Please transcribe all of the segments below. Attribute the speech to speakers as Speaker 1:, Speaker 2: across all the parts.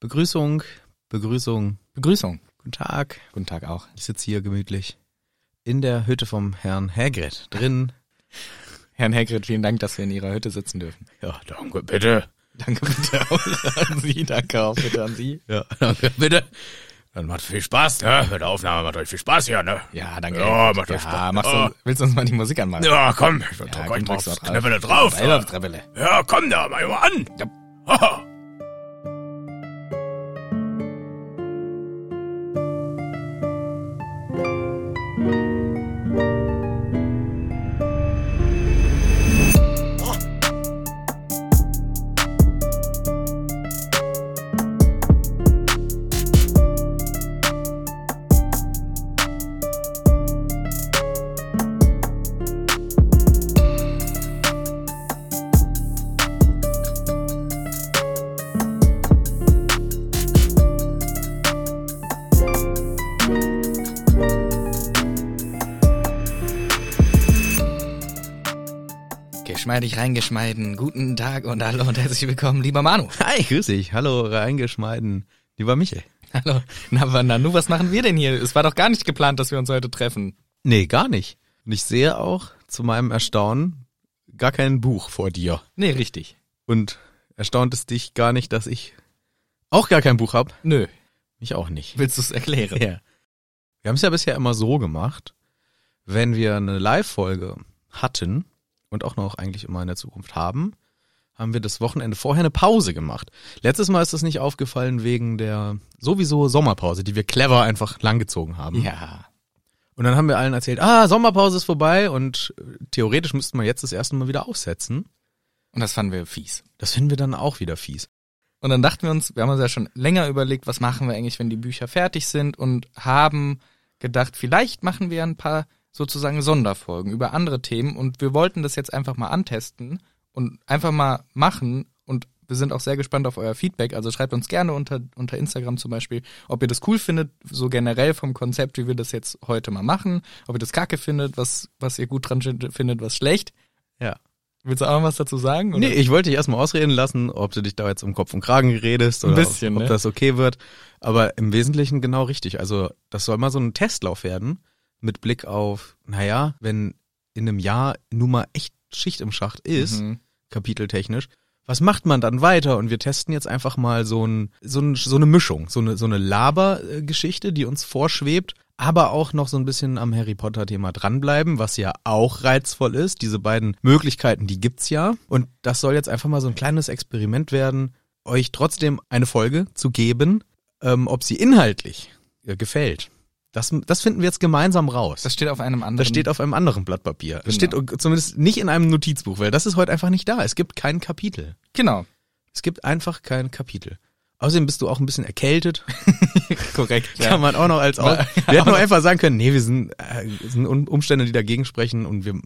Speaker 1: Begrüßung, Begrüßung,
Speaker 2: Begrüßung.
Speaker 1: guten Tag.
Speaker 2: Guten Tag auch.
Speaker 1: Ich sitze hier gemütlich in der Hütte vom Herrn Hagrid drin.
Speaker 2: Herrn Hagrid, vielen Dank, dass wir in Ihrer Hütte sitzen dürfen.
Speaker 1: Ja, danke, bitte.
Speaker 2: Danke bitte auch an Sie, danke auch bitte an Sie.
Speaker 1: Ja, danke, bitte. Dann macht viel Spaß, ne? Mit der Aufnahme macht euch viel Spaß hier, ne?
Speaker 2: Ja, danke.
Speaker 1: Ja, macht euch
Speaker 2: ja,
Speaker 1: Spaß.
Speaker 2: machst du, willst du uns mal die Musik anmachen?
Speaker 1: Ja, komm, ich
Speaker 2: Ja,
Speaker 1: drück
Speaker 2: komm,
Speaker 1: euch mal
Speaker 2: drückst du
Speaker 1: aufs
Speaker 2: drauf.
Speaker 1: Knöpfe da drauf.
Speaker 2: Treppele auf Treppele.
Speaker 1: Ja, komm da, mach mal an.
Speaker 2: Ja.
Speaker 1: Haha.
Speaker 2: Geschmeidig reingeschmeiden. Guten Tag und hallo und herzlich willkommen, lieber Manu.
Speaker 1: Hi, grüß dich. Hallo, reingeschmeiden. Lieber Michel.
Speaker 2: Hallo. Na, aber Nanu, was machen wir denn hier? Es war doch gar nicht geplant, dass wir uns heute treffen.
Speaker 1: Nee, gar nicht. Und ich sehe auch zu meinem Erstaunen gar kein Buch vor dir.
Speaker 2: Nee, richtig.
Speaker 1: Und erstaunt es dich gar nicht, dass ich auch gar kein Buch habe?
Speaker 2: Nö.
Speaker 1: Mich auch nicht.
Speaker 2: Willst du es erklären?
Speaker 1: Ja. Wir haben es ja bisher immer so gemacht, wenn wir eine Live-Folge hatten und auch noch eigentlich immer in der Zukunft haben, haben wir das Wochenende vorher eine Pause gemacht. Letztes Mal ist das nicht aufgefallen wegen der sowieso Sommerpause, die wir clever einfach langgezogen haben.
Speaker 2: Ja.
Speaker 1: Und dann haben wir allen erzählt, ah, Sommerpause ist vorbei und äh, theoretisch müssten wir jetzt das erste Mal wieder aufsetzen.
Speaker 2: Und das fanden wir fies.
Speaker 1: Das finden wir dann auch wieder fies.
Speaker 2: Und dann dachten wir uns, wir haben uns ja schon länger überlegt, was machen wir eigentlich, wenn die Bücher fertig sind und haben gedacht, vielleicht machen wir ein paar sozusagen Sonderfolgen über andere Themen und wir wollten das jetzt einfach mal antesten und einfach mal machen und wir sind auch sehr gespannt auf euer Feedback. Also schreibt uns gerne unter, unter Instagram zum Beispiel, ob ihr das cool findet, so generell vom Konzept, wie wir das jetzt heute mal machen, ob ihr das kacke findet, was, was ihr gut dran findet, was schlecht.
Speaker 1: Ja.
Speaker 2: Willst du auch noch was dazu sagen? oder?
Speaker 1: Nee, ich wollte dich erstmal ausreden lassen, ob du dich da jetzt um Kopf und Kragen redest
Speaker 2: Ein
Speaker 1: oder
Speaker 2: bisschen,
Speaker 1: ob, ob
Speaker 2: ne?
Speaker 1: das okay wird. Aber im Wesentlichen genau richtig. Also das soll mal so ein Testlauf werden mit Blick auf, naja, wenn in einem Jahr nun mal echt Schicht im Schacht ist,
Speaker 2: Mhm.
Speaker 1: kapiteltechnisch, was macht man dann weiter? Und wir testen jetzt einfach mal so, ein, so, ein, so eine Mischung, so eine, so eine Labergeschichte, die uns vorschwebt, aber auch noch so ein bisschen am Harry Potter-Thema dranbleiben, was ja auch reizvoll ist. Diese beiden Möglichkeiten, die gibt's ja. Und das soll jetzt einfach mal so ein kleines Experiment werden, euch trotzdem eine Folge zu geben, ähm, ob sie inhaltlich äh, gefällt. Das, das finden wir jetzt gemeinsam raus.
Speaker 2: Das steht auf einem anderen.
Speaker 1: Das steht auf einem anderen Blatt Papier. Das
Speaker 2: Ähm, Genau.
Speaker 1: steht zumindest nicht in einem Notizbuch, weil das ist heute einfach nicht da. Es gibt kein Kapitel.
Speaker 2: genau.
Speaker 1: Es gibt einfach kein Kapitel. Außerdem bist du auch ein bisschen erkältet.
Speaker 2: Korrekt.
Speaker 1: Kann man auch noch als auch. Wir hätten auch einfach sagen können, nee, wir sind, äh, es sind Un- Umstände, die dagegen sprechen und wir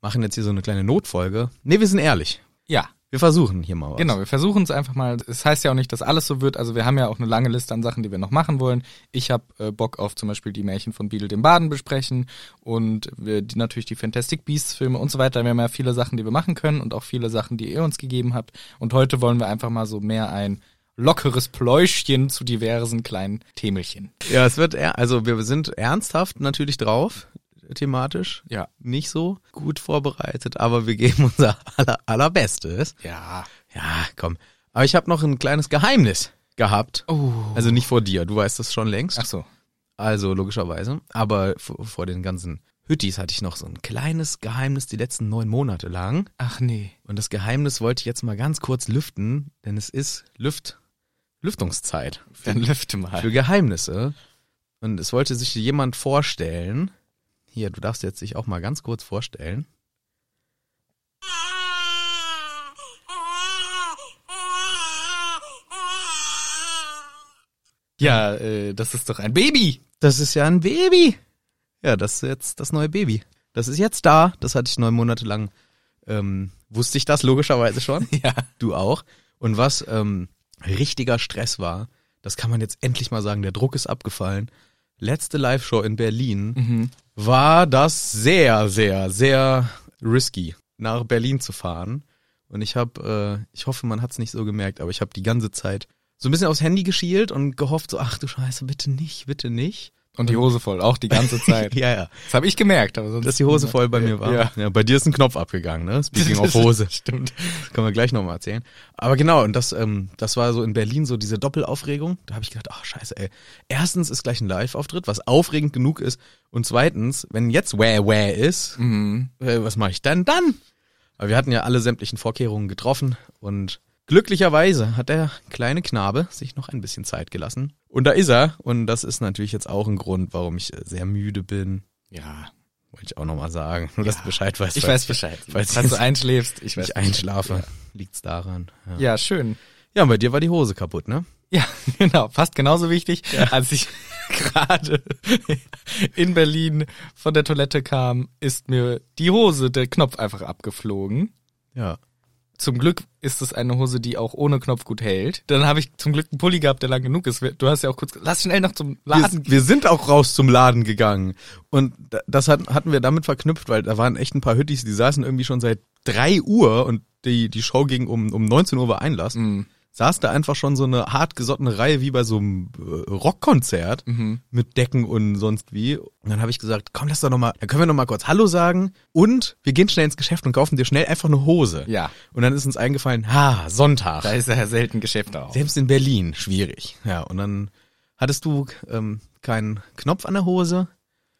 Speaker 1: machen jetzt hier so eine kleine Notfolge. Nee, wir sind ehrlich.
Speaker 2: Ja,
Speaker 1: Wir versuchen hier mal was.
Speaker 2: genau. Wir versuchen es einfach mal. Es heißt ja auch nicht, dass alles so wird. Also wir haben ja auch eine lange Liste an Sachen, die wir noch machen wollen. Ich habe äh, Bock auf zum Beispiel die Märchen von Beadle dem Baden besprechen und wir, die, natürlich die Fantastic Beasts Filme und so weiter. Wir haben ja viele Sachen, die wir machen können und auch viele Sachen, die ihr uns gegeben habt. Und heute wollen wir einfach mal so mehr ein lockeres Pläuschchen zu diversen kleinen Themelchen.
Speaker 1: Ja, es wird, er- also wir sind ernsthaft natürlich drauf, thematisch.
Speaker 2: Ja.
Speaker 1: Nicht so gut vorbereitet, aber wir geben unser aller, allerbestes.
Speaker 2: Ja.
Speaker 1: Ja, komm. Aber ich habe noch ein kleines Geheimnis gehabt.
Speaker 2: Oh.
Speaker 1: Also nicht vor dir, du weißt das schon längst.
Speaker 2: Ach so.
Speaker 1: Also logischerweise. Aber vor, vor den ganzen Hüttis hatte ich noch so ein kleines Geheimnis die letzten neun Monate lang.
Speaker 2: Ach nee.
Speaker 1: Und das Geheimnis wollte ich jetzt mal ganz kurz lüften, denn es ist Lüft Lüftungszeit
Speaker 2: Dann lüfte mal.
Speaker 1: für Geheimnisse. Und es wollte sich jemand vorstellen. Hier, du darfst jetzt dich auch mal ganz kurz vorstellen.
Speaker 2: Ja, äh, das ist doch ein Baby.
Speaker 1: Das ist ja ein Baby. Ja, das ist jetzt das neue Baby. Das ist jetzt da. Das hatte ich neun Monate lang. Ähm, wusste ich das logischerweise schon.
Speaker 2: Ja.
Speaker 1: Du auch. Und was ähm, richtiger Stress war, das kann man jetzt endlich mal sagen, der Druck ist abgefallen. Letzte Live-Show in Berlin
Speaker 2: Mhm.
Speaker 1: war das sehr, sehr, sehr risky, nach Berlin zu fahren. Und ich habe, äh, ich hoffe, man hat es nicht so gemerkt, aber ich habe die ganze Zeit so ein bisschen aufs Handy geschielt und gehofft, so, ach du Scheiße, bitte nicht, bitte nicht.
Speaker 2: Und die Hose voll, auch die ganze Zeit.
Speaker 1: Ja, ja.
Speaker 2: Das habe ich gemerkt, aber sonst.
Speaker 1: Dass die Hose voll bei mir war.
Speaker 2: Ja.
Speaker 1: bei dir ist ein Knopf abgegangen, ne? Speaking of Hose.
Speaker 2: Stimmt.
Speaker 1: Können wir gleich nochmal erzählen. Aber genau, und das, ähm, das war so in Berlin so diese Doppelaufregung. Da habe ich gedacht, ach scheiße, ey. Erstens ist gleich ein Live-Auftritt, was aufregend genug ist. Und zweitens, wenn jetzt wäh wäh ist,
Speaker 2: Mhm.
Speaker 1: äh, was mache ich denn dann? Aber wir hatten ja alle sämtlichen Vorkehrungen getroffen und glücklicherweise hat der kleine Knabe sich noch ein bisschen Zeit gelassen. Und da ist er. Und das ist natürlich jetzt auch ein Grund, warum ich äh, sehr müde bin.
Speaker 2: Ja.
Speaker 1: Wollte ich auch nochmal sagen, nur dass du Bescheid weißt.
Speaker 2: Ich
Speaker 1: weil-
Speaker 2: weiß Bescheid.
Speaker 1: Falls
Speaker 2: Falls
Speaker 1: jetzt-
Speaker 2: du einschläfst, ich
Speaker 1: wenn
Speaker 2: weiß
Speaker 1: ich
Speaker 2: Bescheid.
Speaker 1: einschlafe. Liegt's daran. Ja.
Speaker 2: Ja, schön.
Speaker 1: ja, und bei dir war die Hose kaputt, ne?
Speaker 2: Ja, genau. Fast genauso wichtig, als ich gerade in Berlin von der Toilette kam, ist mir die Hose, der Knopf einfach abgeflogen.
Speaker 1: Ja.
Speaker 2: Zum Glück ist es eine Hose, die auch ohne Knopf gut hält. Dann habe ich zum Glück einen Pulli gehabt, der lang genug ist. Du hast ja auch kurz, ge- lass schnell noch zum Laden
Speaker 1: Wir, wir sind auch raus zum Laden gegangen. Und da- das hat, hatten wir damit verknüpft, weil da waren echt ein paar Hüttis, die saßen irgendwie schon seit 3 Uhr und die, die Show ging um, um 19 Uhr war Einlass.
Speaker 2: Mhm.
Speaker 1: Saß da einfach schon so eine hartgesottene Reihe wie bei so einem äh, Rockkonzert
Speaker 2: Mhm.
Speaker 1: mit Decken und sonst wie. Und dann habe ich gesagt, komm, lass doch nochmal, dann können wir nochmal kurz Hallo sagen und wir gehen schnell ins Geschäft und kaufen dir schnell einfach eine Hose.
Speaker 2: Ja.
Speaker 1: Und dann ist uns eingefallen, ha, Sonntag.
Speaker 2: Da ist ja selten Geschäft auch.
Speaker 1: Selbst in Berlin, schwierig. Ja, und dann hattest du ähm, keinen Knopf an der Hose.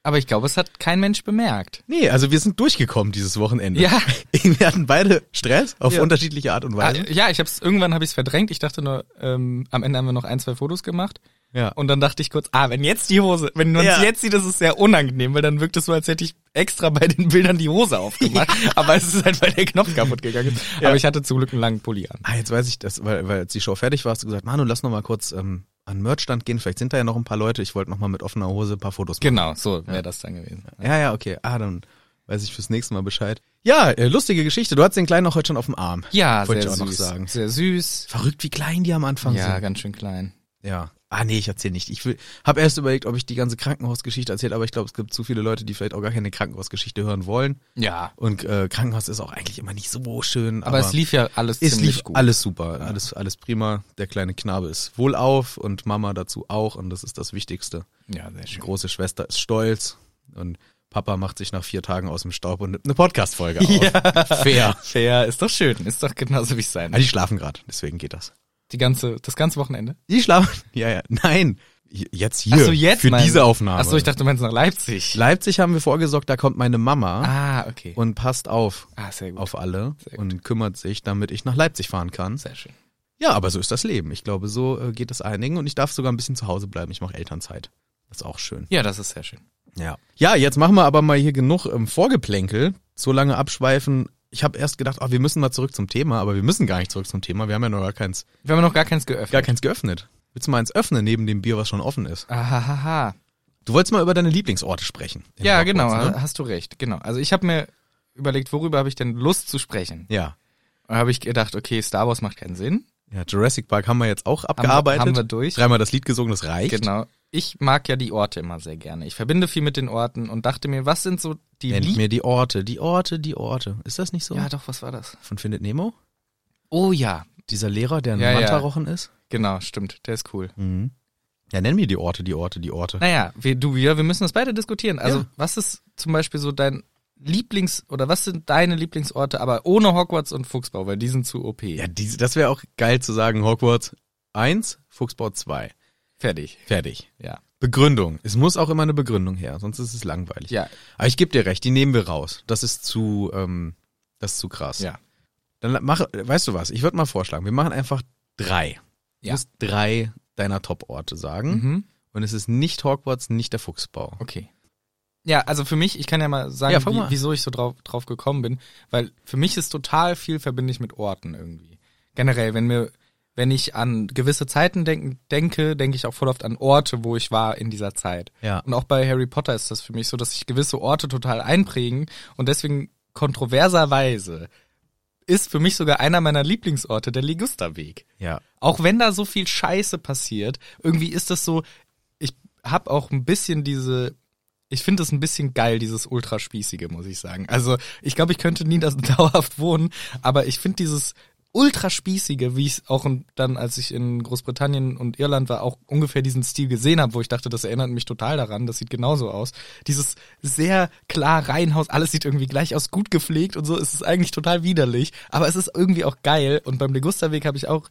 Speaker 2: Aber ich glaube, es hat kein Mensch bemerkt.
Speaker 1: Nee, also wir sind durchgekommen dieses Wochenende.
Speaker 2: Ja.
Speaker 1: Wir hatten beide Stress auf
Speaker 2: Ja.
Speaker 1: unterschiedliche Art und
Speaker 2: Ah,
Speaker 1: Weise.
Speaker 2: ja, ich hab's, irgendwann habe ich es verdrängt. Ich dachte nur, ähm, am Ende haben wir noch ein, zwei Fotos gemacht.
Speaker 1: Ja.
Speaker 2: Und dann dachte ich kurz, ah, wenn jetzt die Hose, wenn man es
Speaker 1: Ja.
Speaker 2: jetzt sieht, ist es sehr unangenehm, weil dann wirkt es so, als hätte ich extra bei den Bildern die Hose aufgemacht. Aber es ist halt, weil der Knopf kaputt gegangen ist. Aber ich hatte zum Glück einen langen Pulli an.
Speaker 1: Ah, jetzt weiß ich das, weil, weil als die Show fertig war, hast du gesagt, Manu, lass noch mal kurz ähm, an den Merchstand gehen. Vielleicht sind da ja noch ein paar Leute. Ich wollte noch mal mit offener Hose ein paar Fotos machen.
Speaker 2: Genau, so wäre das dann gewesen.
Speaker 1: Ja, ja, okay. Ah, dann weiß ich fürs nächste Mal Bescheid. Ja, äh, lustige Geschichte. Du hattest den Kleinen auch heute schon auf dem Arm.
Speaker 2: Ja,
Speaker 1: Wollte
Speaker 2: sehr
Speaker 1: ich auch
Speaker 2: süß.
Speaker 1: noch sagen.
Speaker 2: Sehr süß.
Speaker 1: Verrückt, wie klein die am Anfang sind.
Speaker 2: Ja, ganz schön klein.
Speaker 1: Ja. Ah nee, ich erzähle nicht. Ich will, habe erst überlegt, ob ich die ganze Krankenhausgeschichte erzähle, aber ich glaube, es gibt zu viele Leute, die vielleicht auch gar keine Krankenhausgeschichte hören wollen.
Speaker 2: Ja.
Speaker 1: Und äh, Krankenhaus ist auch eigentlich immer nicht so schön.
Speaker 2: Aber, es lief ja alles
Speaker 1: es
Speaker 2: ziemlich
Speaker 1: lief
Speaker 2: gut.
Speaker 1: alles super, alles alles prima. Der kleine Knabe ist wohlauf und Mama dazu auch und das ist das Wichtigste.
Speaker 2: Ja, sehr
Speaker 1: Die
Speaker 2: schön.
Speaker 1: große Schwester ist stolz und Papa macht sich nach vier Tagen aus dem Staub und nimmt eine Podcast-Folge auf. Fair.
Speaker 2: Fair, ist doch schön. Ist doch genauso wie es sein
Speaker 1: Ja, die schlafen gerade, deswegen geht das.
Speaker 2: Die ganze, das ganze Wochenende?
Speaker 1: Die schlafen? Ja, ja. Nein. J- Jetzt hier.
Speaker 2: Ach so, jetzt
Speaker 1: Für
Speaker 2: meinst
Speaker 1: diese
Speaker 2: du?
Speaker 1: Aufnahme.
Speaker 2: Ach so, ich dachte, du meinst nach Leipzig.
Speaker 1: Leipzig haben wir vorgesorgt, da kommt meine Mama
Speaker 2: ah, okay.
Speaker 1: und passt auf
Speaker 2: ah, sehr gut.
Speaker 1: auf alle
Speaker 2: Sehr gut.
Speaker 1: und kümmert sich, damit ich nach Leipzig fahren kann.
Speaker 2: sehr schön.
Speaker 1: Ja, aber so ist das Leben. Ich glaube, so äh, geht das einigen und ich darf sogar ein bisschen zu Hause bleiben. Ich mache Elternzeit. Das ist auch schön.
Speaker 2: Ja, das ist sehr schön.
Speaker 1: Ja. Ja, jetzt machen wir aber mal hier genug ähm, Vorgeplänkel. So lange abschweifen. Ich habe erst gedacht, oh, wir müssen mal zurück zum Thema, aber wir müssen gar nicht zurück zum Thema. Wir haben ja noch gar keins,
Speaker 2: Wir haben noch gar keins geöffnet.
Speaker 1: gar keins geöffnet. Willst du mal eins öffnen neben dem Bier, was schon offen ist?
Speaker 2: Ah, Ahaha.
Speaker 1: Du wolltest mal über deine Lieblingsorte sprechen. In
Speaker 2: Ja,
Speaker 1: Hogwarts,
Speaker 2: genau,
Speaker 1: ne?
Speaker 2: hast du recht. Genau. Also ich habe mir überlegt, worüber habe ich denn Lust zu sprechen?
Speaker 1: Ja.
Speaker 2: Da habe ich gedacht, okay, Star Wars macht keinen Sinn.
Speaker 1: Ja, Jurassic Park haben wir jetzt auch
Speaker 2: Haben,
Speaker 1: abgearbeitet.
Speaker 2: haben wir durch.
Speaker 1: Dreimal das Lied gesungen, das reicht.
Speaker 2: Genau. Ich mag ja die Orte immer sehr gerne. Ich verbinde viel mit den Orten und dachte mir, was sind so die
Speaker 1: Nennt
Speaker 2: Lie-
Speaker 1: mir die Orte, die Orte, die Orte. Ist das nicht so?
Speaker 2: Ja, doch, was war das?
Speaker 1: Von Findet Nemo?
Speaker 2: Oh ja.
Speaker 1: Dieser Lehrer, der ein
Speaker 2: Ja, ja.
Speaker 1: Mantarochen ist?
Speaker 2: Genau, stimmt. Der ist cool.
Speaker 1: Ja, nenn mir die Orte, die Orte, die Orte.
Speaker 2: Naja, wir, du, wir, wir müssen das beide diskutieren. Also,
Speaker 1: Ja.
Speaker 2: was ist zum Beispiel so dein Lieblings- oder was sind deine Lieblingsorte, aber ohne Hogwarts und Fuchsbau, weil die sind zu OP.
Speaker 1: Ja, diese, das wäre auch geil zu sagen. Hogwarts 1, Fuchsbau 2.
Speaker 2: Fertig.
Speaker 1: Fertig.
Speaker 2: Ja.
Speaker 1: Begründung. Es muss auch immer eine Begründung her, sonst ist es langweilig.
Speaker 2: Ja.
Speaker 1: Aber ich geb dir recht, die nehmen wir raus. Das ist zu, ähm, das ist zu krass.
Speaker 2: Ja.
Speaker 1: Dann mach, weißt du was, ich würde mal vorschlagen, wir machen einfach drei. Du
Speaker 2: Ja.
Speaker 1: musst drei deiner Top-Orte sagen.
Speaker 2: Mhm.
Speaker 1: Und es ist nicht Hogwarts, nicht der Fuchsbau.
Speaker 2: Okay. Ja, also für mich, ich kann ja mal sagen,
Speaker 1: Ja, fang
Speaker 2: wie,
Speaker 1: mal an.
Speaker 2: wieso ich so drauf, drauf gekommen bin, weil für mich ist total viel verbinde ich mit Orten irgendwie. Generell, wenn mir, wenn ich an gewisse Zeiten denk, denke, denke ich auch voll oft an Orte, wo ich war in dieser Zeit.
Speaker 1: Ja.
Speaker 2: Und auch bei Harry Potter ist das für mich so, dass sich gewisse Orte total einprägen und deswegen kontroverserweise ist für mich sogar einer meiner Lieblingsorte der Ligusterweg.
Speaker 1: Ja.
Speaker 2: Auch wenn da so viel Scheiße passiert, irgendwie ist das so, ich hab auch ein bisschen diese, ich finde es ein bisschen geil, dieses Ultraspießige, muss ich sagen. Also ich glaube, ich könnte nie das dauerhaft wohnen, aber ich finde dieses ultra spießige, wie ich auch in- dann, als ich in Großbritannien und Irland war, auch ungefähr diesen Stil gesehen habe, wo ich dachte, das erinnert mich total daran, das sieht genauso aus. Dieses sehr klar Reihenhaus, alles sieht irgendwie gleich aus, gut gepflegt und so, es ist eigentlich total widerlich, aber es ist irgendwie auch geil und beim Legusterweg habe ich auch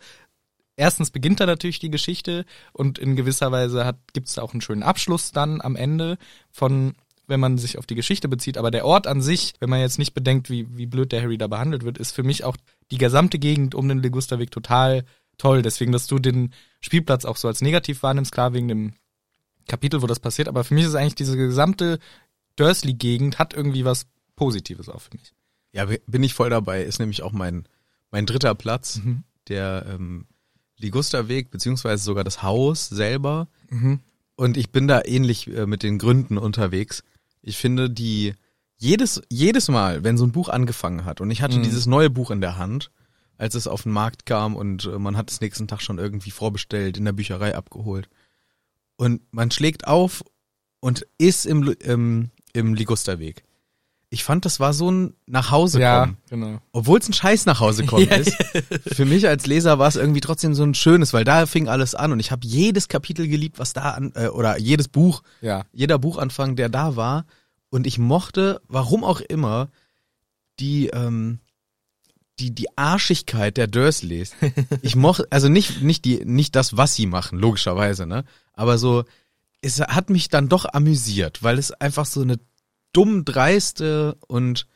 Speaker 2: erstens beginnt da natürlich die Geschichte und in gewisser Weise hat gibt's da auch einen schönen Abschluss dann am Ende von wenn man sich auf die Geschichte bezieht, aber der Ort an sich, wenn man jetzt nicht bedenkt, wie, wie blöd der Harry da behandelt wird, ist für mich auch die gesamte Gegend um den Legusterweg total toll. Deswegen, dass du den Spielplatz auch so als negativ wahrnimmst, klar wegen dem Kapitel, wo das passiert, aber für mich ist eigentlich diese gesamte Dursley-Gegend hat irgendwie was Positives auch für mich.
Speaker 1: Ja, bin ich voll dabei. Ist nämlich auch mein, mein dritter Platz, der ähm, Ligusterweg, beziehungsweise sogar das Haus selber. Und ich bin da ähnlich äh, mit den Gründen unterwegs. Ich finde, die jedes, jedes Mal, wenn so ein Buch angefangen hat und ich hatte dieses neue Buch in der Hand, als es auf den Markt kam und äh, man hat es nächsten Tag schon irgendwie vorbestellt, in der Bücherei abgeholt. Und man schlägt auf und ist im, Lu- im, im Ligusterweg. Ich fand, das war so ein Nachhausekommen
Speaker 2: Ja, genau.
Speaker 1: obwohl es ein Scheiß nach Hause kommen ist, für mich als Leser war es irgendwie trotzdem so ein schönes, weil da fing alles an und ich habe jedes Kapitel geliebt, was da an äh, oder jedes Buch,
Speaker 2: Ja.
Speaker 1: jeder Buchanfang, der da war und ich mochte, warum auch immer, die ähm, die die Arschigkeit der Dursleys. Ich mochte also nicht nicht die nicht das, was sie machen, logischerweise, ne, aber so es hat mich dann doch amüsiert, weil es einfach so eine dumm dreiste und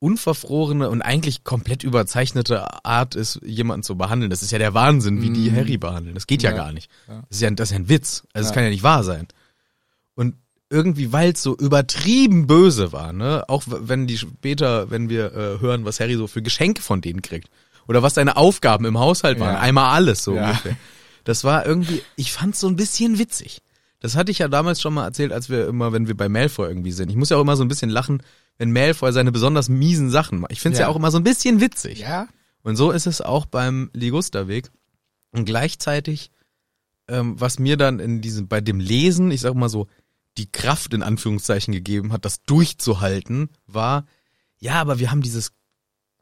Speaker 1: unverfrorene und eigentlich komplett überzeichnete Art ist, jemanden zu behandeln. Das ist ja der Wahnsinn, wie die Harry behandeln. Das geht ja,
Speaker 2: Mhm. Ja.
Speaker 1: gar nicht.
Speaker 2: Ja.
Speaker 1: Das, ist ja, das ist ja ein Witz. Also es
Speaker 2: Ja.
Speaker 1: kann ja nicht wahr sein. Und irgendwie, weil es so übertrieben böse war, ne? Auch w- wenn die später, wenn wir äh, hören, was Harry so für Geschenke von denen kriegt. Oder was seine Aufgaben im Haushalt waren.
Speaker 2: Ja.
Speaker 1: Einmal alles so
Speaker 2: Ja.
Speaker 1: ungefähr. Das war irgendwie, ich fand's so ein bisschen witzig. Das hatte ich ja damals schon mal erzählt, als wir immer, wenn wir bei Malfoy irgendwie sind. Ich muss ja auch immer so ein bisschen lachen, wenn Malfoy seine besonders miesen Sachen macht. Ich find's ja.
Speaker 2: Ja.
Speaker 1: auch immer so ein bisschen witzig.
Speaker 2: Ja.
Speaker 1: Und so ist es auch beim Ligusterweg. Und gleichzeitig, ähm, was mir dann in diesem, bei dem Lesen, ich sag mal so, die Kraft in Anführungszeichen gegeben hat, das durchzuhalten, war, ja, aber wir haben dieses,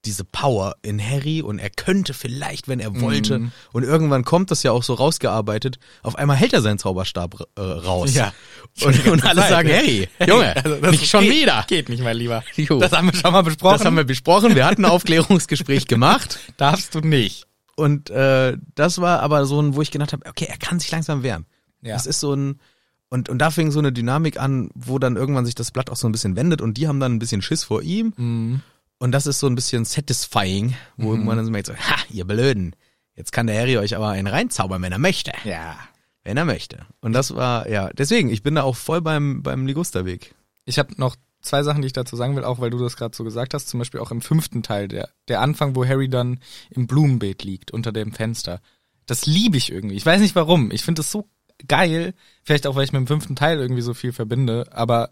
Speaker 1: diese Power in Harry und er könnte vielleicht, wenn er wollte,
Speaker 2: Mhm.
Speaker 1: und irgendwann kommt das ja auch so rausgearbeitet, auf einmal hält er seinen Zauberstab äh, raus.
Speaker 2: Ja.
Speaker 1: Und, und alle
Speaker 2: Zeit,
Speaker 1: sagen,
Speaker 2: ja.
Speaker 1: Harry, Junge,
Speaker 2: Also, das
Speaker 1: nicht schon
Speaker 2: geht,
Speaker 1: wieder.
Speaker 2: Geht nicht, mein Lieber.
Speaker 1: Jo.
Speaker 2: Das haben wir schon mal besprochen.
Speaker 1: Das haben wir besprochen, wir hatten ein Aufklärungsgespräch gemacht.
Speaker 2: Darfst du nicht.
Speaker 1: Und äh, das war aber so ein, wo ich gedacht habe, okay, er kann sich langsam wehren.
Speaker 2: Ja.
Speaker 1: Das ist so ein und und da fing so eine Dynamik an, wo dann irgendwann sich das Blatt auch so ein bisschen wendet und die haben dann ein bisschen Schiss vor ihm
Speaker 2: Mhm.
Speaker 1: und das ist so ein bisschen satisfying, wo man dann merkt so, ha, ihr Blöden, jetzt kann der Harry euch aber einen reinzaubern, wenn er möchte,
Speaker 2: Ja.
Speaker 1: wenn er möchte. Und das war ja deswegen, ich bin da auch voll beim beim Ligusterweg.
Speaker 2: Ich habe noch zwei Sachen, die ich dazu sagen will, auch weil du das gerade so gesagt hast. Zum Beispiel auch im fünften Teil, der, der Anfang, wo Harry dann im Blumenbeet liegt, unter dem Fenster. Das liebe ich irgendwie. Ich weiß nicht warum. Ich finde das so geil. Vielleicht auch, weil ich mit dem fünften Teil irgendwie so viel verbinde. Aber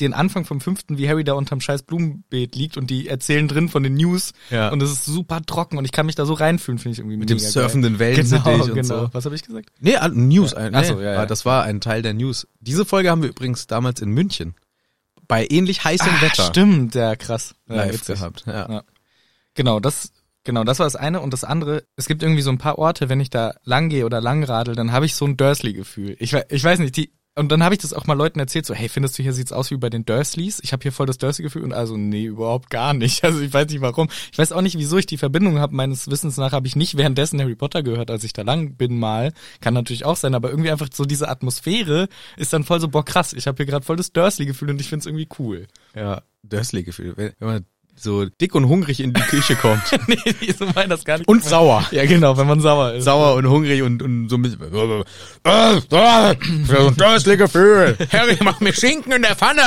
Speaker 2: den Anfang vom fünften, wie Harry da unterm scheiß Blumenbeet liegt und die erzählen drin von den News.
Speaker 1: Ja.
Speaker 2: Und es ist super trocken und ich kann mich da so reinfühlen, finde ich irgendwie
Speaker 1: Mit dem
Speaker 2: mega
Speaker 1: surfenden
Speaker 2: geil.
Speaker 1: Wellensittich
Speaker 2: genau,
Speaker 1: und
Speaker 2: genau.
Speaker 1: so.
Speaker 2: Was habe ich gesagt?
Speaker 1: Nee, ah, News. Ja.
Speaker 2: Ach so, ja, ja.
Speaker 1: Das war ein Teil der News. Diese Folge haben wir übrigens damals in München bei ähnlich heißem Wetter
Speaker 2: Ah, Stimmt, ja, krass. Ja,
Speaker 1: live
Speaker 2: witzig.
Speaker 1: gehabt. Ja.
Speaker 2: Ja. Genau, das, genau, das war das eine. Und das andere, es gibt irgendwie so ein paar Orte, wenn ich da lang gehe oder lang radel, dann habe ich so ein Dursley-Gefühl. Ich, we- ich weiß nicht, die, und dann habe ich das auch mal Leuten erzählt, so, hey, findest du hier sieht's aus wie bei den Dursleys? Ich habe hier voll das Dursley-Gefühl und also, nee, überhaupt gar nicht. Also ich weiß nicht warum. Ich weiß auch nicht, wieso ich die Verbindung habe. Meines Wissens nach habe ich nicht währenddessen Harry Potter gehört, als ich da lang bin mal. Kann natürlich auch sein, aber irgendwie einfach so diese Atmosphäre ist dann voll so, boah, krass, ich habe hier gerade voll das Dursley-Gefühl und ich find's irgendwie cool.
Speaker 1: Ja, Dursley-Gefühl. Wenn, wenn man so dick und hungrig in die Küche kommt.
Speaker 2: nee, so meine das gar nicht.
Speaker 1: und sauer.
Speaker 2: Ja, genau, wenn man sauer ist.
Speaker 1: Sauer und hungrig und, und so ein bisschen. Äh, äh, so ein Dursley-Gefühl. Harry, mach mir Schinken in der Pfanne.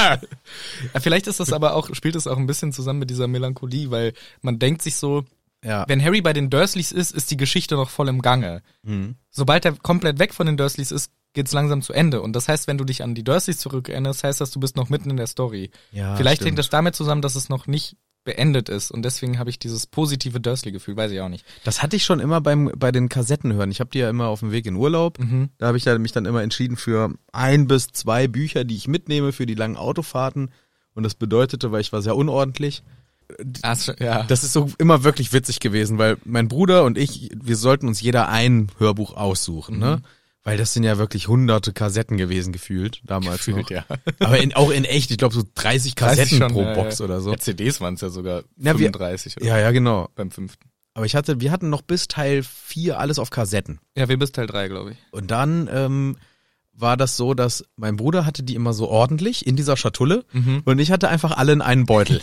Speaker 2: Ja, Vielleicht ist das aber auch, spielt das auch ein bisschen zusammen mit dieser Melancholie, weil man denkt sich so,
Speaker 1: Ja.
Speaker 2: wenn Harry bei den Dursleys ist, ist die Geschichte noch voll im Gange.
Speaker 1: Mhm.
Speaker 2: Sobald er komplett weg von den Dursleys ist, geht's langsam zu Ende. Und das heißt, wenn du dich an die Dursleys zurückerinnerst, heißt das, du bist noch mitten in der Story.
Speaker 1: Ja,
Speaker 2: Vielleicht
Speaker 1: stimmt.
Speaker 2: hängt das damit zusammen, dass es noch nicht beendet ist. Und deswegen habe ich dieses positive Dursley-Gefühl, weiß ich auch nicht.
Speaker 1: Das hatte ich schon immer beim, bei den Kassetten hören. Ich habe die ja immer auf dem Weg in Urlaub. Da habe ich dann, mich dann immer entschieden für ein bis zwei Bücher, die ich mitnehme für die langen Autofahrten. Und das bedeutete, weil ich war sehr unordentlich,
Speaker 2: Hast du- ja.
Speaker 1: Das ist so immer wirklich witzig gewesen, weil mein Bruder und ich, wir sollten uns jeder ein Hörbuch aussuchen, ne?
Speaker 2: Mhm.
Speaker 1: Weil das sind ja wirklich hunderte Kassetten gewesen, gefühlt, damals noch.
Speaker 2: Gefühlt, ja.
Speaker 1: Aber in, auch in echt, ich glaube so 30 Kassetten pro Box oder so.
Speaker 2: Ja, CDs waren es ja sogar
Speaker 1: Na, wir-
Speaker 2: 35 oder
Speaker 1: Ja, ja, genau.
Speaker 2: beim fünften.
Speaker 1: Aber ich hatte, wir hatten noch bis Teil 4 alles auf Kassetten.
Speaker 2: Ja, wir bis Teil 3, glaube ich.
Speaker 1: Und dann ähm, war das so, dass mein Bruder hatte die immer so ordentlich in dieser Schatulle
Speaker 2: Mhm.
Speaker 1: und ich hatte einfach alle in einen Beutel.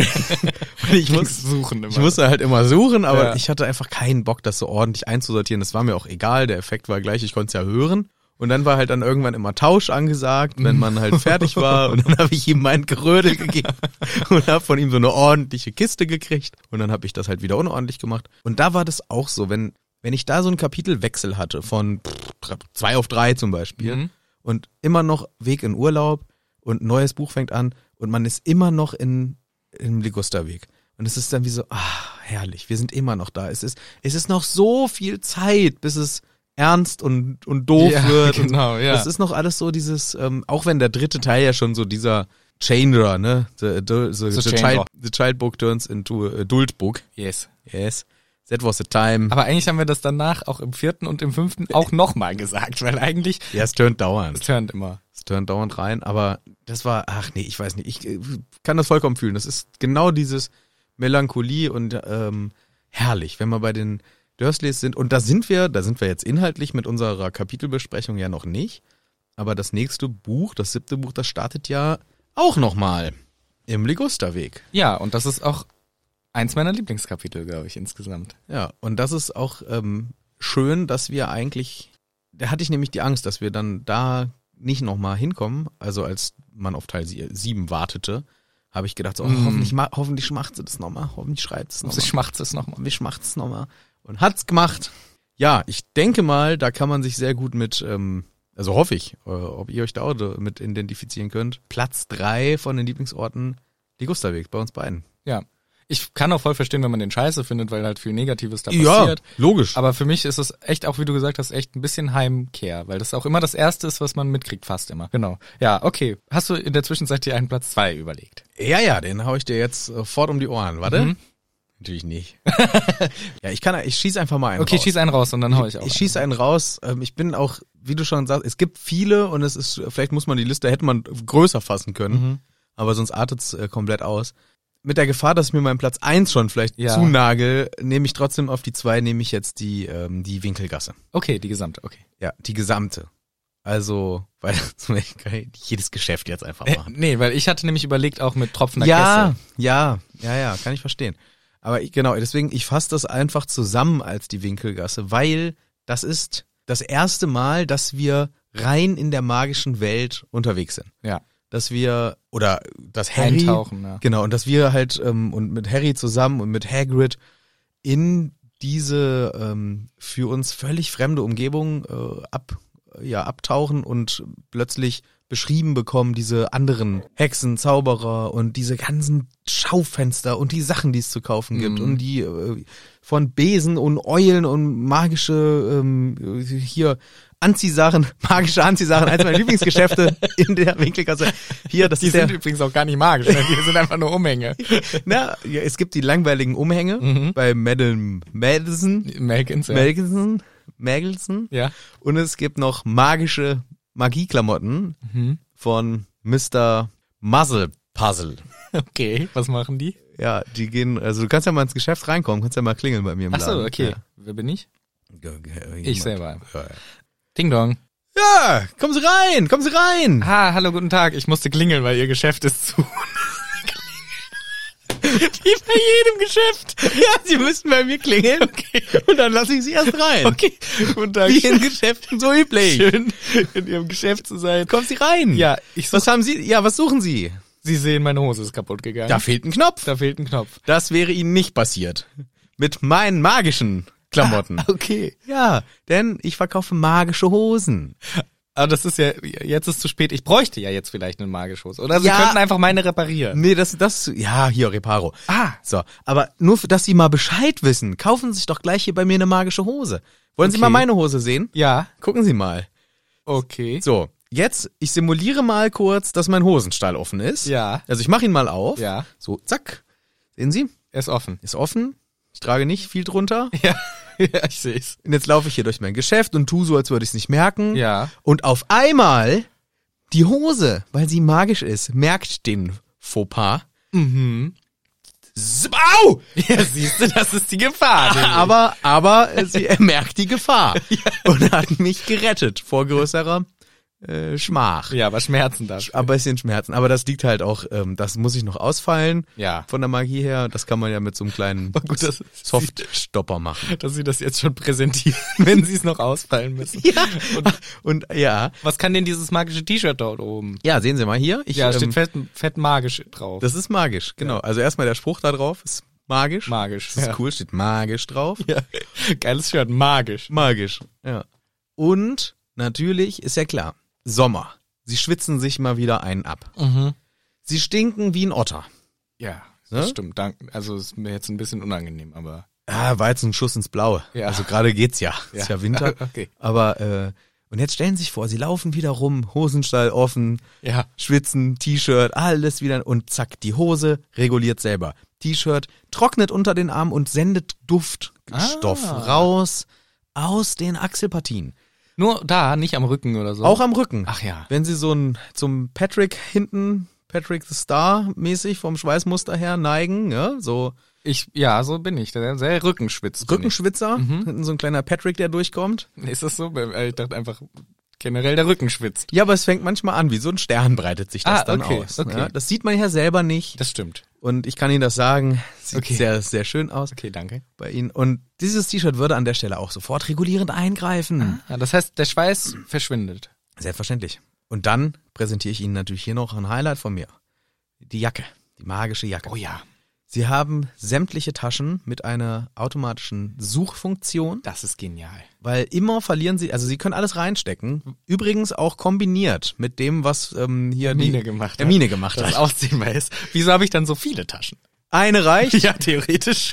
Speaker 1: und ich, muss,
Speaker 2: suchen immer.
Speaker 1: ich musste halt immer suchen, aber
Speaker 2: Ja.
Speaker 1: ich hatte einfach keinen Bock, das so ordentlich einzusortieren. Das war mir auch egal, der Effekt war gleich, ich konnte es ja hören. Und dann war halt dann irgendwann immer Tausch angesagt, wenn man halt fertig war. Und dann habe ich ihm mein Gerödel gegeben und habe von ihm so eine ordentliche Kiste gekriegt. Und dann habe ich das halt wieder unordentlich gemacht. Und da war das auch so, wenn, wenn ich da so einen Kapitelwechsel hatte, von pff, drei- zwei auf drei zum Beispiel,
Speaker 2: Mhm.
Speaker 1: und immer noch Weg in Urlaub und ein neues Buch fängt an und man ist immer noch in, im Ligusterweg. Und es ist dann wie so, ah, herrlich, wir sind immer noch da. Es ist, es ist noch so viel Zeit, bis es ernst und, und doof
Speaker 2: Ja,
Speaker 1: wird. und-
Speaker 2: genau, ja.
Speaker 1: Das ist noch alles so dieses, ähm, auch wenn der dritte Teil ja schon so dieser Changer, ne? The, the, the, the,
Speaker 2: The
Speaker 1: child,
Speaker 2: changer.
Speaker 1: the child book turns into a adult book.
Speaker 2: yes.
Speaker 1: Yes. That was the time.
Speaker 2: Aber eigentlich haben wir das danach auch im vierten und im fünften auch nochmal gesagt, weil eigentlich
Speaker 1: Ja, es turnt dauernd.
Speaker 2: es turnt immer.
Speaker 1: Es turnt dauernd rein, aber das war, ach nee, ich weiß nicht, ich äh, kann das vollkommen fühlen. Das ist genau dieses Melancholie und ähm, herrlich, wenn wir bei den Dursleys sind. Und da sind wir, da sind wir jetzt inhaltlich mit unserer Kapitelbesprechung ja noch nicht. Aber das nächste Buch, das siebte Buch, das startet ja auch nochmal im Ligusterweg.
Speaker 2: Ja, und das ist auch eins meiner Lieblingskapitel, glaube ich, insgesamt.
Speaker 1: Ja, und das ist auch ähm, schön, dass wir eigentlich, da hatte ich nämlich die Angst, dass wir dann da nicht nochmal hinkommen. Also als man auf Teil sie- sieben wartete, habe ich gedacht, so, oh, hoffentlich, ma- hoffentlich macht sie das nochmal, hoffentlich schreibt sie es
Speaker 2: Und ich
Speaker 1: nochmal,
Speaker 2: schmacht's es nochmal.
Speaker 1: hoffentlich macht es nochmal. Und hat's gemacht. Ja, ich denke mal, da kann man sich sehr gut mit, ähm, also hoffe ich, äh, ob ihr euch da auch mit identifizieren könnt. Platz drei von den Lieblingsorten, die Gustavweg, bei uns beiden.
Speaker 2: Ja. Ich kann auch voll verstehen, wenn man den scheiße findet, weil halt viel Negatives da passiert.
Speaker 1: logisch.
Speaker 2: Aber für mich ist es echt, auch wie du gesagt hast, echt ein bisschen Heimkehr, weil das auch immer das Erste ist, was man mitkriegt, fast immer. Genau. Ja, okay. Hast du in der Zwischenzeit dir einen Platz zwei überlegt?
Speaker 1: Ja, ja, den hau ich dir jetzt sofort um die Ohren. Warte.
Speaker 2: Mhm.
Speaker 1: Natürlich nicht. ja, ich kann, ich schieß einfach mal einen
Speaker 2: Okay,
Speaker 1: raus.
Speaker 2: schieß einen raus und dann hau ich auch.
Speaker 1: ich schieß einen raus. Ähm, Ich bin auch, wie du schon sagst, es gibt viele und es ist, vielleicht muss man die Liste, hätte man größer fassen können,
Speaker 2: Mhm.
Speaker 1: aber sonst artet's äh, komplett aus. Mit der Gefahr, dass ich mir meinen Platz eins schon vielleicht
Speaker 2: Ja.
Speaker 1: zunagel, nehme ich trotzdem auf die zwei, nehme ich jetzt die, ähm, die Winkelgasse.
Speaker 2: einen. Okay, die gesamte, okay.
Speaker 1: Ja, die gesamte. Also, weil ich kann nicht jedes Geschäft jetzt einfach
Speaker 2: Äh,
Speaker 1: machen.
Speaker 2: nee, weil ich hatte nämlich überlegt, auch mit tropfender
Speaker 1: ja,
Speaker 2: Kessel.
Speaker 1: ja, ja, ja, kann ich verstehen. Aber ich, genau, deswegen, ich fasse das einfach zusammen als die Winkelgasse, weil das ist das erste Mal, dass wir rein in der magischen Welt unterwegs sind.
Speaker 2: Ja.
Speaker 1: Dass wir, oder dass Harry,
Speaker 2: Eintauchen, ja.
Speaker 1: genau, und dass wir halt ähm, und mit Harry zusammen und mit Hagrid in diese ähm, für uns völlig fremde Umgebung äh, ab, ja, abtauchen und plötzlich beschrieben bekommen, diese anderen Hexen, Zauberer und diese ganzen Schaufenster und die Sachen, die es zu kaufen
Speaker 2: Mhm.
Speaker 1: gibt und die äh, von Besen und Eulen und magische ähm, hier Anziehsachen, magische Anziehsachen, eins meiner Lieblingsgeschäfte in der Winkelgasse. Hier, das
Speaker 2: Die
Speaker 1: ist der,
Speaker 2: sind übrigens auch gar nicht magisch, ne? die sind einfach nur Umhänge.
Speaker 1: na, ja, es gibt die langweiligen Umhänge bei Madeleine Madison,
Speaker 2: Melkins, Mhm. ja.
Speaker 1: Melgelson, Melgelson.
Speaker 2: ja.
Speaker 1: Und es gibt noch magische Magieklamotten
Speaker 2: Mhm.
Speaker 1: von Mr. Muzzle Puzzle.
Speaker 2: Okay, was machen die?
Speaker 1: Ja, die gehen, also du kannst ja mal ins Geschäft reinkommen, kannst ja mal klingeln bei mir im
Speaker 2: Ach so,
Speaker 1: Laden.
Speaker 2: okay.
Speaker 1: Ja.
Speaker 2: Wer bin ich?
Speaker 1: Ich
Speaker 2: Ich
Speaker 1: selber.
Speaker 2: selber.
Speaker 1: Ja,
Speaker 2: Ding Dong.
Speaker 1: ja. ja, kommen Sie rein, kommen Sie rein.
Speaker 2: Ah, hallo, guten Tag. Ich musste klingeln, weil ihr Geschäft ist zu. Wie bei jedem Geschäft.
Speaker 1: Ja, Sie müssen bei mir klingeln. Okay. Und dann lasse ich Sie erst rein.
Speaker 2: Okay, guten Tag.
Speaker 1: Wie in Geschäften so üblich.
Speaker 2: Schön, in Ihrem Geschäft zu sein.
Speaker 1: Kommen Sie rein.
Speaker 2: Ja, ich such,
Speaker 1: Was haben Sie? Ja, was suchen Sie?
Speaker 2: Sie sehen, meine Hose ist kaputt gegangen.
Speaker 1: Da fehlt ein Knopf.
Speaker 2: Da fehlt ein Knopf.
Speaker 1: Das wäre Ihnen nicht passiert. Mit meinen magischen Klamotten.
Speaker 2: Okay.
Speaker 1: Ja, denn ich verkaufe magische Hosen.
Speaker 2: Aber Ah, das ist ja, jetzt ist zu spät. Ich bräuchte ja jetzt vielleicht einen Mageschoß. Oder Sie
Speaker 1: Ja.
Speaker 2: könnten einfach meine reparieren.
Speaker 1: Nee, das, das, ja, hier, Reparo.
Speaker 2: Ah.
Speaker 1: So, aber nur, für- dass Sie mal Bescheid wissen, kaufen Sie sich doch gleich hier bei mir eine magische Hose. Wollen Sie
Speaker 2: Okay.
Speaker 1: mal meine Hose sehen?
Speaker 2: Ja.
Speaker 1: Gucken Sie mal.
Speaker 2: Okay.
Speaker 1: So, jetzt, ich simuliere mal kurz, dass mein Hosenstall offen ist.
Speaker 2: Ja.
Speaker 1: Also ich mache ihn mal auf.
Speaker 2: Ja.
Speaker 1: So, zack. Sehen Sie?
Speaker 2: Er ist offen.
Speaker 1: Ist offen. Ich trage nicht viel drunter.
Speaker 2: Ja, ja ich sehe es.
Speaker 1: Und jetzt laufe ich hier durch mein Geschäft und tu so, als würde ich es nicht merken.
Speaker 2: Ja.
Speaker 1: Und auf einmal die Hose, weil sie magisch ist, merkt den Fauxpas.
Speaker 2: Mhm.
Speaker 1: S- Au!
Speaker 2: Ja, siehst du, Also, das ist die Gefahr. nämlich.
Speaker 1: Aber, aber äh, sie merkt die Gefahr und hat mich gerettet vor größerer äh, Schmach.
Speaker 2: ja, aber Schmerzen darf.
Speaker 1: Aber ein bisschen Schmerzen. Aber das liegt halt auch, ähm, das muss ich noch ausfallen
Speaker 2: Ja.
Speaker 1: von der Magie her. Das kann man ja mit so einem kleinen
Speaker 2: Aber gut, das-
Speaker 1: Softstopper machen.
Speaker 2: Dass sie das jetzt schon präsentieren, wenn sie es noch ausfallen müssen.
Speaker 1: Ja. Und, und ja.
Speaker 2: Was kann denn dieses magische T-Shirt dort oben?
Speaker 1: Ja, sehen Sie mal hier. Ich,
Speaker 2: ja,
Speaker 1: ähm,
Speaker 2: steht fett, fett magisch drauf.
Speaker 1: Das ist magisch, genau. Also erstmal der Spruch da drauf ist magisch.
Speaker 2: Magisch,
Speaker 1: Das ist
Speaker 2: ja.
Speaker 1: cool, steht magisch drauf.
Speaker 2: ja. Geiles Shirt, magisch.
Speaker 1: Magisch, ja. Und natürlich ist ja klar, Sommer. Sie schwitzen sich mal wieder einen ab.
Speaker 2: Mhm.
Speaker 1: Sie stinken wie ein Otter.
Speaker 2: Ja, das
Speaker 1: Ne?
Speaker 2: stimmt. Dank, also ist mir jetzt ein bisschen unangenehm, aber
Speaker 1: Ah, war jetzt ein Schuss ins Blaue.
Speaker 2: Ja.
Speaker 1: Also gerade geht's ja. Ist
Speaker 2: Ja.
Speaker 1: ja Winter.
Speaker 2: Okay.
Speaker 1: Aber äh, und jetzt stellen Sie sich vor, Sie laufen wieder rum, Hosenstall offen,
Speaker 2: ja.
Speaker 1: schwitzen, T-Shirt, alles wieder und zack, die Hose reguliert selber. T-Shirt trocknet unter den Armen und sendet Duftstoff
Speaker 2: Ah.
Speaker 1: raus aus den Achselpartien.
Speaker 2: Nur da, nicht am Rücken oder so.
Speaker 1: Auch am Rücken.
Speaker 2: Ach ja.
Speaker 1: Wenn sie so ein zum Patrick hinten, Patrick the Star mäßig vom Schweißmuster her neigen, ja, so
Speaker 2: Ich, ja, so bin ich. Sehr, sehr rückenschwitzt. bin
Speaker 1: Rückenschwitzer,
Speaker 2: Mhm.
Speaker 1: hinten so ein kleiner Patrick, der durchkommt.
Speaker 2: ich. Ist das so? Äh, Ich dachte einfach, generell der Rücken schwitzt.
Speaker 1: Ja, aber es fängt manchmal an, wie so ein Stern breitet sich das
Speaker 2: Ah,
Speaker 1: dann
Speaker 2: okay,
Speaker 1: aus.
Speaker 2: okay.
Speaker 1: Ja, das sieht man ja selber nicht
Speaker 2: Das stimmt.
Speaker 1: und ich kann Ihnen das sagen, sieht
Speaker 2: Okay.
Speaker 1: sehr sehr schön aus.
Speaker 2: Okay, danke.
Speaker 1: bei ihnen. Und dieses T-Shirt würde an der Stelle auch sofort regulierend eingreifen.
Speaker 2: Ja, das heißt, der Schweiß verschwindet.
Speaker 1: Selbstverständlich. Und dann präsentiere ich Ihnen natürlich hier noch ein Highlight von mir. Die Jacke. Die magische Jacke.
Speaker 2: Oh ja.
Speaker 1: Sie haben sämtliche Taschen mit einer automatischen Suchfunktion,
Speaker 2: Das ist genial.
Speaker 1: weil immer verlieren Sie, also Sie können alles reinstecken. Übrigens auch kombiniert mit dem, was ähm, hier
Speaker 2: Mine
Speaker 1: die
Speaker 2: gemacht
Speaker 1: der
Speaker 2: hat.
Speaker 1: Mine gemacht
Speaker 2: Das
Speaker 1: hat.
Speaker 2: ausziehbar ist. Wieso habe ich dann so viele Taschen?
Speaker 1: Eine reicht.
Speaker 2: Ja, theoretisch.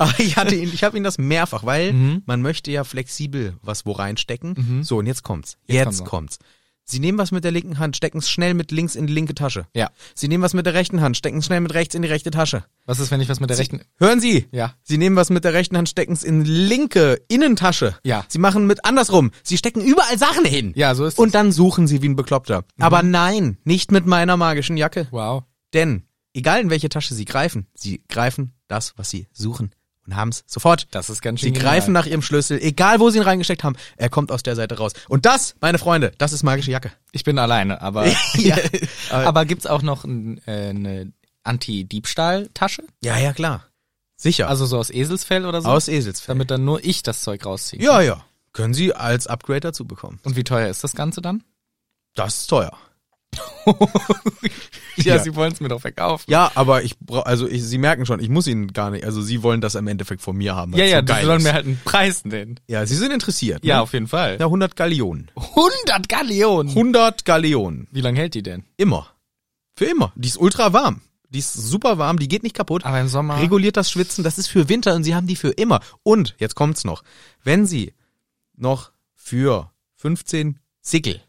Speaker 1: Aber ich hatte ihn, ich habe ihn das mehrfach, weil
Speaker 2: Mhm.
Speaker 1: man möchte ja flexibel was wo reinstecken. So, und jetzt kommt's. Jetzt,
Speaker 2: kommt's.
Speaker 1: kommt's. Sie nehmen was mit der linken Hand, stecken es schnell mit links in die linke Tasche.
Speaker 2: Ja.
Speaker 1: Sie nehmen was mit der rechten Hand, stecken es schnell mit rechts in die rechte Tasche.
Speaker 2: Was ist, wenn ich was mit der rechten...
Speaker 1: Hören Sie!
Speaker 2: Ja.
Speaker 1: Sie nehmen was mit der rechten Hand, stecken es in linke Innentasche.
Speaker 2: Ja.
Speaker 1: Sie machen mit andersrum. Sie stecken überall Sachen hin.
Speaker 2: Ja, so ist
Speaker 1: Und dann suchen Sie wie ein Bekloppter. Aber nein, nicht mit meiner magischen Jacke.
Speaker 2: Wow.
Speaker 1: Denn egal in welche Tasche Sie greifen, Sie greifen das, was Sie suchen und haben es sofort.
Speaker 2: Das ist ganz
Speaker 1: Sie
Speaker 2: schön
Speaker 1: greifen
Speaker 2: genial.
Speaker 1: nach ihrem Schlüssel, egal wo sie ihn reingesteckt haben, er kommt aus der Seite raus. Und das, meine Freunde, das ist magische Jacke.
Speaker 2: Ich bin alleine, aber...
Speaker 1: Ja.
Speaker 2: aber gibt's auch noch ein, äh, eine Anti-Diebstahl-Tasche?
Speaker 1: Ja, ja, klar. Sicher.
Speaker 2: Also so aus Eselsfell oder so?
Speaker 1: aus Eselsfell.
Speaker 2: Damit dann nur ich das Zeug rausziehe.
Speaker 1: Ja, ja. Können sie als Upgrade dazu bekommen.
Speaker 2: Und wie teuer ist das Ganze dann?
Speaker 1: Das ist teuer.
Speaker 2: ja,
Speaker 1: Ja.
Speaker 2: sie wollen es mir doch verkaufen.
Speaker 1: Ja, aber ich brauche, also ich, sie merken schon, ich muss ihnen gar nicht, also sie wollen das im Endeffekt von mir haben.
Speaker 2: Ja,
Speaker 1: weil's
Speaker 2: ja,
Speaker 1: so
Speaker 2: die
Speaker 1: geil
Speaker 2: sollen
Speaker 1: ist.
Speaker 2: mir halt einen Preis nennen.
Speaker 1: Ja, sie sind interessiert.
Speaker 2: Ja,
Speaker 1: Ne?
Speaker 2: auf jeden Fall.
Speaker 1: Ja, 100 Gallionen.
Speaker 2: 100 Gallionen!
Speaker 1: 100 Gallionen.
Speaker 2: Wie lange hält die denn?
Speaker 1: Immer. Für immer. Die ist ultra warm. Die ist super warm, die geht nicht kaputt.
Speaker 2: Aber im Sommer...
Speaker 1: reguliert das Schwitzen, das ist für Winter und sie haben die für immer. Und jetzt kommt's noch. Wenn sie noch für 15 Sickel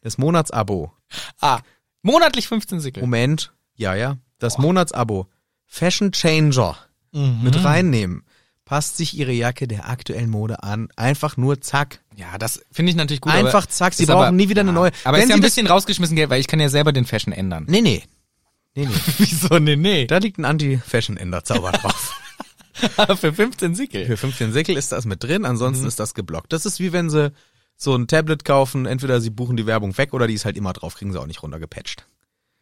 Speaker 1: das Monatsabo,
Speaker 2: ah, monatlich 15 Sickel.
Speaker 1: Moment, ja, ja, das Monatsabo Fashion Changer mit reinnehmen, passt sich ihre Jacke der aktuellen Mode an. Einfach nur zack.
Speaker 2: Ja, das finde ich natürlich gut.
Speaker 1: Einfach
Speaker 2: aber-
Speaker 1: zack, sie
Speaker 2: ist
Speaker 1: brauchen nie wieder eine
Speaker 2: ja.
Speaker 1: neue.
Speaker 2: Aber
Speaker 1: Wenn
Speaker 2: ist ja
Speaker 1: sie
Speaker 2: ein
Speaker 1: das-
Speaker 2: bisschen rausgeschmissen Geld, weil ich kann ja selber den Fashion ändern.
Speaker 1: Nee, nee. Nee, nee.
Speaker 2: Wieso? Nee, nee.
Speaker 1: Da liegt ein Anti-Fashion-Änder-Zauber drauf.
Speaker 2: Für 15 Sickel.
Speaker 1: Für 15 Sickel ist das mit drin, ansonsten ist das geblockt. Das ist wie wenn sie so ein Tablet kaufen, entweder sie buchen die Werbung weg oder die ist halt immer drauf, kriegen sie auch nicht runtergepatcht.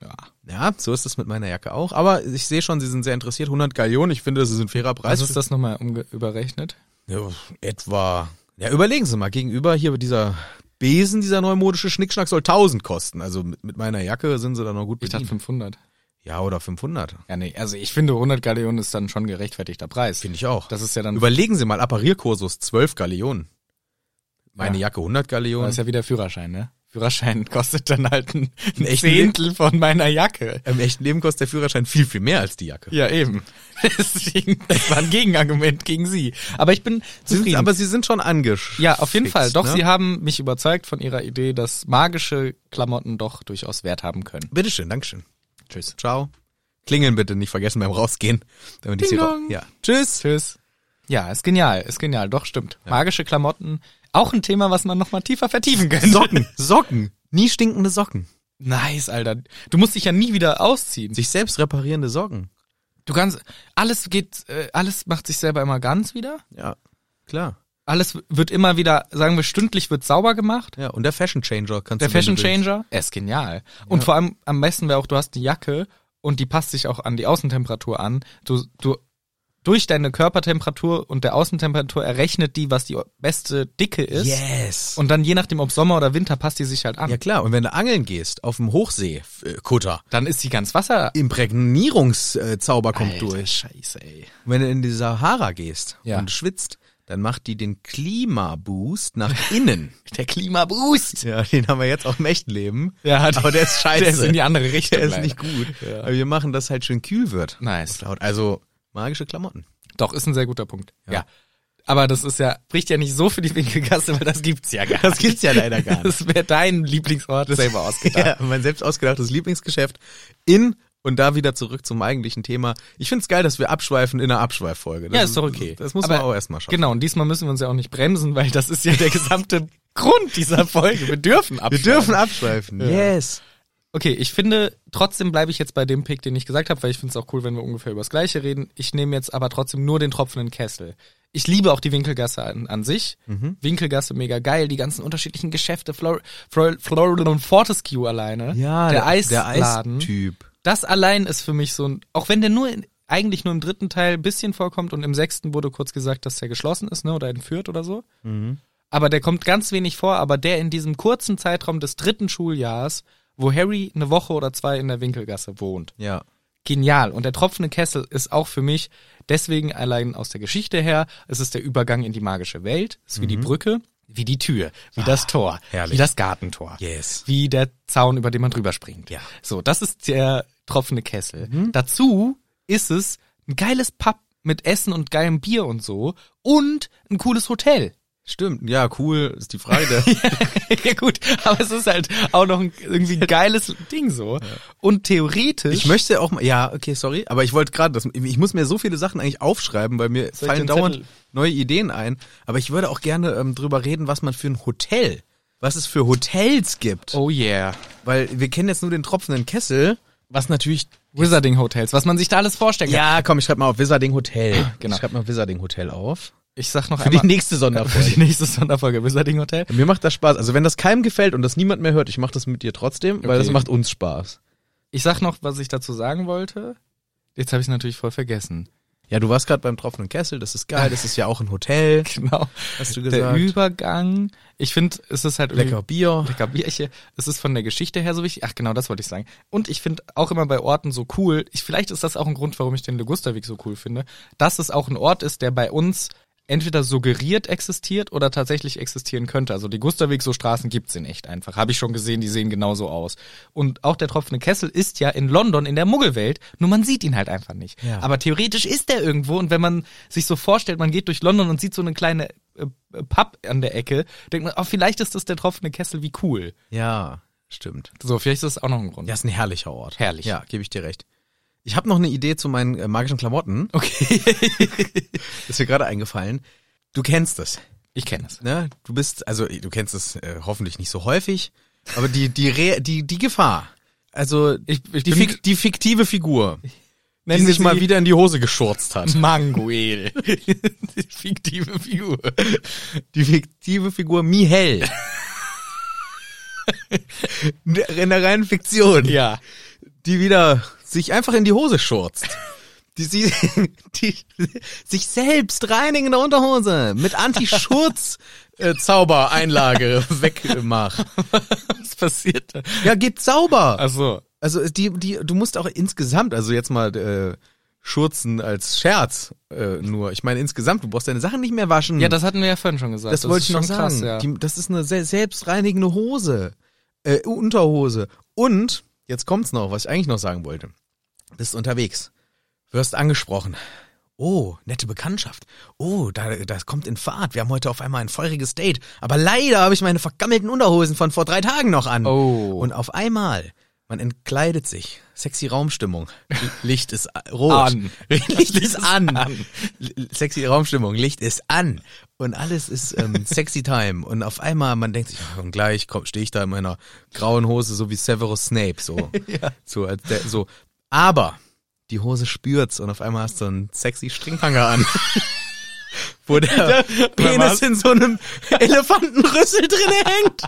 Speaker 2: Ja.
Speaker 1: Ja, so ist es mit meiner Jacke auch. Aber ich sehe schon, sie sind sehr interessiert. 100 Gallionen, ich finde, das ist ein fairer Preis.
Speaker 2: Was Also ist das nochmal umge- überrechnet?
Speaker 1: Ja, etwa. Ja, überlegen Sie mal, gegenüber hier dieser Besen, dieser neumodische Schnickschnack soll 1000 kosten. Also mit, mit meiner Jacke sind sie da noch gut
Speaker 2: Ich dachte
Speaker 1: bedient.
Speaker 2: 500.
Speaker 1: Ja, oder 500.
Speaker 2: Ja, nee, also ich finde 100 Gallionen ist dann schon gerechtfertigter Preis.
Speaker 1: Finde ich auch.
Speaker 2: Das ist ja dann,
Speaker 1: Überlegen Sie mal, Apparierkursus 12 Gallionen. Meine
Speaker 2: Ja.
Speaker 1: Jacke 100 Gallionen.
Speaker 2: das ist ja wieder Führerschein, ne? Führerschein kostet dann halt ein, ein
Speaker 1: echten
Speaker 2: Zehntel von meiner Jacke.
Speaker 1: Im echten Leben kostet der Führerschein viel, viel mehr als die Jacke.
Speaker 2: Ja, eben. Deswegen, das war ein Gegenargument gegen Sie. Aber ich bin
Speaker 1: Sie sind,
Speaker 2: zufrieden.
Speaker 1: aber sie sind schon angesch.
Speaker 2: Ja, auf jeden
Speaker 1: fix,
Speaker 2: Fall. Doch,
Speaker 1: ne?
Speaker 2: sie haben mich überzeugt von ihrer Idee, dass magische Klamotten doch durchaus Wert haben können.
Speaker 1: Bitteschön, Dankeschön.
Speaker 2: Tschüss.
Speaker 1: Ciao. Klingeln bitte nicht vergessen beim Rausgehen. Damit ich
Speaker 2: Ding
Speaker 1: sie ra-
Speaker 2: dong.
Speaker 1: ja. Tschüss.
Speaker 2: Tschüss. Ja, ist genial, ist genial, doch stimmt. Magische Klamotten, auch ein Thema, was man nochmal tiefer vertiefen könnte.
Speaker 1: Socken, Socken. Nie stinkende Socken.
Speaker 2: Nice, Alter. Du musst dich ja nie wieder ausziehen.
Speaker 1: Sich selbst reparierende Socken.
Speaker 2: Du kannst, alles geht, äh, alles macht sich selber immer ganz wieder.
Speaker 1: Ja, klar.
Speaker 2: Alles wird immer wieder, sagen wir, stündlich wird sauber gemacht.
Speaker 1: Ja, und der Fashion Changer kannst
Speaker 2: Der
Speaker 1: du wenn du
Speaker 2: Fashion
Speaker 1: willst.
Speaker 2: Changer, er ist genial. Und vor allem am besten wäre auch, du hast eine Jacke und die passt sich auch an die Außentemperatur an. Du, du durch deine Körpertemperatur und der Außentemperatur errechnet die, was die beste Dicke ist.
Speaker 1: Yes.
Speaker 2: Und dann je nachdem, ob Sommer oder Winter, passt die sich halt an.
Speaker 1: ja klar, und wenn du angeln gehst auf dem Hochseekutter,
Speaker 2: Dann ist die ganz Wasser.
Speaker 1: Imprägnierungszauber kommt
Speaker 2: Alter,
Speaker 1: durch.
Speaker 2: Scheiße, ey.
Speaker 1: Und wenn du in die Sahara gehst
Speaker 2: Ja.
Speaker 1: und schwitzt, dann macht die den Klimaboost nach innen.
Speaker 2: Der Klimaboost.
Speaker 1: ja, den haben wir jetzt auch im echten Leben.
Speaker 2: Ja,
Speaker 1: Aber der ist scheiße.
Speaker 2: Der ist in die andere Richtung.
Speaker 1: Der ist
Speaker 2: leider.
Speaker 1: nicht gut.
Speaker 2: Ja.
Speaker 1: Aber wir machen, dass halt schön kühl wird.
Speaker 2: Nice.
Speaker 1: Auf der Haut. Also magische Klamotten.
Speaker 2: Doch, ist ein sehr guter Punkt. Ja. Aber das ist ja, bricht ja nicht so für die Winkelgasse, weil das gibt's ja gar nicht.
Speaker 1: Das gibt's ja leider gar nicht.
Speaker 2: Das wäre dein Lieblingsort selber ausgedacht.
Speaker 1: Ja, mein selbst ausgedachtes Lieblingsgeschäft in und da wieder zurück zum eigentlichen Thema. Ich find's geil, dass wir abschweifen in einer Abschweiffolge. Das
Speaker 2: Ja, ist doch okay.
Speaker 1: Das muss
Speaker 2: Aber-
Speaker 1: man auch erstmal schaffen.
Speaker 2: Genau, und diesmal müssen wir uns ja auch nicht bremsen, weil das ist ja der gesamte Grund dieser Folge. Wir dürfen ab.
Speaker 1: Wir dürfen abschweifen. Yes.
Speaker 2: Okay, ich finde, trotzdem bleibe ich jetzt bei dem Pick, den ich gesagt habe, weil ich finde es auch cool, wenn wir ungefähr über das Gleiche reden. Ich nehme jetzt aber trotzdem nur den tropfenden Kessel. Ich liebe auch die Winkelgasse an, an sich. Winkelgasse mega geil, die ganzen unterschiedlichen Geschäfte, Flor Flor Florian und Fortescue alleine. der, Eisladen.
Speaker 1: Eistyp.
Speaker 2: das allein ist für mich so ein, auch wenn der nur in, eigentlich nur im dritten Teil ein bisschen vorkommt und im sechsten wurde kurz gesagt, dass der geschlossen ist, ne, oder entführt oder so. Aber der kommt ganz wenig vor, aber der in diesem kurzen Zeitraum des dritten Schuljahres, wo Harry eine Woche oder zwei in der Winkelgasse wohnt.
Speaker 1: Ja.
Speaker 2: Genial. Und der tropfende Kessel ist auch für mich deswegen allein aus der Geschichte her, es ist der Übergang in die magische Welt, es ist wie die Brücke, wie die Tür, wie das Tor,
Speaker 1: Mhm. Ah, herrlich.
Speaker 2: wie das Gartentor
Speaker 1: Yes.
Speaker 2: wie der Zaun, über den man drüber springt.
Speaker 1: Ja. Mhm.
Speaker 2: So, das ist der tropfende Kessel. Dazu ist es ein geiles Pub mit Essen und geilem Bier und so und ein cooles Hotel.
Speaker 1: Stimmt. Ja, cool. Ist die Frage. der-
Speaker 2: ja gut, aber es ist halt auch noch ein irgendwie geiles Ding so. Und theoretisch
Speaker 1: Ich möchte auch mal, ja, okay, sorry, aber ich wollte gerade, das- ich muss mir so viele Sachen eigentlich aufschreiben, weil mir
Speaker 2: Soll ich
Speaker 1: fallen
Speaker 2: den
Speaker 1: dauernd
Speaker 2: Zettel-
Speaker 1: neue Ideen ein. Aber ich würde auch gerne ähm, drüber reden, was man für ein Hotel, was es für Hotels gibt.
Speaker 2: Oh yeah.
Speaker 1: Weil wir kennen jetzt nur den tropfenden Kessel, was natürlich,
Speaker 2: Wizarding Hotels, was man sich da alles vorstellen kann.
Speaker 1: ja komm, ich schreib mal auf Wizarding Hotel.
Speaker 2: Genau.
Speaker 1: Ich schreib mal Wizarding Hotel auf.
Speaker 2: Ich sag noch
Speaker 1: Für die nächste
Speaker 2: für
Speaker 1: Sonderfolge.
Speaker 2: die nächste Sonderfolge Wizarding Hotel.
Speaker 1: Mir macht das Spaß. Also wenn das keinem gefällt und das niemand mehr hört, ich mache das mit dir trotzdem, weil
Speaker 2: Okay.
Speaker 1: das macht uns Spaß.
Speaker 2: Ich sag noch, was ich dazu sagen wollte. Jetzt habe ich natürlich voll vergessen.
Speaker 1: Ja, du warst gerade beim tropfenden Kessel, das ist geil, das ist ja auch ein Hotel.
Speaker 2: Genau.
Speaker 1: Hast du
Speaker 2: Der
Speaker 1: gesagt.
Speaker 2: Übergang. Ich finde, es ist halt irgendwie-
Speaker 1: Lecker Bier.
Speaker 2: Lecker Bierchen. Es ist von der Geschichte her so wichtig. Ach genau, das wollte ich sagen. Und ich finde auch immer bei Orten so cool, ich, vielleicht ist das auch ein Grund, warum ich den Legusterweg so cool finde, dass es auch ein Ort ist, der bei uns entweder suggeriert existiert oder tatsächlich existieren könnte. Also Legusterweg, so Straßen gibt's in echt einfach. Habe ich schon gesehen, die sehen genauso aus. Und auch der tropfende Kessel ist ja in London in der Muggelwelt, nur man sieht ihn halt einfach nicht.
Speaker 1: Ja.
Speaker 2: Aber theoretisch ist der irgendwo und wenn man sich so vorstellt, man geht durch London und sieht so eine kleine äh, äh, Pub an der Ecke, denkt man, oh, vielleicht ist das der tropfende Kessel, wie cool.
Speaker 1: Ja, stimmt.
Speaker 2: So, vielleicht ist das auch noch ein Grund.
Speaker 1: Ja, ist ein herrlicher Ort.
Speaker 2: Herrlich.
Speaker 1: Ja, gebe ich dir recht. Ich habe noch eine Idee zu meinen äh, magischen Klamotten.
Speaker 2: Okay.
Speaker 1: Ist mir gerade eingefallen. Du kennst es,
Speaker 2: Ich kenne es.
Speaker 1: ne? Du bist, also du kennst es äh, hoffentlich nicht so häufig, aber die die Re die die Gefahr. Also
Speaker 2: Ich- ich
Speaker 1: die,
Speaker 2: bin-
Speaker 1: fik die fiktive Figur, die
Speaker 2: Nennen
Speaker 1: sich
Speaker 2: Sie-
Speaker 1: mal wieder in die Hose geschurzt hat.
Speaker 2: Manguel. Die Fiktive Figur.
Speaker 1: Die fiktive Figur Mihel. in der in der reinen Fiktion.
Speaker 2: Ja.
Speaker 1: die wieder sich einfach in die Hose schurzt. Die, sie, die sich selbst reinigende Unterhose mit Anti-Schurz-Zaubereinlage wegmacht.
Speaker 2: Was passiert da?
Speaker 1: Ja, geht sauber.
Speaker 2: Also,
Speaker 1: Also die, die, du musst auch insgesamt, also jetzt mal äh, Schurzen als Scherz äh, nur. Ich meine insgesamt, du brauchst deine Sachen nicht mehr waschen.
Speaker 2: ja, das hatten wir ja vorhin schon gesagt.
Speaker 1: Das, wollte
Speaker 2: ist
Speaker 1: ich noch
Speaker 2: schon
Speaker 1: sagen.
Speaker 2: ja.
Speaker 1: Die, das ist eine se- selbstreinigende Hose. Äh, Unterhose. Und, jetzt kommt's noch, was ich eigentlich noch sagen wollte. Bist unterwegs. Wirst angesprochen. Oh, nette Bekanntschaft. Oh, da, das kommt in Fahrt. Wir haben heute auf einmal ein feuriges Date. Aber leider habe ich meine vergammelten Unterhosen von vor drei Tagen noch an.
Speaker 2: Oh.
Speaker 1: Und auf einmal Man entkleidet sich. Sexy Raumstimmung. L- Licht ist a- rot.
Speaker 2: An.
Speaker 1: Licht ist an. L- Sexy Raumstimmung. Licht ist an. Und alles ist ähm, sexy time. Und auf einmal, man denkt sich, oh, und gleich stehe ich da in meiner grauen Hose, so wie Severus Snape. So. so, als der, so. Aber die Hose spürt's und auf einmal hast du einen sexy Stringhanger an. Wo der Penis
Speaker 2: was?
Speaker 1: in so einem Elefantenrüssel drin hängt.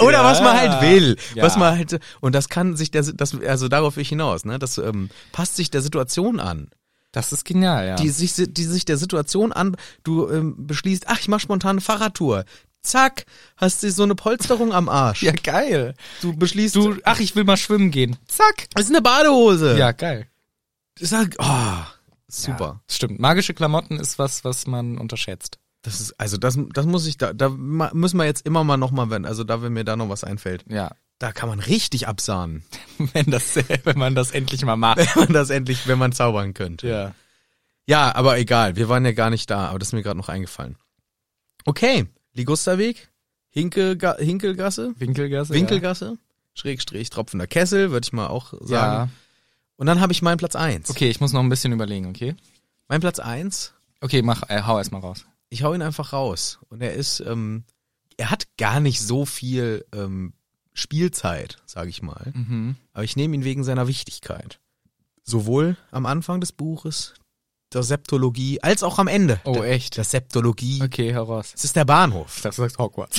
Speaker 1: Oder
Speaker 2: Ja.
Speaker 1: was man halt will.
Speaker 2: Ja.
Speaker 1: Was man halt, und das kann sich der, das, also darauf will ich hinaus, ne? Das ähm, passt sich der Situation an.
Speaker 2: Das ist genial, ja.
Speaker 1: Die sich, die sich der Situation an, du ähm, beschließt, ach, ich mach spontan eine Fahrradtour. Zack, hast du so eine Polsterung am Arsch.
Speaker 2: ja, geil.
Speaker 1: Du beschließt,
Speaker 2: Du, ach, ich will mal schwimmen gehen. Zack.
Speaker 1: ist eine Badehose.
Speaker 2: Ja, geil.
Speaker 1: Ist halt, oh, super.
Speaker 2: Ja, stimmt. Magische Klamotten ist was, was man unterschätzt.
Speaker 1: Das ist, also das, das muss ich, da, da ma- müssen wir jetzt immer mal nochmal, wenn, also da, wenn mir da noch was einfällt,
Speaker 2: Ja.
Speaker 1: da kann man richtig absahnen,
Speaker 2: Wenn das, wenn man das endlich mal macht.
Speaker 1: wenn man das endlich, wenn man zaubern könnte.
Speaker 2: Ja.
Speaker 1: Ja, aber egal, wir waren ja gar nicht da, aber das ist mir gerade noch eingefallen. Okay, Ligusterweg, Hinkelga Hinkelgasse,
Speaker 2: Winkelgasse.
Speaker 1: Winkelgasse, Schrägstrich, Tropfender Kessel, würde ich mal auch sagen.
Speaker 2: Ja. ja.
Speaker 1: Und dann habe ich meinen Platz eins.
Speaker 2: Okay, ich muss noch ein bisschen überlegen, okay?
Speaker 1: Mein Platz eins.
Speaker 2: Okay, mach, äh, hau erst mal raus.
Speaker 1: ich hau ihn einfach raus. Und er ist, ähm, er hat gar nicht so viel ähm, Spielzeit, sage ich mal.
Speaker 2: Mhm.
Speaker 1: Aber ich nehme ihn wegen seiner Wichtigkeit. Sowohl am Anfang des Buches, der Septologie, als auch am Ende.
Speaker 2: Oh, echt?
Speaker 1: Der Septologie.
Speaker 2: Okay, hau raus.
Speaker 1: Es ist der Bahnhof.
Speaker 2: Das sagst Hogwarts.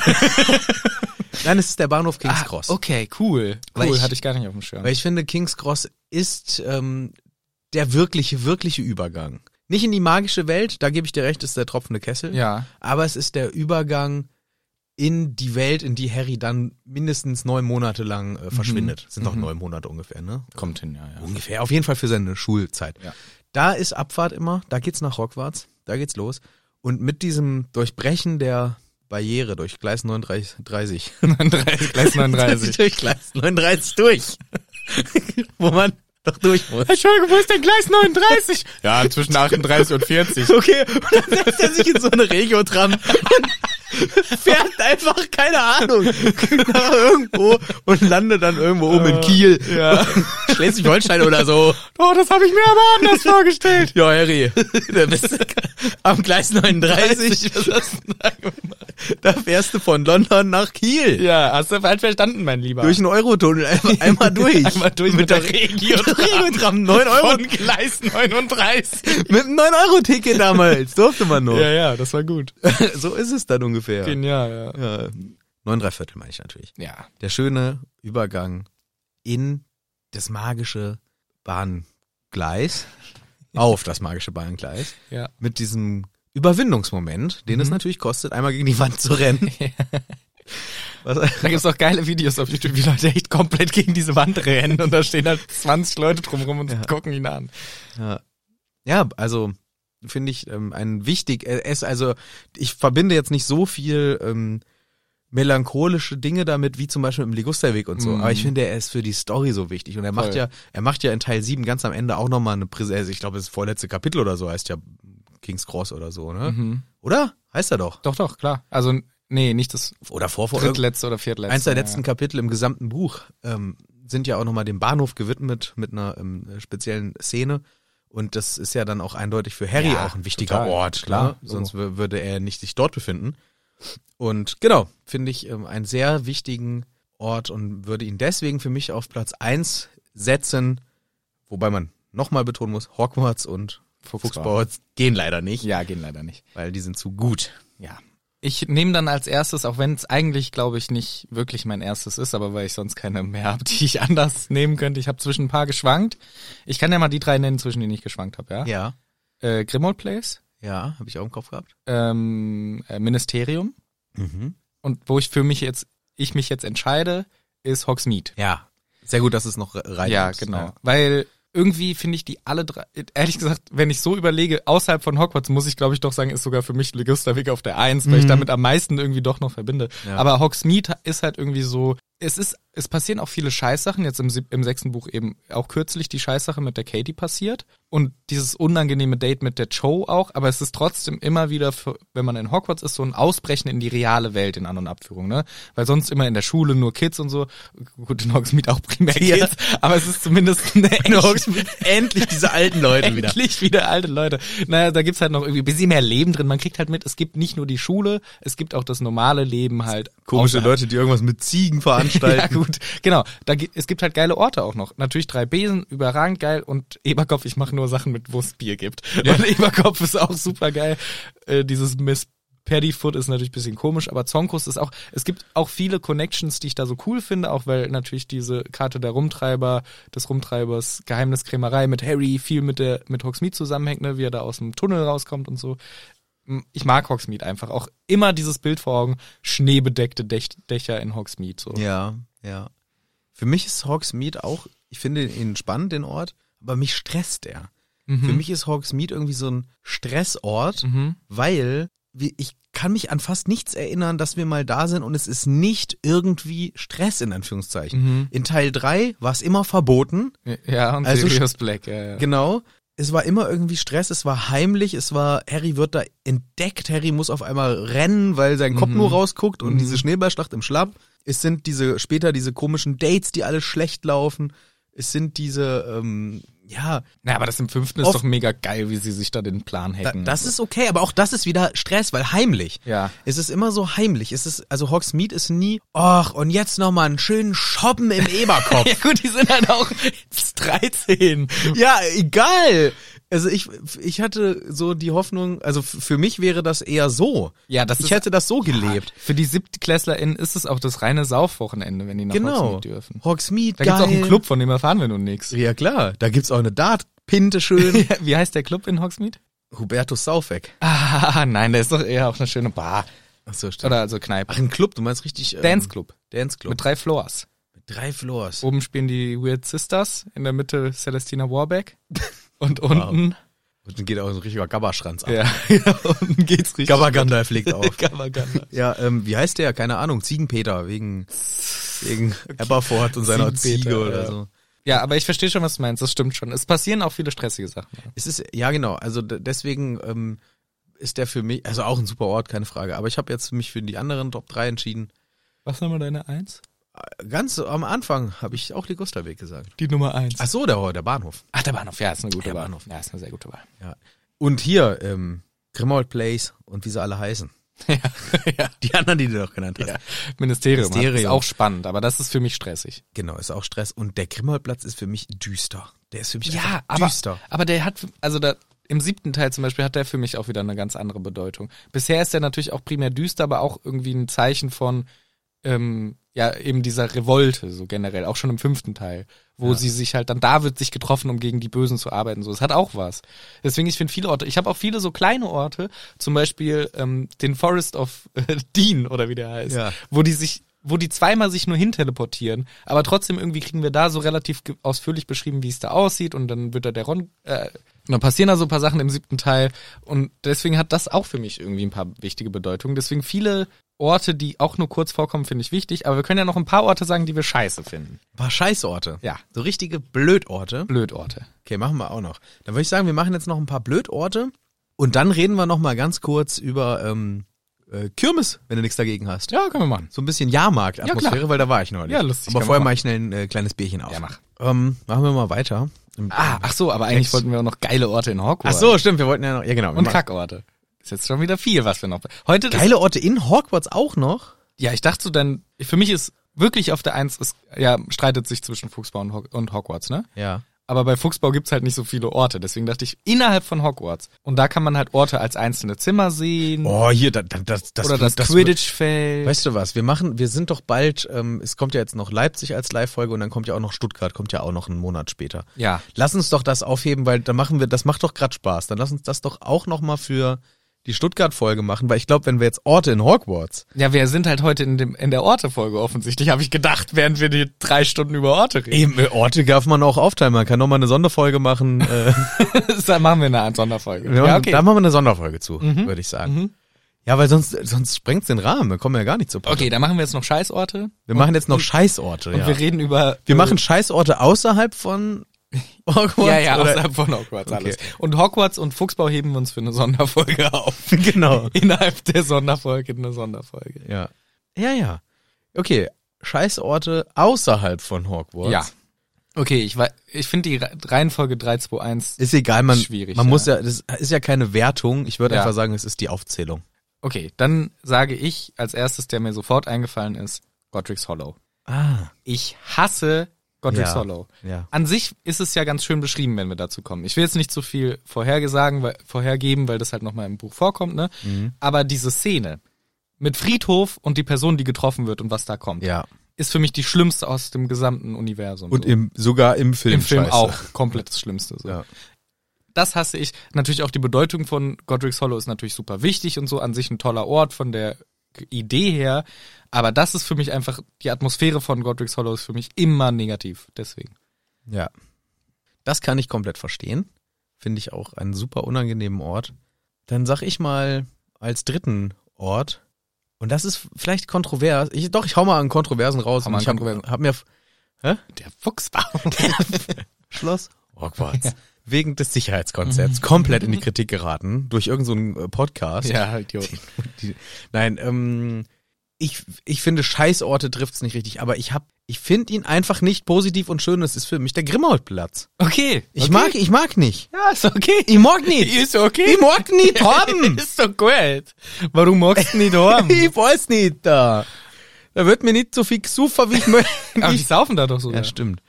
Speaker 1: Nein, es ist der Bahnhof Kings
Speaker 2: Ah,
Speaker 1: Cross.
Speaker 2: okay, cool.
Speaker 1: Weil
Speaker 2: Cool,
Speaker 1: ich-
Speaker 2: hatte ich gar nicht auf dem Schirm.
Speaker 1: Weil ich finde, Kings Cross ist ähm, der wirkliche, wirkliche Übergang. Nicht in die magische Welt, da gebe ich dir recht, ist der tropfende Kessel.
Speaker 2: ja.
Speaker 1: aber es ist der Übergang in die Welt, in die Harry dann mindestens neun Monate lang
Speaker 2: Mhm.
Speaker 1: äh, verschwindet. Sind noch neun Monate ungefähr, ne?
Speaker 2: Kommt hin, ja, ja.
Speaker 1: Ungefähr, auf jeden Fall für seine Schulzeit.
Speaker 2: Ja.
Speaker 1: Da ist Abfahrt immer, da geht's nach Hogwarts, da geht's los. Und mit diesem Durchbrechen der Barriere durch Gleis 39, 30,
Speaker 2: 39, Gleis 39.
Speaker 1: durch Gleis 39 durch, wo man doch durch muss.
Speaker 2: Entschuldigung, wo ist denn Gleis 39? ja, zwischen 38 und 40.
Speaker 1: Okay, und dann setzt er sich in so eine Regio-Tram und fährt einfach, keine Ahnung, nach irgendwo und landet dann irgendwo oben in Kiel,
Speaker 2: Ja.
Speaker 1: Schleswig-Holstein oder so.
Speaker 2: Oh, das habe ich mir aber anders vorgestellt.
Speaker 1: Ja, Harry, da bist du am Gleis 39, da fährst du von London nach Kiel.
Speaker 2: Ja, hast du falsch verstanden, mein Lieber.
Speaker 1: Durch einen Eurotunnel, einmal, einmal durch.
Speaker 2: Einmal durch mit der Regio.
Speaker 1: Regio-Tram, 9 Euro.
Speaker 2: Von Gleis 39.
Speaker 1: Mit einem 9-Euro-Ticket damals, durfte man nur.
Speaker 2: Ja, ja, das war gut.
Speaker 1: So ist es dann ungefähr.
Speaker 2: Genial,
Speaker 1: Ja, neun Dreiviertel meine ich natürlich.
Speaker 2: ja. Ja.
Speaker 1: Der schöne Übergang in das magische Bahngleis, auf das magische Bahngleis,
Speaker 2: Ja.
Speaker 1: mit diesem Überwindungsmoment, den es natürlich kostet, einmal gegen die Wand zu rennen. Was,
Speaker 2: Da gibt's auch geile Videos auf YouTube, wie Leute echt komplett gegen diese Wand rennen und da stehen halt 20 Leute drumrum und gucken ihn an.
Speaker 1: ja. ja, also finde ich ähm, ein wichtig, äh, es, also ich verbinde jetzt nicht so viel ähm, melancholische Dinge damit, wie zum Beispiel im Ligusterweg und so.
Speaker 2: Mhm.
Speaker 1: Aber ich finde, er ist für die Story so wichtig. Und er macht
Speaker 2: Voll.
Speaker 1: ja, er macht ja in Teil 7 ganz am Ende auch nochmal eine Präsenz. Also ich glaube, das vorletzte Kapitel oder so heißt ja King's Cross oder so, ne?
Speaker 2: Mhm.
Speaker 1: Oder? Heißt er doch.
Speaker 2: Doch, doch, klar. Also, nee, nicht das
Speaker 1: Oder vor, vor
Speaker 2: drittletzte oder viertletzte.
Speaker 1: eins der letzten Kapitel im gesamten Buch ähm, sind ja auch nochmal dem Bahnhof gewidmet mit einer ähm, speziellen Szene. Und das ist ja dann auch eindeutig für Harry
Speaker 2: Ja,
Speaker 1: auch ein wichtiger
Speaker 2: total,
Speaker 1: Ort,
Speaker 2: klar,
Speaker 1: klar. Ne?
Speaker 2: so.
Speaker 1: Sonst wür- würde er nicht sich dort befinden. Und genau, finde ich ähm, einen sehr wichtigen Ort und würde ihn deswegen für mich auf Platz eins setzen, wobei man nochmal betonen muss, Hogwarts und
Speaker 2: Fuchsbau.
Speaker 1: Fuchsbauts gehen leider nicht,
Speaker 2: Ja, gehen leider nicht.
Speaker 1: weil die sind zu gut.
Speaker 2: Ja. Ich nehme dann als erstes, auch wenn es eigentlich, glaube ich, nicht wirklich mein erstes ist, aber weil ich sonst keine mehr habe, die ich anders nehmen könnte. Ich habe zwischen ein paar geschwankt. Ich kann ja mal die drei nennen, zwischen denen ich geschwankt habe, ja?
Speaker 1: Ja,
Speaker 2: Äh, Grimmauld Place,
Speaker 1: ja, habe ich auch im Kopf gehabt.
Speaker 2: ähm, äh, Ministerium Mhm. und wo ich für mich jetzt, ich mich jetzt entscheide, ist Hogsmeade.
Speaker 1: Ja, sehr gut, dass es noch rein
Speaker 2: Ja,
Speaker 1: ist.
Speaker 2: genau. Weil irgendwie finde ich die alle drei, ehrlich gesagt, wenn ich so überlege, außerhalb von Hogwarts, muss ich glaube ich doch sagen, ist sogar für mich Ligusterweg auf der Eins, weil ich damit am meisten irgendwie doch noch verbinde.
Speaker 1: Ja.
Speaker 2: Aber Hogsmeade ist halt irgendwie so, es ist es passieren auch viele Scheißsachen, jetzt im, sieb- im sechsten Buch eben auch kürzlich die Scheißsache mit der Katie passiert und dieses unangenehme Date mit der Joe auch, aber es ist trotzdem immer wieder, für, wenn man in Hogwarts ist, so ein Ausbrechen in die reale Welt in An- und Abführung, ne? Weil sonst immer in der Schule nur Kids und so, gut, in Hogsmeade auch primär
Speaker 1: Kids.
Speaker 2: Kids, aber es ist zumindest eine
Speaker 1: In Hogsmeade endlich diese alten Leute wieder.
Speaker 2: Endlich wieder alte Leute. Naja, da gibt's halt noch irgendwie ein bisschen mehr Leben drin. Man kriegt halt mit, es gibt nicht nur die Schule, es gibt auch das normale Leben halt.
Speaker 1: Komische
Speaker 2: außerhalb.
Speaker 1: Leute, die irgendwas mit Ziegen
Speaker 2: Ja,
Speaker 1: veranstalten.
Speaker 2: gut. Genau. Da, gi- es gibt halt geile Orte auch noch. Natürlich drei Besen, überragend geil. Und Eberkopf, ich mache nur Sachen mit, wo es Bier gibt. Und Eberkopf ist auch super geil. Äh, dieses Miss Paddyfoot ist natürlich ein bisschen komisch, aber Zonkus ist auch, es gibt auch viele Connections, die ich da so cool finde, auch weil natürlich diese Karte der Rumtreiber, des Rumtreibers Geheimniskrämerei mit Harry viel mit der, mit Hogsmeade zusammenhängt, ne, wie er da aus dem Tunnel rauskommt und so ich mag Hogsmeade einfach. Auch immer dieses Bild vor Augen, schneebedeckte Däch- Dächer in Hogsmeade. So.
Speaker 1: Ja, ja. Für mich ist Hogsmeade auch, ich finde ihn spannend, den Ort, aber mich stresst er. Für mich ist Hogsmeade irgendwie so ein Stressort,
Speaker 2: Mhm.
Speaker 1: weil wir- ich kann mich an fast nichts erinnern, dass wir mal da sind und es ist nicht irgendwie Stress in Anführungszeichen.
Speaker 2: Mhm.
Speaker 1: In Teil 3 war es immer verboten,
Speaker 2: Ja, und
Speaker 1: Also
Speaker 2: Sirius Black. Ja, ja.
Speaker 1: Genau. Es war immer irgendwie Stress, es war heimlich, es war, Harry wird da entdeckt, Harry muss auf einmal rennen, weil sein Kopf nur rausguckt und diese Schneeballschlacht im Schlamm. Es sind diese, später diese komischen Dates, die alle schlecht laufen. Es sind diese, ähm, ja,
Speaker 2: Na, aber das im fünften ist
Speaker 1: Oft-
Speaker 2: doch mega geil, wie sie sich da den Plan
Speaker 1: da,
Speaker 2: hacken.
Speaker 1: das ist okay, aber auch das ist wieder Stress, weil heimlich.
Speaker 2: Ja.
Speaker 1: Es ist immer so heimlich. Es ist, also Hogsmeade ist nie, ach, und jetzt nochmal einen schönen Schoppen im Eberkopf.
Speaker 2: ja gut, die sind halt auch 13.
Speaker 1: Ja, egal. Also ich, ich hatte so die Hoffnung, also f- für mich wäre das eher so.
Speaker 2: Ja, das
Speaker 1: ich
Speaker 2: ist-
Speaker 1: hätte das so gelebt.
Speaker 2: Für die SiebtklässlerInnen ist es auch das reine Saufwochenende, wenn die nach
Speaker 1: genau.
Speaker 2: Hogsmeade dürfen.
Speaker 1: Hogsmeade,
Speaker 2: Da gibt's auch einen
Speaker 1: geil.
Speaker 2: Club, von dem erfahren wir nun nichts.
Speaker 1: Ja klar, da gibt's auch eine Dartpinte schön.
Speaker 2: Wie heißt der Club in Hogsmeade?
Speaker 1: Hubertus Saufek.
Speaker 2: Ah, nein, der ist doch eher auf einer schönen Bar.
Speaker 1: Ach so, stimmt.
Speaker 2: Oder also Kneipe.
Speaker 1: Ach, ein Club, du meinst richtig ähm,
Speaker 2: Dance Club.
Speaker 1: Dance Club. Oh,
Speaker 2: Mit drei Floors.
Speaker 1: drei Floors.
Speaker 2: Oben spielen die Weird Sisters, in der Mitte Celestina Warbeck. Und unten,
Speaker 1: Und dann geht auch so ein richtiger Gabberschranz ab.
Speaker 2: ja, ja, unten geht's richtig.
Speaker 1: Gabber Gandalf legt auf.
Speaker 2: Gabaganda.
Speaker 1: Ja, ähm, wie heißt der? Keine Ahnung. Ziegenpeter wegen wegen Aberford und seiner
Speaker 2: Ziegenpeter,
Speaker 1: Ziege oder
Speaker 2: ja.
Speaker 1: so.
Speaker 2: Ja, aber ich verstehe schon, was du meinst. Das stimmt schon. Es passieren auch viele stressige Sachen.
Speaker 1: Es ist, ja genau, also d- deswegen ähm, ist der für mich, also auch ein super Ort, keine Frage. Aber ich habe jetzt mich für die anderen Top 3 entschieden.
Speaker 2: Was nochmal deine Eins?
Speaker 1: Äh, Ganz am Anfang habe ich auch Ligusterweg gesagt.
Speaker 2: Die Nummer Eins.
Speaker 1: Ach so, der, der Bahnhof.
Speaker 2: Ach, der Bahnhof. Ja, ist eine gute
Speaker 1: Der
Speaker 2: Wahl.
Speaker 1: Bahnhof.
Speaker 2: Ja, ist eine sehr gute Wahl.
Speaker 1: Ja. Und hier, ähm, Grimald Place und wie sie alle heißen.
Speaker 2: ja, ja.
Speaker 1: Die anderen, die du doch genannt hast.
Speaker 2: ja. Ministerium. hat- Ist
Speaker 1: Ministerium.
Speaker 2: auch spannend, aber das ist für mich stressig.
Speaker 1: Genau, ist auch Stress. Und der Grimmalplatz ist für mich düster. Der ist für mich
Speaker 2: Ja,
Speaker 1: einfach
Speaker 2: aber,
Speaker 1: düster.
Speaker 2: aber der hat, also da, im siebten Teil zum Beispiel hat der für mich auch wieder eine ganz andere Bedeutung. Bisher ist der natürlich auch primär düster, aber auch irgendwie ein Zeichen von, ähm, ja, eben dieser Revolte, so generell, auch schon im fünften Teil, wo sie sich halt, dann da wird sich getroffen, um gegen die Bösen zu arbeiten, so. Es hat auch was. Deswegen, ich finde viele Orte, ich habe auch viele so kleine Orte, zum Beispiel, ähm, den Forest of äh, Dean, oder wie der heißt,
Speaker 1: Ja.
Speaker 2: wo die sich, wo die zweimal sich nur hin teleportieren, aber trotzdem irgendwie kriegen wir da so relativ ge- ausführlich beschrieben, wie es da aussieht und dann wird da der Ron, äh, und dann passieren da so ein paar Sachen im siebten Teil und deswegen hat das auch für mich irgendwie ein paar wichtige Bedeutungen. Deswegen viele Orte, die auch nur kurz vorkommen, finde ich wichtig, aber wir können ja noch ein paar Orte sagen, die wir scheiße finden.
Speaker 1: Ein paar Scheißorte.
Speaker 2: Ja.
Speaker 1: So richtige Blödorte.
Speaker 2: Blödorte.
Speaker 1: Okay, machen wir auch noch. Dann würde ich sagen, wir machen jetzt noch ein paar Blödorte und dann reden wir noch mal ganz kurz über ähm, äh, Kirmes, wenn du nichts dagegen hast.
Speaker 2: Ja, können wir machen.
Speaker 1: So ein bisschen Jahrmarkt-Atmosphäre,
Speaker 2: Ja, klar.
Speaker 1: weil da war ich neulich.
Speaker 2: Ja, lustig,
Speaker 1: Aber
Speaker 2: kann
Speaker 1: vorher
Speaker 2: man
Speaker 1: mache ich schnell ein äh, kleines Bierchen auf.
Speaker 2: Ja, mach.
Speaker 1: Ähm, machen wir mal weiter.
Speaker 2: Ah, ach so, aber eigentlich
Speaker 1: Sechs.
Speaker 2: wollten wir auch noch geile Orte in
Speaker 1: Ach
Speaker 2: Hogwarts.
Speaker 1: so, stimmt, wir wollten ja noch, ja genau. wir
Speaker 2: Und
Speaker 1: machen-
Speaker 2: Kackorte. Ist jetzt schon wieder viel, was wir noch. Heute ist-
Speaker 1: Geile Orte in Hogwarts auch noch?
Speaker 2: Ja, ich dachte so dann, für mich ist wirklich auf der Eins, ist, ja, streitet sich zwischen Fuchsbau und, Hog und Hogwarts, ne?
Speaker 1: Ja.
Speaker 2: Aber bei Fuchsbau gibt's halt nicht so viele Orte, deswegen dachte ich, innerhalb von Hogwarts. Und da kann man halt Orte als einzelne Zimmer sehen
Speaker 1: Oh, hier, da, da, das, das,
Speaker 2: oder das, Quidditch-Feld.
Speaker 1: Weißt du was, wir machen, wir sind doch bald, ähm, es kommt ja jetzt noch Leipzig als Live-Folge und dann kommt ja auch noch Stuttgart, kommt ja auch noch einen Monat später.
Speaker 2: Ja.
Speaker 1: Lass uns doch das aufheben, weil dann machen wir, das macht doch grad Spaß. Dann lass uns das doch auch nochmal für die Stuttgart-Folge machen, weil ich glaube, wenn wir jetzt Orte in Hogwarts.
Speaker 2: Ja, wir sind halt heute in, dem, in der Orte-Folge offensichtlich, habe ich gedacht, während wir die drei Stunden über Orte reden.
Speaker 1: Eben, äh, Orte darf man auch aufteilen, man kann nochmal eine Sonderfolge machen. Äh,
Speaker 2: dann machen wir eine Sonderfolge. Mhm.
Speaker 1: wir machen- Da machen wir eine Sonderfolge zu, würde ich sagen. Ja, weil sonst, sonst sprengt's den Rahmen. Wir kommen ja gar nicht zur Potte.
Speaker 2: Okay, dann machen wir jetzt noch Scheißorte.
Speaker 1: Wir machen jetzt noch Scheißorte,
Speaker 2: Und
Speaker 1: ja.
Speaker 2: wir reden über.
Speaker 1: Wir machen Scheißorte außerhalb von Hogwarts.
Speaker 2: Ja, ja,
Speaker 1: oder-
Speaker 2: außerhalb von Hogwarts
Speaker 1: Okay.
Speaker 2: alles. Und Hogwarts und Fuchsbau heben wir uns für eine Sonderfolge auf.
Speaker 1: Genau.
Speaker 2: Innerhalb der Sonderfolge eine Sonderfolge.
Speaker 1: Ja. Ja, ja. Okay. Scheißorte außerhalb von Hogwarts.
Speaker 2: Ja. Okay, ich, wei- ich finde die Re- Reihenfolge 3, 2, 1.
Speaker 1: Ist egal, man,
Speaker 2: Schwierig,
Speaker 1: man
Speaker 2: ja.
Speaker 1: muss ja, das ist ja keine Wertung. Ich würde
Speaker 2: Ja.
Speaker 1: einfach sagen, es ist die Aufzählung.
Speaker 2: Okay, dann sage ich als erstes, der mir sofort eingefallen ist, Godric's Hollow.
Speaker 1: Ah.
Speaker 2: Ich hasse Godric's
Speaker 1: Ja.
Speaker 2: Hollow.
Speaker 1: Ja.
Speaker 2: An sich ist es ja ganz schön beschrieben, wenn wir dazu kommen. Ich will jetzt nicht zu viel vorhergesagen, weil, vorhergeben, weil das halt nochmal im Buch vorkommt, ne?
Speaker 1: Mhm.
Speaker 2: Aber diese Szene mit Friedhof und die Person, die getroffen wird und was da kommt,
Speaker 1: Ja.
Speaker 2: ist für mich die schlimmste aus dem gesamten Universum.
Speaker 1: Und
Speaker 2: so.
Speaker 1: im, sogar im Film.
Speaker 2: Im Film
Speaker 1: Scheiße.
Speaker 2: auch. Komplett das Schlimmste. So.
Speaker 1: Ja.
Speaker 2: Das hasse ich. Natürlich auch die Bedeutung von Godric's Hollow ist natürlich super wichtig und so. An sich ein toller Ort von der Idee her. Aber das ist für mich einfach, die Atmosphäre von Godric's Hollow ist für mich immer negativ. Deswegen.
Speaker 1: Ja. Das kann ich komplett verstehen. Finde ich auch einen super unangenehmen Ort. Dann sag ich mal als dritten Ort, und das ist vielleicht kontrovers. Ich, doch, ich hau mal einen Kontroversen raus.
Speaker 2: Hau
Speaker 1: Und
Speaker 2: mal
Speaker 1: ich
Speaker 2: einen
Speaker 1: hab,
Speaker 2: Kontroversen.
Speaker 1: hab mir f-
Speaker 2: Der Fuchsbau.
Speaker 1: Schloss Hogwarts Oh wegen des Sicherheitskonzepts komplett in die Kritik geraten durch irgendeinen so einen, äh, Podcast.
Speaker 2: ja, halt, Idioten.
Speaker 1: Die, nein, ähm, ich, ich finde Scheißorte trifft's nicht richtig, aber ich hab, ich finde ihn einfach nicht positiv und schön. Das ist für mich der Grimmaultplatz.
Speaker 2: Okay.
Speaker 1: Ich
Speaker 2: okay.
Speaker 1: mag, ich mag nicht.
Speaker 2: Ja, ist okay.
Speaker 1: Ich mag nicht.
Speaker 2: Ist okay.
Speaker 1: Ich mag nicht haben.
Speaker 2: Ist doch gut. Warum magst du nicht haben?
Speaker 1: ich weiß nicht da. Da wird mir nicht so viel gesuffen, wie ich möchte.
Speaker 2: Aber die saufen da doch so.
Speaker 1: ja, stimmt.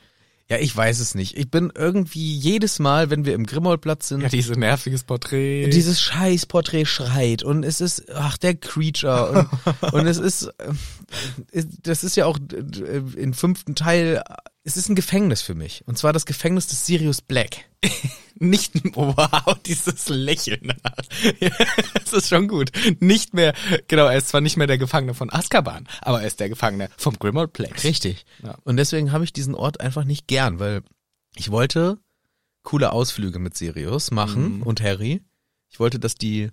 Speaker 1: Ja, ich weiß es nicht. Ich bin irgendwie jedes Mal, wenn wir im Grimmaultplatz sind,
Speaker 2: ja, diese nerviges Porträt.
Speaker 1: dieses scheiß Porträt schreit und es ist, ach, der Creature und, und es ist, äh, es- das ist ja auch äh, im fünften Teil, es ist ein Gefängnis für mich. Und zwar das Gefängnis des Sirius Black.
Speaker 2: Nicht, wow, dieses Lächeln. Ja, das ist schon gut. Nicht mehr, genau, er ist zwar nicht mehr der Gefangene von Azkaban, aber er ist der Gefangene vom Grimmauld Plex.
Speaker 1: Richtig.
Speaker 2: Ja.
Speaker 1: Und deswegen habe ich diesen Ort einfach nicht gern, weil ich wollte coole Ausflüge mit Sirius
Speaker 2: Mhm.
Speaker 1: machen und Harry. Ich wollte, dass die,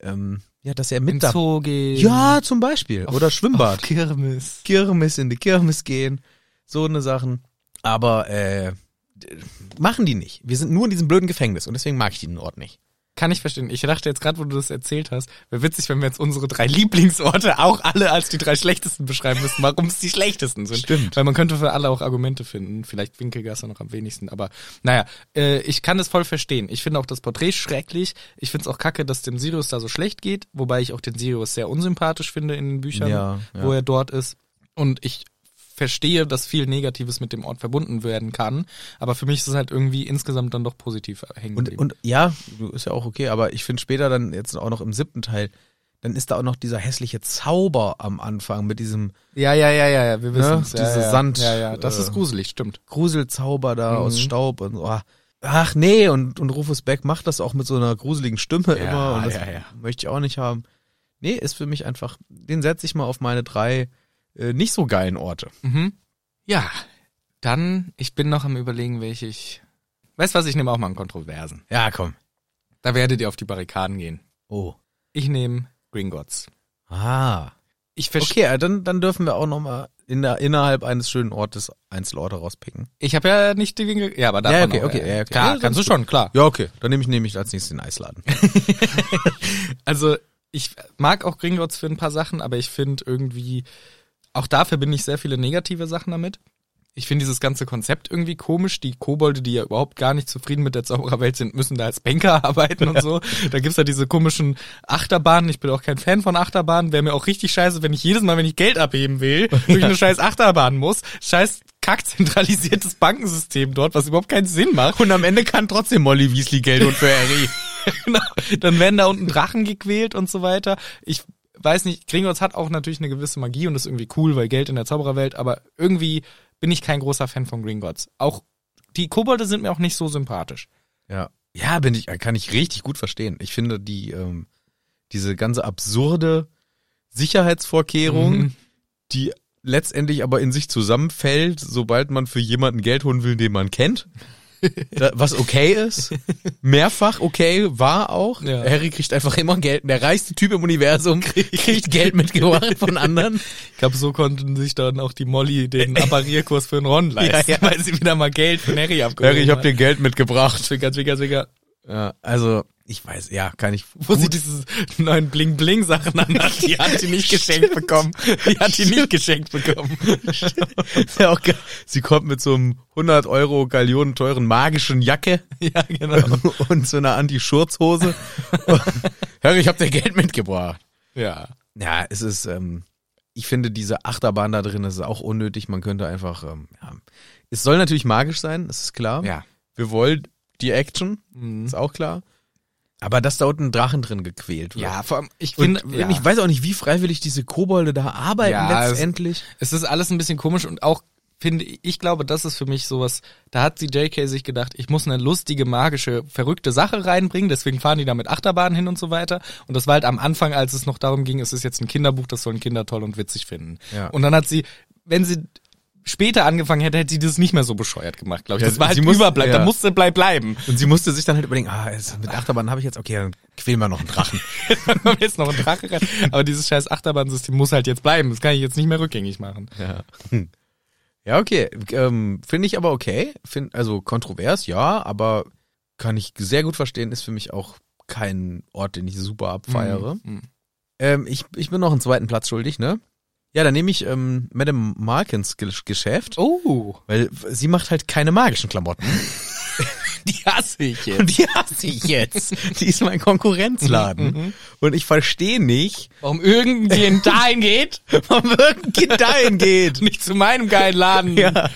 Speaker 1: ähm, ja, dass er
Speaker 2: Im
Speaker 1: mit da.
Speaker 2: Zoo gehen.
Speaker 1: Ja, zum Beispiel. Oder Schwimmbad.
Speaker 2: Auf Kirmes.
Speaker 1: Kirmes in die Kirmes gehen, so ne Sachen. Aber äh, d- machen die nicht. Wir sind nur in diesem blöden Gefängnis und deswegen mag ich den Ort nicht.
Speaker 2: Kann ich verstehen. Ich dachte jetzt gerade, wo du das erzählt hast, wäre witzig, wenn wir jetzt unsere drei Lieblingsorte auch alle als die drei schlechtesten beschreiben müssen, warum es die schlechtesten sind.
Speaker 1: Stimmt.
Speaker 2: Weil man könnte für alle auch Argumente finden. Vielleicht Winkelgasse noch am wenigsten. Aber naja, äh, ich kann das voll verstehen. Ich finde auch das Porträt schrecklich. Ich finde es auch kacke, dass dem Sirius da so schlecht geht. Wobei ich auch den Sirius sehr unsympathisch finde in den Büchern,
Speaker 1: Ja, ja.
Speaker 2: wo er dort ist. Und ich verstehe, dass viel Negatives mit dem Ort verbunden werden kann. Aber für mich ist es halt irgendwie insgesamt dann doch positiv hängen
Speaker 1: Und,
Speaker 2: geblieben.
Speaker 1: und ja, ist ja auch okay, aber ich finde später dann jetzt auch noch im siebten Teil, dann ist da auch noch dieser hässliche Zauber am Anfang mit diesem
Speaker 2: Ja, ja, ja, ja, ja, wir wissen
Speaker 1: Ne?
Speaker 2: ja,
Speaker 1: Diese
Speaker 2: ja,
Speaker 1: Sand-
Speaker 2: Ja, ja, das
Speaker 1: äh,
Speaker 2: ist gruselig, stimmt.
Speaker 1: Gruselzauber da
Speaker 2: Mhm.
Speaker 1: aus Staub und so. ah, Ach nee, und, und Rufus Beck macht das auch mit so einer gruseligen Stimme
Speaker 2: Ja,
Speaker 1: immer und das
Speaker 2: ja, ja.
Speaker 1: möchte ich auch nicht haben. Nee, ist für mich einfach, den setze ich mal auf meine drei äh, nicht so geilen Orte.
Speaker 2: Mhm. Ja, dann, ich bin noch am überlegen, welche ich. Weißt was, ich nehme auch mal einen Kontroversen.
Speaker 1: Ja, komm.
Speaker 2: Da werdet ihr auf die Barrikaden gehen.
Speaker 1: Oh.
Speaker 2: Ich nehme Gringotts.
Speaker 1: Ah.
Speaker 2: Ich, verste-
Speaker 1: Okay, äh, dann, dann dürfen wir auch nochmal in der, innerhalb eines schönen Ortes Einzelorte rauspicken.
Speaker 2: ich habe ja nicht die Winkel. Ja, aber da
Speaker 1: Ja, okay, okay, ja, okay.
Speaker 2: Klar,
Speaker 1: Nee,
Speaker 2: kannst du
Speaker 1: sonst-
Speaker 2: schon, klar.
Speaker 1: Ja, okay. Dann nehme ich nämlich als nächstes den Eisladen.
Speaker 2: Also, ich mag auch Gringotts für ein paar Sachen, aber ich finde irgendwie, auch da verbinde ich sehr viele negative Sachen damit. Ich finde dieses ganze Konzept irgendwie komisch. Die Kobolde, die ja überhaupt gar nicht zufrieden mit der Zaubererwelt sind, müssen da als Banker arbeiten und so. Da gibt's ja diese komischen Achterbahnen. Ich bin auch kein Fan von Achterbahnen. Wäre mir auch richtig scheiße, wenn ich jedes Mal, wenn ich Geld abheben will, durch eine scheiß Achterbahn muss. Scheiß kackzentralisiertes Bankensystem dort, was überhaupt keinen Sinn macht.
Speaker 1: Und am Ende kann trotzdem Molly Weasley Geld und für E. Harry.
Speaker 2: genau. Dann werden da unten Drachen gequält und so weiter. Ich weiß nicht, Gringotts hat auch natürlich eine gewisse Magie und ist irgendwie cool, weil Geld in der Zaubererwelt, aber irgendwie bin ich kein großer Fan von Gringotts. Auch die Kobolde sind mir auch nicht so sympathisch.
Speaker 1: Ja. Ja, bin ich, kann ich richtig gut verstehen. Ich finde die, ähm, diese ganze absurde Sicherheitsvorkehrung,
Speaker 2: Mhm.
Speaker 1: die letztendlich aber in sich zusammenfällt, sobald man für jemanden Geld holen will, den man kennt. Da, was okay ist, mehrfach okay war auch.
Speaker 2: Ja.
Speaker 1: Harry kriegt einfach immer Geld. Der reichste Typ im Universum kriegt Geld mitgebracht von anderen.
Speaker 2: Ich glaube, so konnten sich dann auch die Molly den Apparierkurs für den Ron leisten,
Speaker 1: Ja, ja.
Speaker 2: weil sie wieder mal Geld von Harry abgehoben hat.
Speaker 1: dir Geld mitgebracht.
Speaker 2: Zwicker, zwicker, zwicker.
Speaker 1: Ja, also, ich weiß, ja, kann ich.
Speaker 2: Wo sie diese neuen Bling-Bling-Sachen anhat, die hat sie nicht geschenkt bekommen. Die hat sie nicht geschenkt bekommen.
Speaker 1: Ja, auch ge- sie kommt mit so einem 100 Euro Gallionen teuren magischen Jacke
Speaker 2: Ja, genau.
Speaker 1: und so einer Anti-Schurzhose. Harry, ich hab dir Geld mitgebracht.
Speaker 2: Ja.
Speaker 1: Ja, es ist, ähm, ich finde diese Achterbahn da drin, das ist auch unnötig. Man könnte einfach, ähm, ja. es soll natürlich magisch sein, das ist klar.
Speaker 2: Ja.
Speaker 1: Wir wollen die Action, ist auch klar. Aber dass da unten ein Drachen drin gequält wird.
Speaker 2: Ja, vor allem, ich
Speaker 1: Und
Speaker 2: finde,
Speaker 1: wenn- ich weiß auch nicht, wie freiwillig diese Kobolde da arbeiten
Speaker 2: Ja, es-
Speaker 1: letztendlich.
Speaker 2: es ist alles ein bisschen komisch und auch finde ich, ich glaube, das ist für mich sowas, da hat die JK sich gedacht, ich muss eine lustige, magische, verrückte Sache reinbringen, deswegen fahren die da mit Achterbahnen hin und so weiter und das war halt am Anfang, als es noch darum ging, es ist jetzt ein Kinderbuch, das sollen Kinder toll und witzig finden.
Speaker 1: Ja.
Speaker 2: Und dann hat sie, wenn sie später angefangen hätte, hätte sie das nicht mehr so bescheuert gemacht, glaube ich.
Speaker 1: Ja,
Speaker 2: das war
Speaker 1: sie
Speaker 2: halt
Speaker 1: muss-
Speaker 2: überbleib,
Speaker 1: ja.
Speaker 2: da musste bleib bleiben.
Speaker 1: Und sie musste sich dann halt überlegen, ah, jetzt mit Achterbahn habe ich jetzt, okay, dann quälen wir noch einen Drachen.
Speaker 2: Wenn jetzt noch ein Drache rein. Aber dieses scheiß Achterbahnsystem muss halt jetzt bleiben, das kann ich jetzt nicht mehr rückgängig machen.
Speaker 1: ja. ja, okay. Ähm, Finde ich aber okay. Find, also kontrovers, ja, aber kann ich sehr gut verstehen, ist für mich auch kein Ort, den ich super abfeiere.
Speaker 2: Mhm.
Speaker 1: Ähm, ich, ich bin noch einen zweiten Platz schuldig, ne? Ja, dann nehme ich ähm, Madame Markins Ge- Geschäft,
Speaker 2: Oh,
Speaker 1: weil sie macht halt keine magischen Klamotten.
Speaker 2: die hasse ich jetzt.
Speaker 1: Und die hasse ich jetzt. Die ist mein Konkurrenzladen. Und ich verstehe nicht,
Speaker 2: Warum irgendjemand dahin geht,
Speaker 1: warum irgendein Kind dahin geht.
Speaker 2: nicht zu meinem geilen Laden,
Speaker 1: Ja,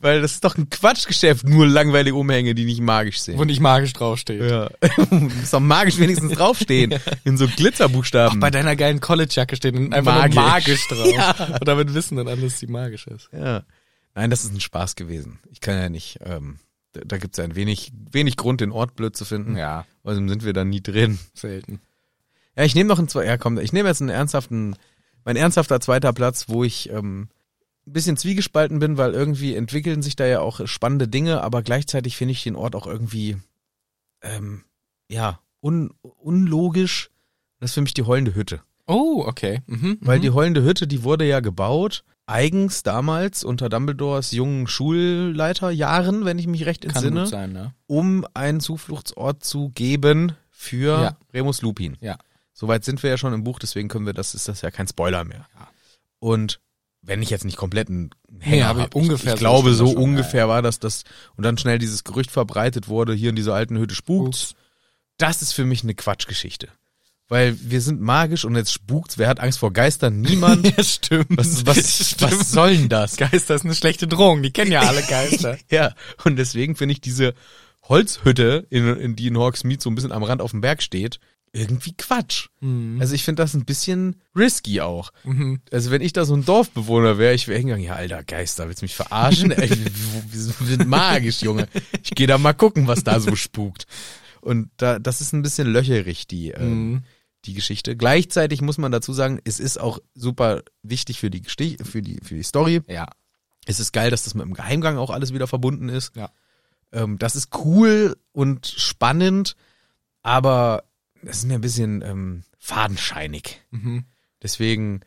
Speaker 1: weil das ist doch ein Quatschgeschäft, nur langweilige Umhänge, die nicht magisch sind.
Speaker 2: wo nicht magisch draufsteht.
Speaker 1: ja. Muss doch magisch wenigstens draufstehen. In so Glitzerbuchstaben.
Speaker 2: Bei deiner geilen College-Jacke steht einfach magisch, nur
Speaker 1: Magisch.
Speaker 2: magisch drauf. Und damit wissen dann alle, dass die magisch ist.
Speaker 1: ja. Nein, das ist ein Spaß gewesen. Ich kann ja nicht, ähm, da, da gibt's ja ein wenig, wenig Grund, den Ort blöd zu finden.
Speaker 2: Ja,
Speaker 1: Also sind wir da nie drin.
Speaker 2: selten.
Speaker 1: Ja, ich nehme noch einen zwei. Ja, komm, ich nehme jetzt einen ernsthaften, mein ernsthafter zweiter Platz, wo ich ähm, ein bisschen zwiegespalten bin, weil irgendwie entwickeln sich da ja auch spannende Dinge, aber gleichzeitig finde ich den Ort auch irgendwie, ähm, ja, un, unlogisch. Das ist für mich die heulende Hütte.
Speaker 2: Oh, okay. Mhm.
Speaker 1: Weil die heulende Hütte, die wurde ja gebaut, eigens damals unter Dumbledores jungen Schulleiterjahren, wenn ich mich recht
Speaker 2: kann
Speaker 1: entsinne,
Speaker 2: gut sein, ne?
Speaker 1: um einen Zufluchtsort zu geben für
Speaker 2: Ja.
Speaker 1: Remus Lupin.
Speaker 2: Ja.
Speaker 1: Soweit sind wir ja schon im Buch, deswegen können wir das, ist das ja kein Spoiler mehr.
Speaker 2: Ja.
Speaker 1: Und wenn ich jetzt nicht komplett einen Hänger
Speaker 2: aber
Speaker 1: hab, ich,
Speaker 2: ungefähr
Speaker 1: ich
Speaker 2: so
Speaker 1: glaube
Speaker 2: stimmt
Speaker 1: so
Speaker 2: das schon,
Speaker 1: ungefähr war das, das und dann schnell dieses Gerücht verbreitet wurde, hier in dieser alten Hütte spukt's. Das ist für mich eine Quatschgeschichte. Weil wir sind magisch und jetzt spukt's. Wer hat Angst vor Geistern? Niemand.
Speaker 2: Ja, stimmt.
Speaker 1: Was, was, was soll denn das?
Speaker 2: Geister ist eine schlechte Drohung, die kennen ja alle Geister.
Speaker 1: Ja, und deswegen finde ich diese Holzhütte, in, in die in Hawksmeade so ein bisschen am Rand auf dem Berg steht, irgendwie Quatsch. Also ich finde das ein bisschen risky auch. Also wenn ich da so ein Dorfbewohner wäre, ich wäre hingegangen, ja alter Geister, willst du mich verarschen? Ey, wir sind magisch, Junge. Ich gehe da mal gucken, was da so spukt. Und da, das ist ein bisschen löcherig, die, äh, die Geschichte. Gleichzeitig muss man dazu sagen, es ist auch super wichtig für die, Gesti- für die, für die Story.
Speaker 2: ja.
Speaker 1: Es ist geil, dass das mit dem Geheimgang auch alles wieder verbunden ist.
Speaker 2: Ja.
Speaker 1: Ähm, das ist cool und spannend, aber es ist mir ein bisschen ähm, fadenscheinig.
Speaker 2: Mhm.
Speaker 1: Deswegen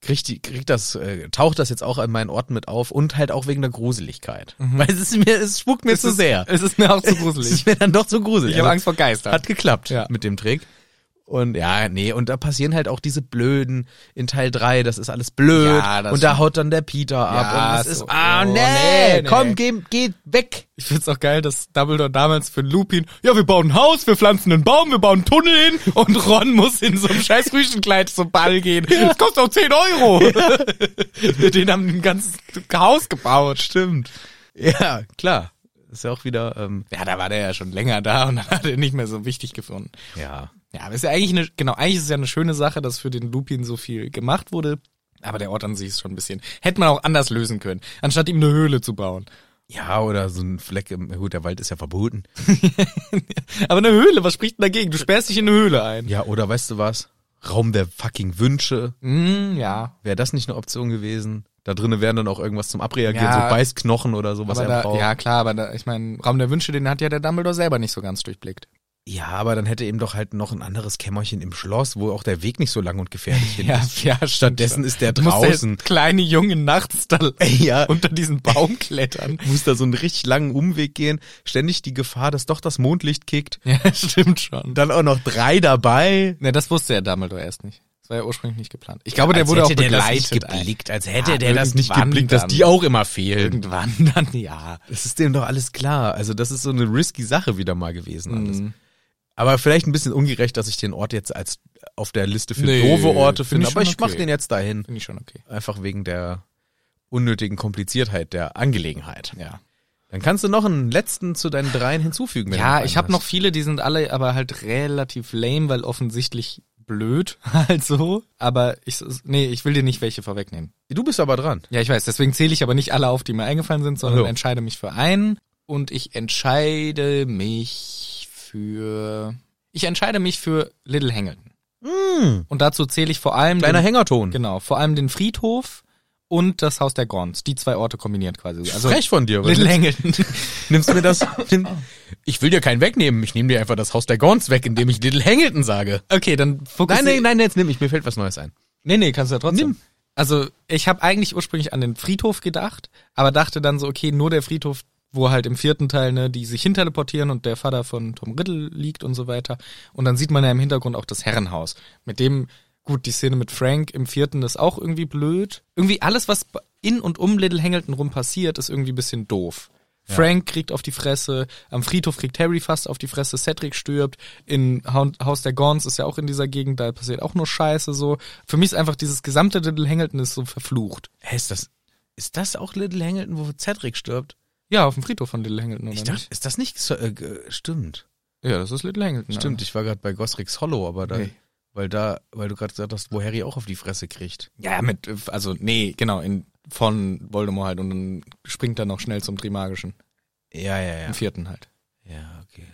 Speaker 1: kriegt die, kriegt das, äh, taucht das jetzt auch an meinen Orten mit auf und halt auch wegen der Gruseligkeit. Weil es ist mir, es spukt mir zu sehr.
Speaker 2: Mhm. Es ist mir auch zu
Speaker 1: Es
Speaker 2: gruselig.
Speaker 1: ist mir dann doch zu gruselig.
Speaker 2: Ich habe
Speaker 1: Also-
Speaker 2: Angst vor Geistern.
Speaker 1: hat geklappt
Speaker 2: Ja.
Speaker 1: mit dem Trick. Und ja, nee, und da passieren halt auch diese blöden in Teil 3, das ist alles blöd.
Speaker 2: Ja, das
Speaker 1: und da haut dann der Peter ab.
Speaker 2: Ja,
Speaker 1: und es ist,
Speaker 2: so-
Speaker 1: ah,
Speaker 2: oh,
Speaker 1: nee,
Speaker 2: nee, nee.
Speaker 1: komm, geh, geh weg.
Speaker 2: Ich find's auch geil, dass Dumbledore damals für Lupin, ja, wir bauen ein Haus, wir pflanzen einen Baum, wir bauen einen Tunnel hin und Ron muss in so einem scheiß Rüschenkleid zum Ball gehen. Das kostet auch 10 Euro. Wir Den haben ein ganzes Haus gebaut. Stimmt.
Speaker 1: Ja, klar. Ist ja auch wieder, ähm,
Speaker 2: Ja, da war der ja schon länger da und dann hat er nicht mehr so wichtig gefunden.
Speaker 1: ja.
Speaker 2: Ja, aber ist ja eigentlich eine, genau, eigentlich ist es ja eine schöne Sache, dass für den Lupin so viel gemacht wurde. Aber der Ort an sich ist schon ein bisschen, hätte man auch anders lösen können, anstatt ihm eine Höhle zu bauen.
Speaker 1: Ja, oder so ein Fleck im, gut, der Wald ist ja verboten.
Speaker 2: Aber eine Höhle, was spricht denn dagegen? Du sperrst dich in eine Höhle ein.
Speaker 1: Ja, oder weißt du was? Raum der fucking Wünsche.
Speaker 2: Mm, ja,
Speaker 1: Wäre das nicht eine Option gewesen? Da drinnen werden dann auch irgendwas zum Abreagieren,
Speaker 2: Ja.
Speaker 1: so Beißknochen oder so, was
Speaker 2: aber
Speaker 1: er
Speaker 2: da,
Speaker 1: braucht.
Speaker 2: ja, klar, aber da, ich meine, Raum der Wünsche, den hat ja der Dumbledore selber nicht so ganz durchblickt.
Speaker 1: Ja, aber dann hätte eben doch halt noch ein anderes Kämmerchen im Schloss, wo auch der Weg nicht so lang und gefährlich hin ist.
Speaker 2: ja,
Speaker 1: Stattdessen ist der draußen.
Speaker 2: Muss der kleine Junge nachts da
Speaker 1: ja. Und
Speaker 2: unter diesen Baum klettern.
Speaker 1: muss da so einen richtig langen Umweg gehen, ständig die Gefahr, dass doch das Mondlicht kickt.
Speaker 2: Ja, stimmt schon.
Speaker 1: Dann auch noch drei dabei.
Speaker 2: Ne, das wusste ja Dumbledore erst nicht. Das war ja ursprünglich nicht geplant. Ich glaube, der wurde auch
Speaker 1: hätte der das nicht
Speaker 2: begleitet.
Speaker 1: geblickt, als hätte
Speaker 2: Ah,
Speaker 1: der das nicht
Speaker 2: irgendwann
Speaker 1: geblickt, dass
Speaker 2: dann.
Speaker 1: die auch immer fehlen.
Speaker 2: Irgendwann dann, ja.
Speaker 1: Das ist dem doch alles klar. Also das ist so eine risky Sache wieder mal gewesen alles.
Speaker 2: Mhm.
Speaker 1: Aber vielleicht ein bisschen ungerecht, dass ich den Ort jetzt als auf der Liste für
Speaker 2: Nee,
Speaker 1: doofe Orte
Speaker 2: find
Speaker 1: finde,
Speaker 2: ich
Speaker 1: aber
Speaker 2: schon
Speaker 1: ich mach
Speaker 2: okay.
Speaker 1: den jetzt dahin.
Speaker 2: Finde ich schon okay.
Speaker 1: Einfach wegen der unnötigen Kompliziertheit der Angelegenheit.
Speaker 2: Ja.
Speaker 1: Dann kannst du noch einen letzten zu deinen dreien hinzufügen. wenn du
Speaker 2: Ja,
Speaker 1: einen
Speaker 2: ich habe
Speaker 1: hast.
Speaker 2: noch viele, die sind alle aber halt relativ lame, weil offensichtlich blöd halt so. Aber ich, nee, ich will dir nicht welche vorwegnehmen.
Speaker 1: Du bist aber dran.
Speaker 2: Ja, ich weiß, deswegen zähle ich aber nicht alle auf, die mir eingefallen sind, sondern
Speaker 1: Ach so.
Speaker 2: entscheide mich für einen. Und ich entscheide mich für, ich entscheide mich für Little Hangleton.
Speaker 1: Mmh,
Speaker 2: Und dazu zähle ich vor allem
Speaker 1: kleiner
Speaker 2: den,
Speaker 1: Hängerton.
Speaker 2: genau, vor allem den Friedhof und das Haus der Gorns. Die zwei Orte kombiniert quasi. Also
Speaker 1: Frech von dir. aber
Speaker 2: Little
Speaker 1: nimmst-
Speaker 2: Hangleton.
Speaker 1: Nimmst du mir das? Nimm, ich will dir keinen wegnehmen. Ich nehme dir einfach das Haus der Gorns weg, indem ich Little Hangleton sage.
Speaker 2: Okay, dann
Speaker 1: Nein,
Speaker 2: fokussiere
Speaker 1: nein, nein, jetzt nimm ich. Mir fällt was Neues ein.
Speaker 2: Nee, nee, kannst du ja trotzdem.
Speaker 1: Nimm.
Speaker 2: Also, ich habe eigentlich ursprünglich an den Friedhof gedacht, aber dachte dann so, okay, nur der Friedhof, wo halt im vierten Teil, ne, die sich hinterleportieren und der Vater von Tom Riddle liegt und so weiter. Und dann sieht man ja im Hintergrund auch das Herrenhaus. Mit dem, gut, die Szene mit Frank im vierten ist auch irgendwie blöd. Irgendwie alles, was in und um Little Hangleton rum passiert, ist irgendwie ein bisschen doof. Frank kriegt auf die Fresse, am Friedhof kriegt Harry fast auf die Fresse, Cedric stirbt, in Hau- Haus der Gorns ist ja auch in dieser Gegend, da passiert auch nur Scheiße so. Für mich ist einfach dieses gesamte Little Hangleton ist so verflucht.
Speaker 1: Hä, ist das, ist das auch Little Hangleton, wo Cedric stirbt?
Speaker 2: Ja, auf dem Friedhof von Little Hangleton, oder
Speaker 1: Ich dachte,
Speaker 2: nicht?
Speaker 1: ist das nicht, so- äh, ge- stimmt.
Speaker 2: Ja, das ist Little Hangleton.
Speaker 1: Stimmt, ich war gerade bei Gosric's Hollow, aber da,
Speaker 2: Nee.
Speaker 1: weil da, weil du gerade gesagt hast, wo Harry auch auf die Fresse kriegt.
Speaker 2: Ja, Ja, mit, also nee, genau, in, von Voldemort halt und dann springt er noch schnell zum Trimagischen,
Speaker 1: Ja, ja,
Speaker 2: im vierten halt.
Speaker 1: Ja, okay.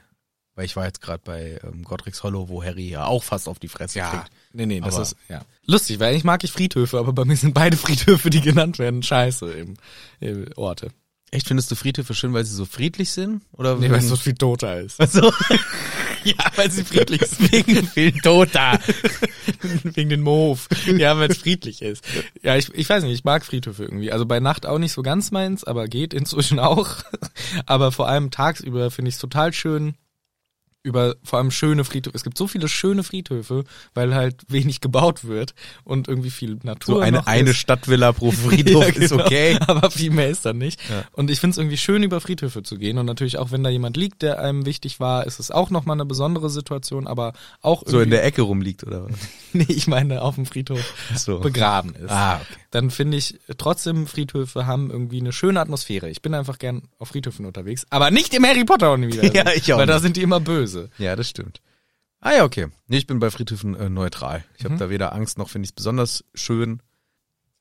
Speaker 1: Weil ich war jetzt gerade bei ähm, Godric's Hollow, wo Harry ja auch fast auf die Fresse kriegt.
Speaker 2: nee, nee, das
Speaker 1: Aber-
Speaker 2: ist, ja. Lustig, weil eigentlich mag ich Friedhöfe, aber bei mir sind beide Friedhöfe, die genannt werden, scheiße im, im Orte.
Speaker 1: Echt, findest du Friedhöfe schön, weil sie so friedlich sind? Oder Also,
Speaker 2: Nee, weil
Speaker 1: wegen-
Speaker 2: es so viel toter ist.
Speaker 1: so
Speaker 2: Ja, weil sie friedlich ist. Wegen viel Toter. Wegen den Mof. Ja, weil es friedlich ist. Ja, ich, ich weiß nicht, ich mag Friedhöfe irgendwie. Also bei Nacht auch nicht so ganz meins, aber geht inzwischen auch. Aber vor allem tagsüber finde ich es total schön. Über vor allem schöne Friedhöfe. Es gibt so viele schöne Friedhöfe, weil halt wenig gebaut wird und irgendwie viel Natur.
Speaker 1: So
Speaker 2: noch
Speaker 1: eine, eine
Speaker 2: ist.
Speaker 1: Stadtvilla pro Friedhof
Speaker 2: Ja,
Speaker 1: ist
Speaker 2: genau.
Speaker 1: okay.
Speaker 2: Aber viel mehr ist dann nicht.
Speaker 1: Ja.
Speaker 2: Und ich find's irgendwie schön, über Friedhöfe zu gehen. Und natürlich auch, wenn da jemand liegt, der einem wichtig war, ist es auch nochmal eine besondere Situation, aber auch irgendwie,
Speaker 1: So in der Ecke rumliegt oder was?
Speaker 2: nee, ich meine, auf dem Friedhof
Speaker 1: So.
Speaker 2: begraben ist.
Speaker 1: Ah, okay.
Speaker 2: Dann finde ich trotzdem, Friedhöfe haben irgendwie eine schöne Atmosphäre. Ich bin einfach gern auf Friedhöfen unterwegs, aber nicht im Harry Potter Universum.
Speaker 1: Ja, ich auch
Speaker 2: Weil da
Speaker 1: nicht.
Speaker 2: sind die immer böse.
Speaker 1: Ja, das stimmt. Ah ja, okay. Nee, ich bin bei Friedhöfen äh, neutral. Ich habe da weder Angst noch finde ich es besonders schön.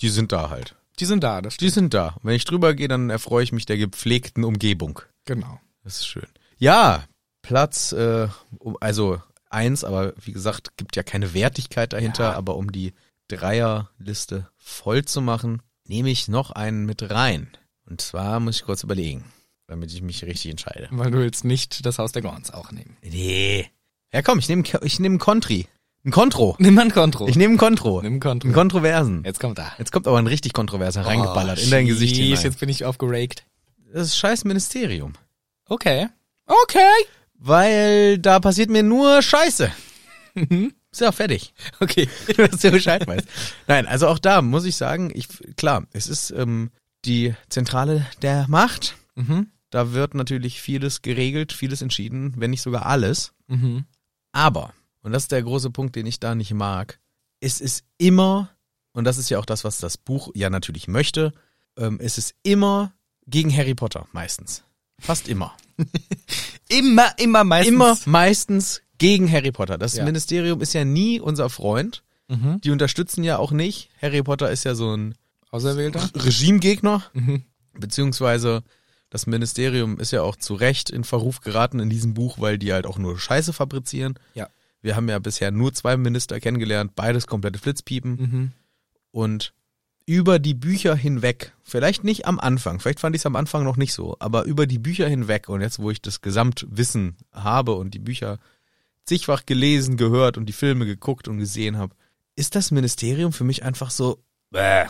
Speaker 1: Die sind da halt.
Speaker 2: Die sind da, das
Speaker 1: Die sind da. Und wenn ich drüber gehe, dann erfreue ich mich der gepflegten Umgebung.
Speaker 2: Genau.
Speaker 1: Das ist schön. Ja, Platz, äh, um- also eins, aber wie gesagt, gibt ja keine Wertigkeit dahinter,
Speaker 2: Ja.
Speaker 1: aber um die Dreierliste voll zu machen, nehme ich noch einen mit rein. Und zwar muss ich kurz überlegen, damit ich mich richtig entscheide.
Speaker 2: Weil du jetzt nicht das Haus der Gorns auch nehmen.
Speaker 1: Nee. Ja komm, ich nehme ich nehme einen Contri. Ein Contro.
Speaker 2: Nimm mal ein Kontro.
Speaker 1: Ich nehme einen Contro.
Speaker 2: Nimm ein Contro.
Speaker 1: Einen Kontroversen.
Speaker 2: Jetzt Oh, kommt da.
Speaker 1: Jetzt kommt aber ein richtig Kontroverser reingeballert in dein Gesicht
Speaker 2: sheesh,
Speaker 1: hinein.
Speaker 2: Jetzt bin ich aufgeregt.
Speaker 1: Das ist scheiß Ministerium.
Speaker 2: Okay. Okay.
Speaker 1: Weil da passiert mir nur Scheiße.
Speaker 2: Mhm.
Speaker 1: Ist ja fertig.
Speaker 2: Okay.
Speaker 1: dass du Bescheid weißt. Nein, also auch da muss ich sagen, ich klar, es ist ähm, die Zentrale der Macht.
Speaker 2: Mhm.
Speaker 1: Da wird natürlich vieles geregelt, vieles entschieden, wenn nicht sogar alles.
Speaker 2: Mhm.
Speaker 1: Aber, und das ist der große Punkt, den ich da nicht mag, es ist immer, und das ist ja auch das, was das Buch ja natürlich möchte, ähm, es ist immer gegen Harry Potter, meistens. Fast immer.
Speaker 2: Immer, immer meistens.
Speaker 1: Immer meistens gegen Harry Potter. Das
Speaker 2: Ja.
Speaker 1: Ministerium ist ja nie unser Freund.
Speaker 2: Mhm.
Speaker 1: Die unterstützen ja auch nicht. Harry Potter ist ja so ein
Speaker 2: Auserwählter.
Speaker 1: Regimegegner,
Speaker 2: Mhm.
Speaker 1: beziehungsweise das Ministerium ist ja auch zu Recht in Verruf geraten in diesem Buch, weil die halt auch nur Scheiße fabrizieren.
Speaker 2: Ja.
Speaker 1: Wir haben ja bisher nur zwei Minister kennengelernt, beides komplette Flitzpiepen.
Speaker 2: Mhm.
Speaker 1: Und über die Bücher hinweg, vielleicht nicht am Anfang, vielleicht fand ich es am Anfang noch nicht so, aber über die Bücher hinweg und jetzt, wo ich das Gesamtwissen habe und die Bücher zigfach gelesen, gehört und die Filme geguckt und gesehen habe, ist das Ministerium für mich einfach so, bäh.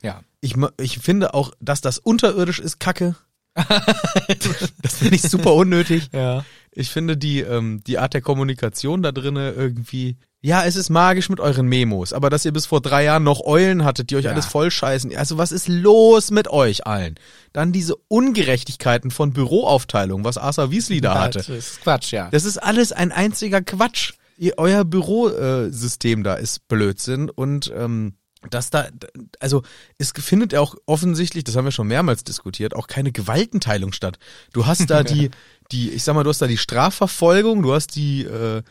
Speaker 2: Ja.
Speaker 1: Ich, ma- ich finde auch, dass das unterirdisch ist, kacke. das finde ich super unnötig.
Speaker 2: Ja.
Speaker 1: Ich finde die, ähm, die Art der Kommunikation da drinne irgendwie. Ja, es ist magisch mit euren Memos, aber dass ihr bis vor drei Jahren noch Eulen hattet, die euch
Speaker 2: Ja.
Speaker 1: alles vollscheißen. Also was ist los mit euch allen? Dann diese Ungerechtigkeiten von Büroaufteilung, was Asa Weasley da hatte.
Speaker 2: Ah, Das ist Quatsch, ja.
Speaker 1: Das ist alles ein einziger Quatsch. Ihr, euer Bürosystem äh, System da ist Blödsinn und ähm, dass da, d- also es findet ja auch offensichtlich, das haben wir schon mehrmals diskutiert, auch keine Gewaltenteilung statt. Du hast da die, die, ich sag mal, du hast da die Strafverfolgung, du hast die, äh,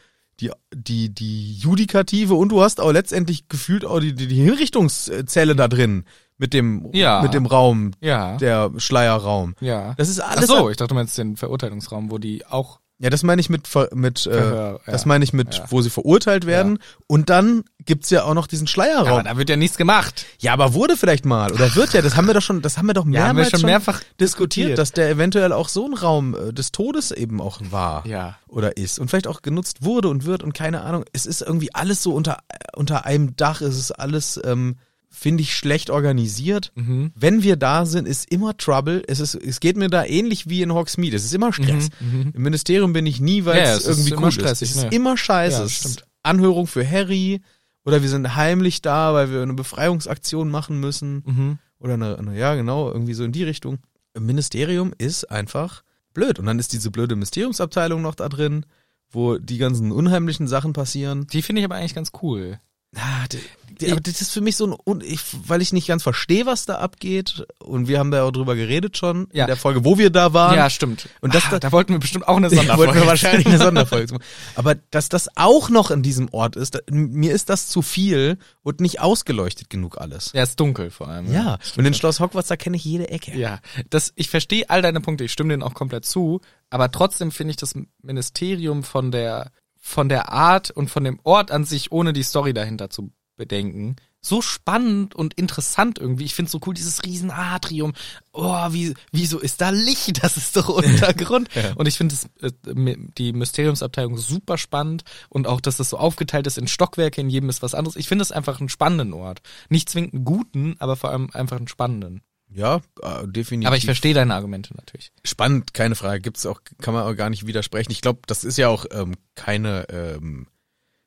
Speaker 1: die, die, die Judikative und du hast auch letztendlich gefühlt auch die, die, die Hinrichtungszelle da drin mit dem,
Speaker 2: Ja.
Speaker 1: mit dem Raum,
Speaker 2: ja.
Speaker 1: der Schleierraum.
Speaker 2: ja.
Speaker 1: Das ist
Speaker 2: Ach
Speaker 1: alles
Speaker 2: so, ich dachte, du meinst den Verurteilungsraum, wo die auch
Speaker 1: ja, das meine ich mit, ver- mit äh,
Speaker 2: Verhör, ja.
Speaker 1: das meine ich mit, wo sie verurteilt werden. Und dann gibt's ja auch noch diesen
Speaker 2: Ja, aber
Speaker 1: Schleierraum. Ja,
Speaker 2: da wird ja nichts gemacht.
Speaker 1: aber wurde vielleicht mal oder wird ja, das haben wir doch schon, das haben wir doch mehrmals
Speaker 2: haben wir schon mehrfach
Speaker 1: diskutiert,
Speaker 2: diskutiert.
Speaker 1: dass der eventuell auch so ein Raum äh, des Todes eben auch war
Speaker 2: Ja.
Speaker 1: oder ist und vielleicht auch genutzt wurde und wird und keine Ahnung. Es ist irgendwie alles so unter äh, unter einem Dach. Es ist alles ähm, finde ich schlecht organisiert.
Speaker 2: Mhm.
Speaker 1: Wenn wir da sind, ist immer Trouble. Es ist es geht mir da ähnlich wie in Hogsmeade. Es ist immer Stress. Im Ministerium bin ich nie, weil
Speaker 2: Mhm, Ja,
Speaker 1: es
Speaker 2: es ist
Speaker 1: irgendwie
Speaker 2: immer
Speaker 1: cool
Speaker 2: stressig,
Speaker 1: ist. Es ist
Speaker 2: ne?
Speaker 1: immer scheiße.
Speaker 2: Ja, das
Speaker 1: es ist
Speaker 2: stimmt.
Speaker 1: Anhörung für Harry oder wir sind heimlich da, weil wir eine Befreiungsaktion machen müssen
Speaker 2: Mhm.
Speaker 1: oder eine, eine ja genau irgendwie so in die Richtung. Im Ministerium ist einfach blöd und dann ist diese blöde Mysteriumsabteilung noch da drin, wo die ganzen unheimlichen Sachen passieren.
Speaker 2: Die finde ich aber eigentlich ganz cool.
Speaker 1: Ah, d- d- aber das ist für mich so ein, un ich, weil ich nicht ganz verstehe, was da abgeht und wir haben da auch drüber geredet schon
Speaker 2: Ja.
Speaker 1: in der Folge, wo wir da waren.
Speaker 2: ja, stimmt.
Speaker 1: und das-
Speaker 2: ah, da wollten wir bestimmt auch eine
Speaker 1: Ich
Speaker 2: Sonderfolge.
Speaker 1: wollte mir wahrscheinlich eine Sonderfolge zu machen. Aber dass das auch noch in diesem Ort ist, da, mir ist das zu viel und nicht ausgeleuchtet genug alles.
Speaker 2: Ja, ist dunkel vor allem.
Speaker 1: Ja, und in Schloss Hogwarts, da kenne ich jede Ecke.
Speaker 2: Ja, das, ich verstehe all deine Punkte, ich stimme denen auch komplett zu, aber trotzdem finde ich das Ministerium von der, von der Art und von dem Ort an sich, ohne die Story dahinter zu bedenken, so spannend und interessant irgendwie. Ich finde so cool, dieses riesen Atrium. Oh, wie, wieso ist da Licht? Das ist doch Untergrund. Und ich finde das, äh, mi- die Mysteriumsabteilung super spannend und auch, dass das so aufgeteilt ist in Stockwerke, in jedem ist was anderes. Ich finde es einfach einen spannenden Ort. Nicht zwingend einen guten, aber vor allem einfach einen spannenden.
Speaker 1: Ja, äh, definitiv.
Speaker 2: Aber ich verstehe deine Argumente natürlich.
Speaker 1: Spannend, keine Frage. Gibt's auch, kann man auch gar nicht widersprechen. Ich glaube, das ist ja auch ähm, keine ähm,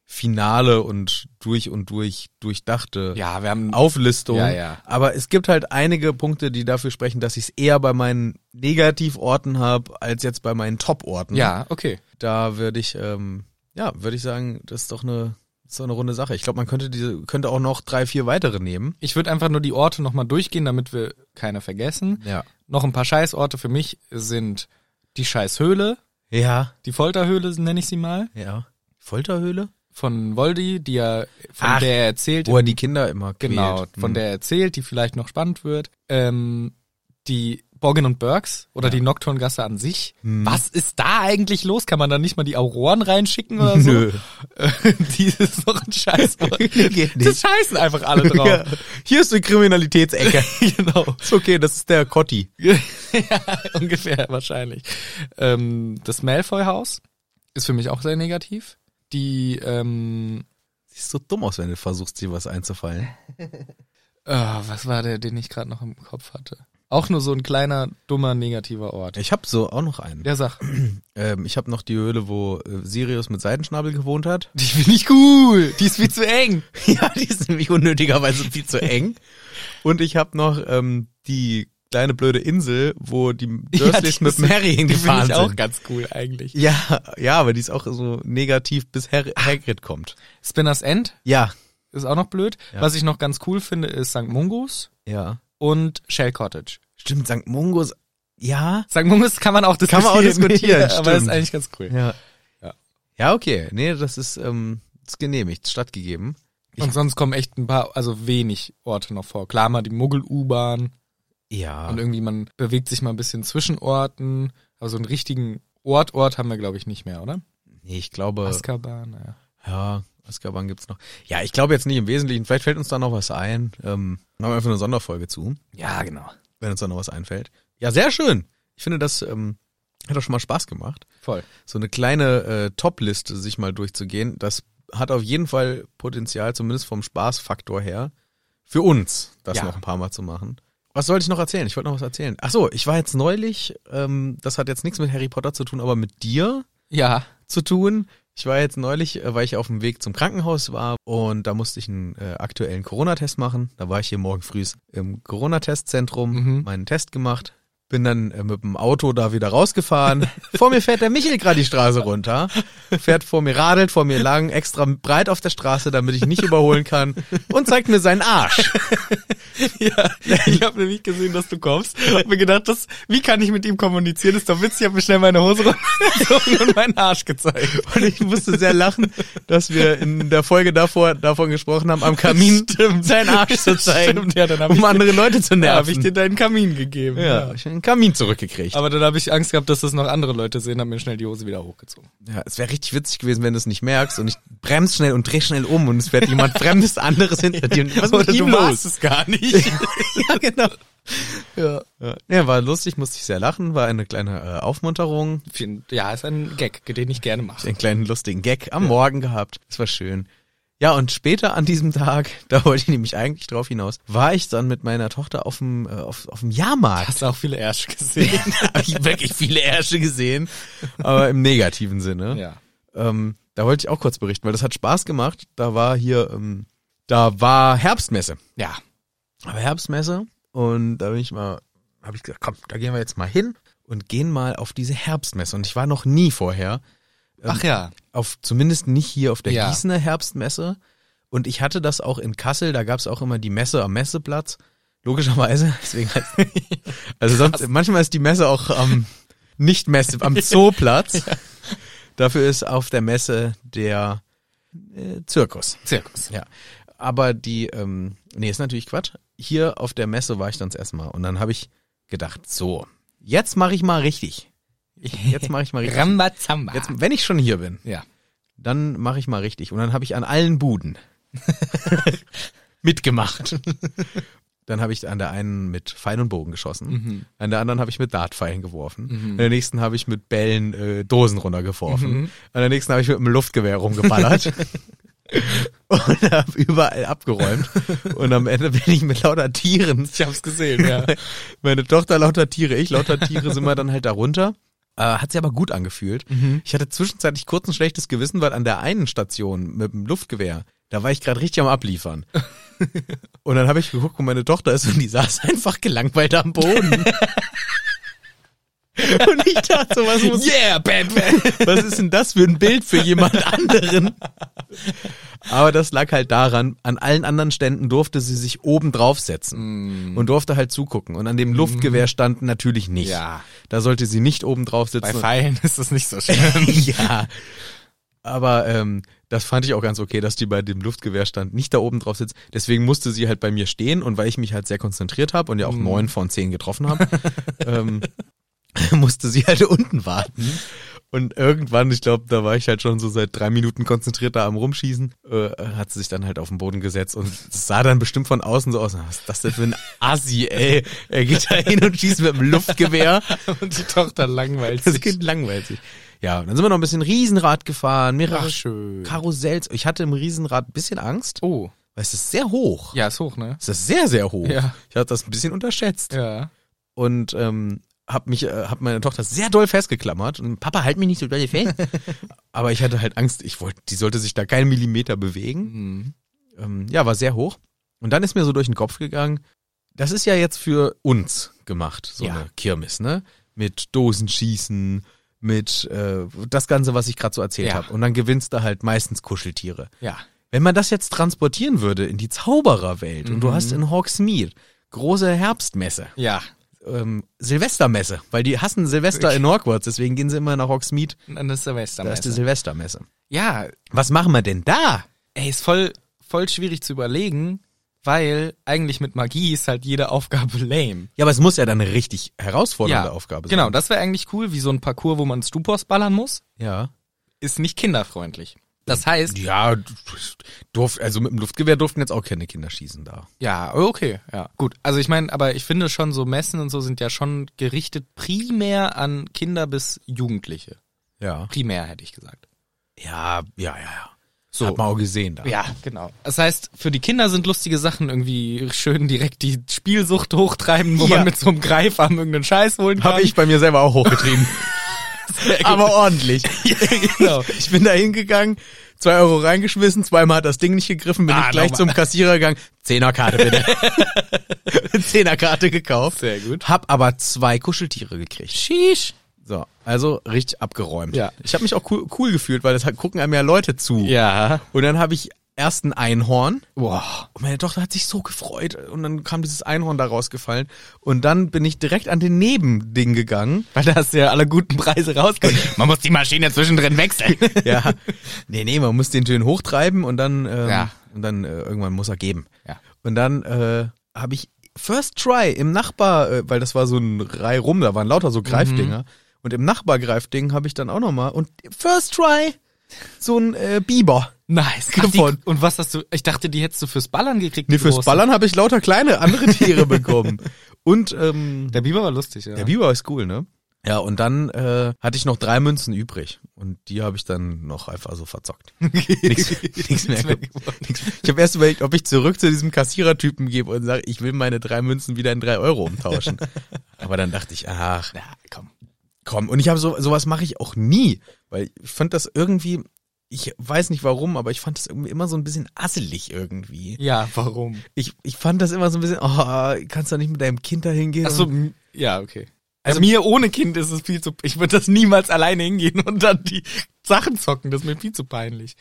Speaker 1: finale und durch und durch durchdachte
Speaker 2: Ja, wir haben
Speaker 1: Auflistung.
Speaker 2: Ja, ja.
Speaker 1: Aber es gibt halt einige Punkte, die dafür sprechen, dass ich es eher bei meinen Negativorten habe, als jetzt bei meinen Toporten.
Speaker 2: Ja, okay.
Speaker 1: Da würde ich, ähm, ja, würde ich sagen, das ist doch eine, das ist doch eine runde Sache. Ich glaube, man könnte diese, könnte auch noch drei, vier weitere nehmen.
Speaker 2: Ich würde einfach nur die Orte nochmal durchgehen, damit wir keine vergessen.
Speaker 1: Ja.
Speaker 2: Noch ein paar Scheißorte für mich sind die Scheißhöhle,
Speaker 1: Ja.
Speaker 2: die Folterhöhle nenne ich sie mal,
Speaker 1: Ja. Folterhöhle?
Speaker 2: von Voldy, die er, von
Speaker 1: Ach,
Speaker 2: der er erzählt,
Speaker 1: Wo er die Kinder immer quält.
Speaker 2: genau, von
Speaker 1: Hm.
Speaker 2: der er erzählt, die vielleicht noch spannend wird. Ähm, die Borgen und Burks oder die Nocturngasse an sich.
Speaker 1: Mhm.
Speaker 2: Was ist da eigentlich los? Kann man da nicht mal die Auroren reinschicken oder so?
Speaker 1: Nö.
Speaker 2: Äh, Dieses noch ein Scheißwort.
Speaker 1: Geht nicht.
Speaker 2: Das scheißen einfach alle drauf.
Speaker 1: Ja. Hier ist eine Kriminalitätsecke.
Speaker 2: genau.
Speaker 1: ist okay, das ist der Cotti.
Speaker 2: ja, ungefähr wahrscheinlich. Ähm, das Malfoy-Haus ist für mich auch sehr negativ. Die, ähm,
Speaker 1: Siehst so dumm aus, wenn du versuchst, dir was einzufallen.
Speaker 2: äh, was war der, den ich gerade noch im Kopf hatte? Auch nur so ein kleiner, dummer, negativer Ort.
Speaker 1: Ich hab so auch noch einen.
Speaker 2: Der sagt,
Speaker 1: Ähm, ich hab noch die Höhle, wo äh, Sirius mit Seidenschnabel gewohnt hat.
Speaker 2: die finde ich cool, die ist viel zu eng.
Speaker 1: ja, die ist nämlich unnötigerweise viel zu eng. Und ich hab noch ähm, die kleine blöde Insel, wo die Dursleys
Speaker 2: die
Speaker 1: mit dem
Speaker 2: ist-
Speaker 1: Harry
Speaker 2: Die finde
Speaker 1: hingefahren
Speaker 2: ich auch
Speaker 1: sind.
Speaker 2: ganz cool eigentlich.
Speaker 1: Ja, ja, aber die ist auch so negativ, bis Harry, Hagrid kommt.
Speaker 2: Spinner's End
Speaker 1: Ja.
Speaker 2: ist auch noch blöd.
Speaker 1: Ja.
Speaker 2: Was ich noch ganz cool finde, ist St. Mungus
Speaker 1: Ja.
Speaker 2: und Shell Cottage.
Speaker 1: Stimmt, St. Mungos. Ja.
Speaker 2: St. Mungus kann man auch diskutieren,
Speaker 1: Kann man auch diskutieren,
Speaker 2: aber ist
Speaker 1: stimmt.
Speaker 2: eigentlich ganz cool.
Speaker 1: Ja.
Speaker 2: Ja.
Speaker 1: Ja, okay. Nee, das ist, ähm, ist genehmigt, stattgegeben.
Speaker 2: Und sonst kommen echt ein paar, also wenig Orte noch vor. Klar mal die Muggel-U-Bahn
Speaker 1: Ja.
Speaker 2: und irgendwie man bewegt sich mal ein bisschen zwischen Orten. Aber so einen richtigen Ort, Ort haben wir glaube ich nicht mehr, oder?
Speaker 1: Äh. Nee, ich glaube,
Speaker 2: Azkaban, ja.
Speaker 1: ja, Azkaban gibt's noch. Ja, ich glaube jetzt nicht im Wesentlichen. Vielleicht fällt uns da noch was ein. Ähm, machen wir einfach eine Sonderfolge zu,
Speaker 2: Ja, genau.
Speaker 1: wenn uns da noch was einfällt. Ja, sehr schön. Ich finde, das ähm, hat auch schon mal Spaß gemacht.
Speaker 2: Voll.
Speaker 1: So eine kleine äh, Top-Liste sich mal durchzugehen, das hat auf jeden Fall Potenzial, zumindest vom Spaßfaktor her, für uns, das
Speaker 2: Ja.
Speaker 1: noch ein paar Mal zu machen. Was sollte ich noch erzählen? Ich wollte noch was erzählen. Ach so, ich war jetzt neulich, ähm, das hat jetzt nichts mit Harry Potter zu tun, aber mit dir
Speaker 2: Ja.
Speaker 1: zu tun. Ich war jetzt neulich, äh, weil ich auf dem Weg zum Krankenhaus war und da musste ich einen äh, aktuellen Corona-Test machen. Da war ich hier morgen früh im Corona-Testzentrum,
Speaker 2: Mhm.
Speaker 1: meinen Test gemacht, bin dann äh, mit dem Auto da wieder rausgefahren. vor mir fährt der Michel gerade die Straße runter, fährt vor mir, radelt vor mir lang, extra breit auf der Straße, damit ich nicht überholen kann und zeigt mir seinen Arsch.
Speaker 2: ja. Ich habe nämlich gesehen, dass du kommst. Hab mir gedacht, das, wie kann ich mit ihm kommunizieren? Das ist doch witzig. Ich habe mir schnell meine Hose runtergezogen und meinen Arsch gezeigt.
Speaker 1: Und ich musste sehr lachen, dass wir in der Folge davor davon gesprochen haben, am Kamin seinen Arsch zu zeigen,
Speaker 2: Stimmt, ja, dann hab
Speaker 1: um
Speaker 2: ich-
Speaker 1: andere Leute zu
Speaker 2: Da
Speaker 1: nerven.
Speaker 2: habe ich dir deinen Kamin gegeben.
Speaker 1: Ja, ich hab einen Kamin zurückgekriegt.
Speaker 2: Aber dann habe ich Angst gehabt, dass das noch andere Leute sehen, haben mir schnell die Hose wieder hochgezogen.
Speaker 1: Ja, es wäre richtig witzig gewesen, wenn du es nicht merkst und ich bremse schnell und dreh schnell um und es fährt jemand Fremdes anderes hinter dir. und Was ist mit
Speaker 2: Oder
Speaker 1: ihm
Speaker 2: du warst
Speaker 1: los?
Speaker 2: es gar nicht.
Speaker 1: ja, genau. Ja. ja, war lustig, musste ich sehr lachen, war eine kleine äh, Aufmunterung,
Speaker 2: ja, ist ein Gag, den ich gerne mache.
Speaker 1: den kleinen lustigen Gag am Morgen gehabt. Das war schön. Ja, und später an diesem Tag, da wollte ich nämlich eigentlich drauf hinaus, war ich dann mit meiner Tochter auf dem, äh, auf, auf dem Jahrmarkt.
Speaker 2: Hast du auch viele Ärsche gesehen?
Speaker 1: Hab ich wirklich viele Ärsche gesehen, aber im negativen Sinne.
Speaker 2: ja.
Speaker 1: ähm, da wollte ich auch kurz berichten, weil das hat Spaß gemacht. Da war hier, ähm, da war Herbstmesse.
Speaker 2: Ja.
Speaker 1: Aber Herbstmesse und da bin ich mal, habe ich gesagt, komm, da gehen wir jetzt mal hin und gehen mal auf diese Herbstmesse. Und ich war noch nie vorher,
Speaker 2: Ach ja.
Speaker 1: auf zumindest nicht hier auf der
Speaker 2: Ja.
Speaker 1: Gießener Herbstmesse. Und ich hatte das auch in Kassel, da gab es auch immer die Messe am Messeplatz. Logischerweise, deswegen heißt, also sonst, manchmal ist die Messe auch am nicht Messe, am Zooplatz. Dafür ist auf der Messe der äh, Zirkus.
Speaker 2: Zirkus.
Speaker 1: Ja. Aber die, ähm, nee, ist natürlich Quatsch. Hier auf der Messe war ich dann das erste Mal und dann habe ich gedacht, so, jetzt mache ich mal richtig. Jetzt mache ich mal richtig.
Speaker 2: Rambazamba.
Speaker 1: Jetzt, wenn ich schon hier bin,
Speaker 2: ja.
Speaker 1: dann mache ich mal richtig. Und dann habe ich an allen Buden mitgemacht. Dann habe ich an der einen mit Pfeil und Bogen geschossen, an der anderen habe ich mit Dartpfeilen geworfen, an der nächsten habe ich mit Bällen äh, Dosen runtergeworfen, an der nächsten habe ich mit einem Luftgewehr rumgeballert und habe überall abgeräumt. Und am Ende bin ich mit lauter Tieren
Speaker 2: Ich hab's gesehen, ja.
Speaker 1: meine Tochter lauter Tiere, ich lauter Tiere, sind wir dann halt darunter. Äh, hat sie aber gut angefühlt. Ich hatte zwischenzeitlich kurz ein schlechtes Gewissen, weil an der einen Station mit dem Luftgewehr, da war ich gerade richtig am Abliefern. Und dann habe ich geguckt, wo meine Tochter ist und die saß einfach gelangweilt am Boden. und ich dachte, so, was muss
Speaker 2: yeah, Batman.
Speaker 1: was ist denn das für ein Bild für jemand anderen? Aber das lag halt daran, an allen anderen Ständen durfte sie sich oben draufsetzen
Speaker 2: Mm.
Speaker 1: und durfte halt zugucken. Und an dem Luftgewehr stand natürlich nicht.
Speaker 2: Mhm. Ja.
Speaker 1: Da sollte sie nicht oben drauf
Speaker 2: Bei
Speaker 1: sitzen.
Speaker 2: Pfeilen ist das nicht so schlimm.
Speaker 1: ja. Aber ähm, das fand ich auch ganz okay, dass die bei dem Luftgewehrstand nicht da oben drauf sitzt. Deswegen musste sie halt bei mir stehen und weil ich mich halt sehr konzentriert habe und ja auch neun von zehn getroffen habe, ähm, musste sie halt unten warten. Und irgendwann, ich glaube, da war ich halt schon so seit drei Minuten konzentriert da am Rumschießen, äh, hat sie sich dann halt auf den Boden gesetzt und es sah dann bestimmt von außen so aus, "Na, was ist das denn für ein Assi, ey? Er geht da hin und schießt mit dem Luftgewehr.
Speaker 2: Und die Tochter langweilt
Speaker 1: Das
Speaker 2: sich.
Speaker 1: Kind langweilt sich. Ja, und dann sind wir noch ein bisschen Riesenrad gefahren, mehrere
Speaker 2: Ach, schön.
Speaker 1: Karussells. Ich hatte im Riesenrad ein bisschen Angst,
Speaker 2: Oh.
Speaker 1: weil es ist sehr hoch.
Speaker 2: Ja, ist hoch, ne?
Speaker 1: Es ist sehr, sehr hoch.
Speaker 2: Ja.
Speaker 1: Ich hatte das ein bisschen unterschätzt.
Speaker 2: Ja.
Speaker 1: Und ähm, hab mich, äh, hab meine Tochter sehr doll festgeklammert. Und Papa, halt mich nicht so doll fest. Aber ich hatte halt Angst, ich wollte, die sollte sich da keinen Millimeter bewegen.
Speaker 2: Mhm.
Speaker 1: Ähm, ja, war sehr hoch. Und dann ist mir so durch den Kopf gegangen, das ist ja jetzt für uns gemacht, so
Speaker 2: Ja.
Speaker 1: eine Kirmes, ne? Mit Dosenschießen, mit äh, das Ganze, was ich gerade so erzählt
Speaker 2: Ja.
Speaker 1: habe. Und dann gewinnst du halt meistens Kuscheltiere.
Speaker 2: Ja.
Speaker 1: Wenn man das jetzt transportieren würde in die Zaubererwelt und du
Speaker 2: Mhm.
Speaker 1: hast in Hawksmeade große Herbstmesse,
Speaker 2: Ja.
Speaker 1: ähm, Silvestermesse, weil die hassen Silvester in Hogwarts, deswegen gehen sie immer nach Hawksmeade,
Speaker 2: Und dann ist
Speaker 1: da ist die
Speaker 2: Silvestermesse.
Speaker 1: Silvestermesse.
Speaker 2: Ja,
Speaker 1: Was machen wir denn da?
Speaker 2: ey, ist voll, voll schwierig zu überlegen, weil eigentlich mit Magie ist halt jede Aufgabe lame.
Speaker 1: Ja, aber es muss ja dann eine richtig herausfordernde
Speaker 2: ja.
Speaker 1: Aufgabe sein.
Speaker 2: Genau, das wäre eigentlich cool, wie so ein Parcours, wo man Stupors ballern muss.
Speaker 1: Ja.
Speaker 2: Ist nicht kinderfreundlich. Das heißt,
Speaker 1: Ja, durf, also mit dem Luftgewehr durften jetzt auch keine Kinder schießen da.
Speaker 2: ja, okay, ja, gut. Also ich meine, aber ich finde schon, so Messen und so sind ja schon gerichtet primär an Kinder bis Jugendliche.
Speaker 1: Ja.
Speaker 2: Primär hätte ich gesagt.
Speaker 1: Ja, ja, ja, ja. So. Hat man auch gesehen da.
Speaker 2: Ja, genau. Das heißt, für die Kinder sind lustige Sachen irgendwie schön direkt die Spielsucht hochtreiben, wo
Speaker 1: Ja.
Speaker 2: man mit so einem Greifarm irgendeinen Scheiß holen kann.
Speaker 1: Habe ich bei mir selber auch hochgetrieben. Aber ordentlich.
Speaker 2: genau.
Speaker 1: Ich bin da hingegangen, zwei Euro reingeschmissen, zweimal hat das Ding nicht gegriffen, bin
Speaker 2: Ah,
Speaker 1: ich gleich
Speaker 2: nochmal.
Speaker 1: zum Kassierer gegangen. Zehnerkarte bitte. Zehnerkarte gekauft.
Speaker 2: Sehr gut.
Speaker 1: Hab aber zwei Kuscheltiere gekriegt.
Speaker 2: Sheesh.
Speaker 1: So, also richtig abgeräumt.
Speaker 2: Ja.
Speaker 1: Ich habe mich auch cool, cool gefühlt, weil das hat, gucken einem ja Leute zu.
Speaker 2: Ja.
Speaker 1: Und dann habe ich erst ein Einhorn.
Speaker 2: Boah.
Speaker 1: Und meine Tochter hat sich so gefreut. Und dann kam dieses Einhorn da rausgefallen. Und dann bin ich direkt an den Nebending gegangen.
Speaker 2: Weil da hast du ja alle guten Preise rausgeholt. Man muss die Maschine zwischendrin wechseln.
Speaker 1: ja. Nee, nee, man muss den Tönen hochtreiben und dann, ähm,
Speaker 2: Ja.
Speaker 1: und dann äh, irgendwann muss er geben.
Speaker 2: Ja.
Speaker 1: Und dann äh, habe ich First Try im Nachbar, äh, weil das war so ein Reih rum, da waren lauter so
Speaker 2: Mhm.
Speaker 1: Greifdinger. Und im Nachbargreifding habe ich dann auch nochmal und First Try so ein äh, Biber.
Speaker 2: Nice. Ach, die,
Speaker 1: Davon.
Speaker 2: und was hast du, ich dachte, die hättest du fürs Ballern gekriegt.
Speaker 1: Nee,
Speaker 2: die
Speaker 1: fürs
Speaker 2: großen.
Speaker 1: Ballern habe ich lauter kleine andere Tiere bekommen. Und ähm,
Speaker 2: Der Biber war lustig, ja.
Speaker 1: Der Biber ist cool, ne? Ja, und dann äh, hatte ich noch drei Münzen übrig. Und die habe ich dann noch einfach so verzockt. Nix, nix mehr.
Speaker 2: Nichts mehr
Speaker 1: ge- nix. Ich habe erst überlegt, ob ich zurück zu diesem Kassierertypen gebe und sage, ich will meine drei Münzen wieder in drei Euro umtauschen. Aber dann dachte ich, ach,
Speaker 2: Na, komm.
Speaker 1: komm. Und ich habe so, sowas mache ich auch nie. Weil ich fand das irgendwie, ich weiß nicht warum, aber ich fand das irgendwie immer so ein bisschen asselig irgendwie.
Speaker 2: Ja, warum?
Speaker 1: Ich, ich fand das immer so ein bisschen, oh, kannst du nicht mit deinem Kind da hingehen?
Speaker 2: Ach so,
Speaker 1: und-
Speaker 2: m- ja, okay. Also mir ohne Kind ist es viel zu, ich würde das niemals alleine hingehen und dann die Sachen zocken, das ist mir viel zu peinlich.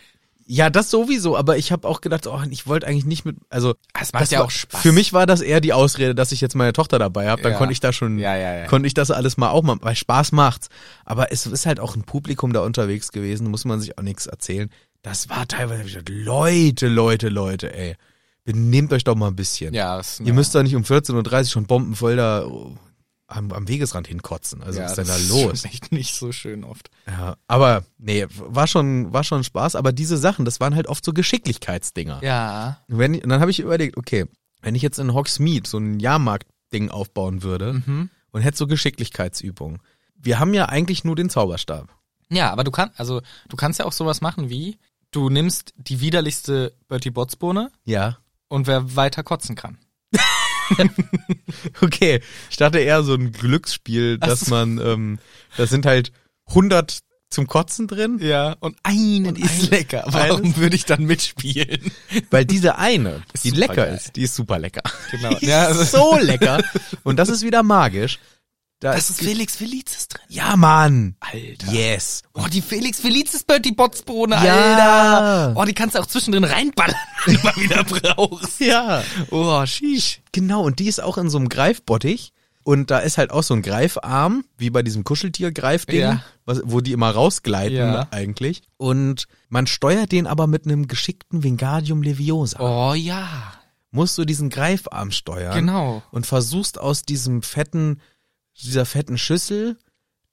Speaker 1: Ja, das sowieso, aber ich habe auch gedacht, oh, ich wollte eigentlich nicht mit, also
Speaker 2: Es macht
Speaker 1: das
Speaker 2: ja
Speaker 1: war,
Speaker 2: auch Spaß.
Speaker 1: Für mich war das eher die Ausrede, dass ich jetzt meine Tochter dabei habe, dann
Speaker 2: Ja.
Speaker 1: konnte ich da schon
Speaker 2: Ja, ja, ja.
Speaker 1: konnte ich das alles mal auch mal, weil Spaß macht's, aber es ist halt auch ein Publikum da unterwegs gewesen, muss man sich auch nichts erzählen. Das war teilweise hab ich gedacht, Leute, Leute, Leute, ey. Benehmt euch doch mal ein bisschen.
Speaker 2: Ja, das,
Speaker 1: Ihr müsst da nicht um 14:30 Uhr schon bombenvoll da oh, am, am Wegesrand hinkotzen. Also was ist denn da
Speaker 2: das
Speaker 1: los?
Speaker 2: schon Echt nicht so schön oft.
Speaker 1: Ja, aber nee, war schon war schon Spaß, aber diese Sachen, das waren halt oft so Geschicklichkeitsdinger.
Speaker 2: Ja.
Speaker 1: Und Wenn, und dann habe ich überlegt, okay, wenn ich jetzt in Hogsmeade so ein Jahrmarkt-Ding aufbauen würde
Speaker 2: Mhm.
Speaker 1: und hätte so Geschicklichkeitsübungen. Wir haben ja eigentlich nur den Zauberstab.
Speaker 2: Ja, aber du kannst, also du kannst ja auch sowas machen wie, du nimmst die widerlichste Bertie Botts Bohne
Speaker 1: Ja.
Speaker 2: und wer weiter kotzen kann.
Speaker 1: Okay, ich dachte eher so ein Glücksspiel,
Speaker 2: Ach
Speaker 1: dass
Speaker 2: so.
Speaker 1: man, ähm, das sind halt 100 zum Kotzen drin,
Speaker 2: Ja, und einen
Speaker 1: Und
Speaker 2: ist
Speaker 1: eines-
Speaker 2: lecker. Warum würde ich dann mitspielen?
Speaker 1: weil diese eine, die
Speaker 2: super
Speaker 1: lecker
Speaker 2: geil.
Speaker 1: ist, die ist super lecker.
Speaker 2: Genau.
Speaker 1: Die ist so lecker und das ist wieder magisch. Da
Speaker 2: Felix Felices drin.
Speaker 1: ja, Mann.
Speaker 2: Alter.
Speaker 1: Yes.
Speaker 2: Oh, die Felix Felices Bertie Botts Bohne,
Speaker 1: Ja.
Speaker 2: Alter. Oh, die kannst du auch zwischendrin reinballern, wenn du mal wieder brauchst.
Speaker 1: Ja.
Speaker 2: Oh, sheesh.
Speaker 1: Genau, und die ist auch in so einem Greifbottich. Und da ist halt auch so ein Greifarm, wie bei diesem Kuscheltier-Greifding,
Speaker 2: Ja.
Speaker 1: was- wo die immer rausgleiten
Speaker 2: Ja.
Speaker 1: eigentlich. Und man steuert den aber mit einem geschickten Vingadium Leviosa.
Speaker 2: Oh ja.
Speaker 1: Musst du diesen Greifarm steuern
Speaker 2: Genau.
Speaker 1: und versuchst aus diesem fetten, dieser fetten Schüssel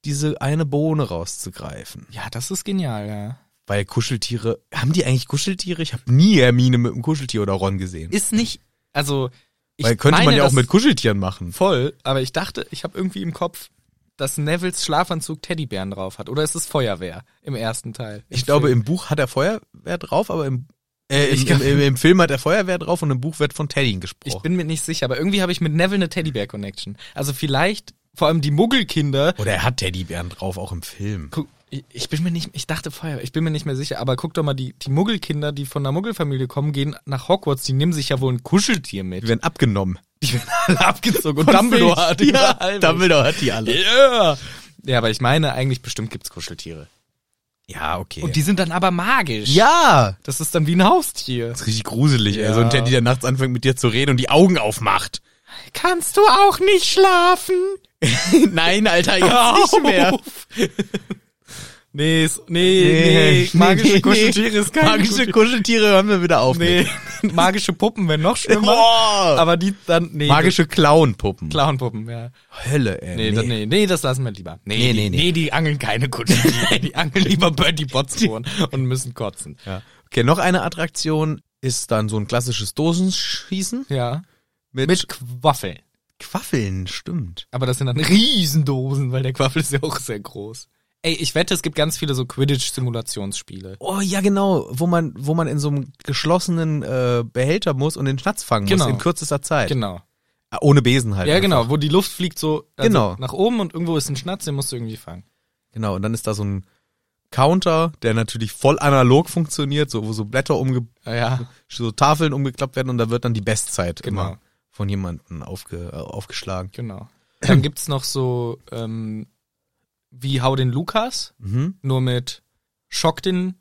Speaker 1: diese eine Bohne rauszugreifen.
Speaker 2: Ja, das ist genial, ja.
Speaker 1: Weil Kuscheltiere, haben die eigentlich Kuscheltiere? Ich habe nie Hermine mit einem Kuscheltier oder Ron gesehen.
Speaker 2: Ist nicht, also ich
Speaker 1: Weil könnte
Speaker 2: meine,
Speaker 1: man ja auch
Speaker 2: das
Speaker 1: mit Kuscheltieren machen.
Speaker 2: voll, aber ich dachte, ich habe irgendwie im Kopf, dass Nevils Schlafanzug Teddybären drauf hat. Oder ist es Feuerwehr im ersten Teil?
Speaker 1: Ich glaube, im Buch hat er Feuerwehr drauf, aber im, äh,
Speaker 2: Ich
Speaker 1: im,
Speaker 2: glaub-
Speaker 1: im, im, im Film hat er Feuerwehr drauf und im Buch wird von Tedding
Speaker 2: Ich
Speaker 1: gesprochen.
Speaker 2: bin mir nicht sicher, aber irgendwie habe ich mit Neville eine Teddybär-Connection. Also vielleicht, vor allem die Muggelkinder.
Speaker 1: Oder er hat Teddybären drauf, auch im Film.
Speaker 2: Guck, ich- ich bin mir nicht, ich dachte Feuerwehr, ich bin mir nicht mehr sicher, aber guck doch mal, die, die Muggelkinder, die von der Muggelfamilie kommen, gehen nach Hogwarts, die nehmen sich ja wohl ein Kuscheltier
Speaker 1: Die
Speaker 2: mit.
Speaker 1: werden abgenommen.
Speaker 2: Die werden alle abgezogen und
Speaker 1: Von
Speaker 2: Dumbledore
Speaker 1: Filch.
Speaker 2: hat
Speaker 1: ja,
Speaker 2: überall mit.
Speaker 1: Dumbledore hat die alle.
Speaker 2: Yeah. Ja, aber ich meine, eigentlich bestimmt gibt's Kuscheltiere.
Speaker 1: Ja, okay.
Speaker 2: Und die sind dann aber magisch.
Speaker 1: ja!
Speaker 2: Das ist dann wie ein Haustier.
Speaker 1: Das ist richtig gruselig, ey. So ein
Speaker 2: Ja.
Speaker 1: Teddy, der nachts anfängt mit dir zu reden und die Augen aufmacht.
Speaker 2: Kannst du auch nicht schlafen?
Speaker 1: Nein, Alter, jetzt nicht mehr.
Speaker 2: Nee, ist- nee, nee, magische Kuscheltiere ist kein
Speaker 1: Magische Kuscheltiere hören wir wieder auf.
Speaker 2: Nee, magische Puppen wären noch schlimmer.
Speaker 1: Boah.
Speaker 2: aber die dann, nee.
Speaker 1: Magische Clownpuppen.
Speaker 2: Clownpuppen, ja.
Speaker 1: Hölle, ey.
Speaker 2: Nee, nee. nee, nee, das lassen wir lieber.
Speaker 1: Nee,
Speaker 2: die,
Speaker 1: nee, nee.
Speaker 2: nee, die angeln keine Kuscheltiere. die angeln lieber Birdie Botsforen und müssen kotzen.
Speaker 1: Ja. Okay, noch eine Attraktion ist dann so ein klassisches Dosenschießen
Speaker 2: Ja.
Speaker 1: mit,
Speaker 2: Mit Quaffeln.
Speaker 1: Quaffeln, stimmt.
Speaker 2: Aber das sind dann Riesendosen, weil der Quaffel ist ja auch sehr groß. Ey, ich wette, es gibt ganz viele so Quidditch-Simulationsspiele.
Speaker 1: Oh ja, genau, wo man wo man in so einem geschlossenen äh, Behälter muss und den Schnatz fangen
Speaker 2: Genau.
Speaker 1: muss in kürzester Zeit.
Speaker 2: Genau.
Speaker 1: Ah, Ohne Besen halt.
Speaker 2: Ja,
Speaker 1: einfach.
Speaker 2: genau, wo die Luft fliegt so also
Speaker 1: Genau.
Speaker 2: nach oben und irgendwo ist ein Schnatz, den musst du irgendwie fangen.
Speaker 1: Genau, und dann ist da so ein Counter, der natürlich voll analog funktioniert, so wo so Blätter umge
Speaker 2: Ja, Ah, Ja,
Speaker 1: so Tafeln umgeklappt werden und da wird dann die Bestzeit
Speaker 2: Genau.
Speaker 1: immer von jemandem aufge äh, aufgeschlagen.
Speaker 2: genau. Dann gibt's noch so ähm, wie Hau den Lukas,
Speaker 1: Mhm.
Speaker 2: nur mit Schock den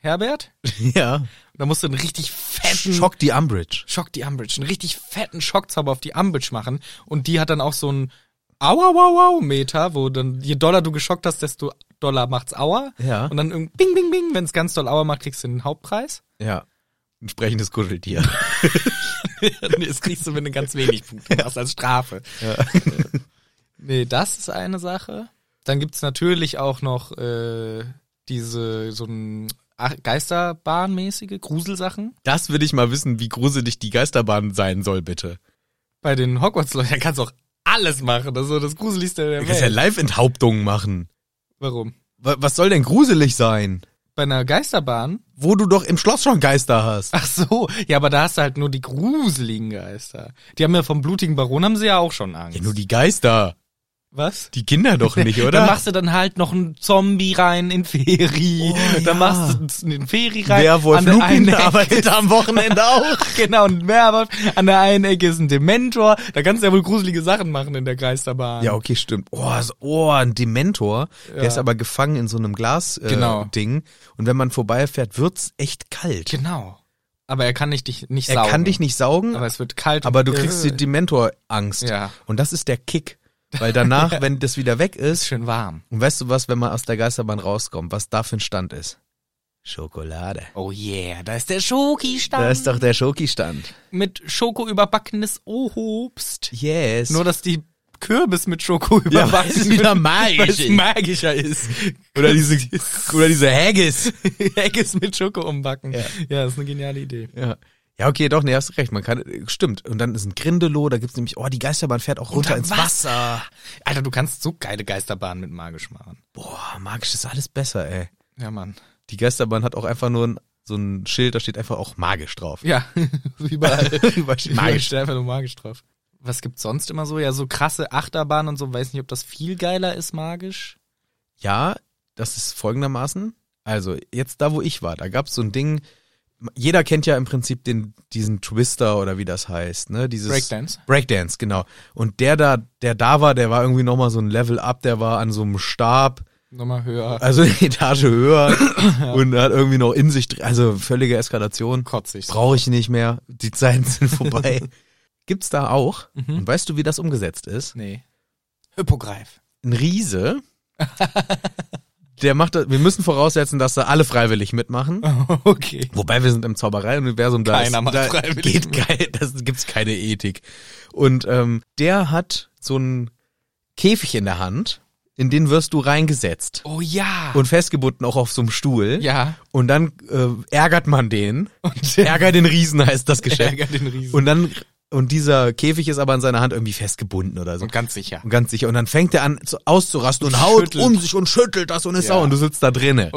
Speaker 2: Herbert.
Speaker 1: Ja.
Speaker 2: Da musst du einen richtig fetten
Speaker 1: Schock die Umbridge.
Speaker 2: Schock die Umbridge, einen richtig fetten Schockzauber auf die Umbridge machen und die hat dann auch so einen Aua, wow, wow Meter, wo dann je doller du geschockt hast, desto doller macht's Aua.
Speaker 1: Ja.
Speaker 2: Und dann irgendwie Bing, Bing, Bing, wenn's ganz doll Aua macht, kriegst du den Hauptpreis.
Speaker 1: Ja. Entsprechendes Kuscheltier.
Speaker 2: nee, das kriegst du, wenn du ganz wenig Punkte machst, als Strafe. nee, das ist eine Sache. Dann gibt's natürlich auch noch äh, diese, so ein Ach- Geisterbahnmäßige Gruselsachen.
Speaker 1: Das will ich mal wissen, wie gruselig die Geisterbahn sein soll, bitte.
Speaker 2: Bei den Hogwarts-Leuten, da kannst du auch alles machen. Das ist so das Gruseligste
Speaker 1: Du
Speaker 2: der
Speaker 1: kannst ja
Speaker 2: Welt.
Speaker 1: Live-Enthauptungen machen.
Speaker 2: Warum?
Speaker 1: Wa- Was soll denn gruselig sein?
Speaker 2: Bei einer Geisterbahn?
Speaker 1: Wo du doch im Schloss schon Geister hast.
Speaker 2: Ach so, ja, aber da hast du halt nur die gruseligen Geister. Die haben ja vom blutigen Baron haben sie ja auch schon Angst.
Speaker 1: Ja, nur die Geister.
Speaker 2: Was?
Speaker 1: Die Kinder doch nicht, oder?
Speaker 2: Dann machst du dann halt noch einen Zombie rein in Feri.
Speaker 1: Oh, ja.
Speaker 2: Dann machst du einen Feri rein.
Speaker 1: Werwolf
Speaker 2: an der einen
Speaker 1: Lupin
Speaker 2: Ecke-
Speaker 1: arbeitet am Wochenende auch.
Speaker 2: Genau, ein Werwolf. An der einen Ecke ist ein Dementor. Da kannst du ja wohl gruselige Sachen machen in der Geisterbahn.
Speaker 1: Ja, okay, stimmt. Oh, so, oh ein Dementor. Der
Speaker 2: Ja.
Speaker 1: ist aber gefangen in so einem Glas-Ding. Äh,
Speaker 2: Genau.
Speaker 1: Ding. Und wenn man vorbeifährt, wird's echt kalt.
Speaker 2: Genau. Aber er kann dich, dich nicht
Speaker 1: Er
Speaker 2: saugen.
Speaker 1: kann dich nicht saugen,
Speaker 2: Aber
Speaker 1: aber,
Speaker 2: es wird kalt. äh,
Speaker 1: du kriegst die
Speaker 2: die
Speaker 1: Dementor-Angst.
Speaker 2: Ja.
Speaker 1: Und das ist der Kick. Weil danach, wenn das wieder weg ist,
Speaker 2: schön warm.
Speaker 1: Und weißt du was, wenn man aus der Geisterbahn rauskommt, was da für ein Stand ist? Schokolade.
Speaker 2: Oh yeah, da ist der Schoki-Stand.
Speaker 1: Da ist doch der Schoki-Stand.
Speaker 2: mit Schoko überbackenes Obst.
Speaker 1: Yes.
Speaker 2: Nur, dass die Kürbis mit Schoko
Speaker 1: ja,
Speaker 2: überbacken
Speaker 1: weil es
Speaker 2: wird,
Speaker 1: wieder
Speaker 2: weil
Speaker 1: magisch
Speaker 2: es
Speaker 1: ist.
Speaker 2: magischer ist.
Speaker 1: Oder diese, oder diese Haggis.
Speaker 2: Haggis mit Schoko umbacken.
Speaker 1: Ja.
Speaker 2: Ja. ja, ist eine geniale Idee.
Speaker 1: Ja. Ja, okay, doch, nee, hast recht. Man kann, stimmt. Und dann ist ein Grindelow, da gibt's nämlich, oh, die Geisterbahn fährt auch runter
Speaker 2: Unter
Speaker 1: ins Wasser.
Speaker 2: Wasser. Alter, du kannst so geile Geisterbahnen mit magisch machen.
Speaker 1: Boah, magisch ist alles besser, ey.
Speaker 2: Ja, Mann.
Speaker 1: Die Geisterbahn hat auch einfach nur ein, so ein Schild, da steht einfach auch magisch drauf.
Speaker 2: Ja, überall.
Speaker 1: Überall steht
Speaker 2: magisch, steht einfach nur magisch drauf. Was gibt's sonst immer so? Ja, so krasse Achterbahnen und so. Weiß nicht, ob das viel geiler ist magisch.
Speaker 1: Ja, das ist folgendermaßen. Also, jetzt da, wo ich war, da gab's so ein Ding. Jeder kennt ja im Prinzip den, diesen Twister oder wie das heißt, ne? Dieses
Speaker 2: Breakdance?
Speaker 1: Breakdance, genau. Und der da, der da war, der war irgendwie nochmal so ein Level up, der war an so einem Stab,
Speaker 2: Nochmal höher.
Speaker 1: also eine Etage höher und hat irgendwie noch in sich, dr- also völlige Eskalation.
Speaker 2: Kotzig.
Speaker 1: Brauche ich nicht mehr, die Zeiten sind vorbei. Gibt's da auch. Und weißt du, wie das umgesetzt ist?
Speaker 2: Nee. Hypogreif.
Speaker 1: ein Riese. Der macht das, wir müssen voraussetzen, dass da alle freiwillig mitmachen.
Speaker 2: Okay.
Speaker 1: Wobei wir sind im Zauberei-Universum, da,
Speaker 2: Keiner
Speaker 1: ist,
Speaker 2: macht
Speaker 1: da
Speaker 2: freiwillig
Speaker 1: geht kein, das gibt's keine Ethik. Und ähm, der hat so einen Käfig in der Hand, in den wirst du reingesetzt
Speaker 2: Oh ja.
Speaker 1: und festgebunden auch auf so einem Stuhl.
Speaker 2: ja.
Speaker 1: Und dann äh, ärgert man den.
Speaker 2: Und
Speaker 1: Ärger den Riesen heißt das Geschäft.
Speaker 2: den Riesen.
Speaker 1: Und dann und dieser Käfig ist aber in seiner Hand irgendwie festgebunden oder so.
Speaker 2: ganz sicher.
Speaker 1: Und ganz sicher. Und dann fängt er an zu, auszurasten und haut
Speaker 2: Schüttelt.
Speaker 1: um sich und schüttelt das und ist
Speaker 2: Ja.
Speaker 1: sauer. Und du sitzt da drinne.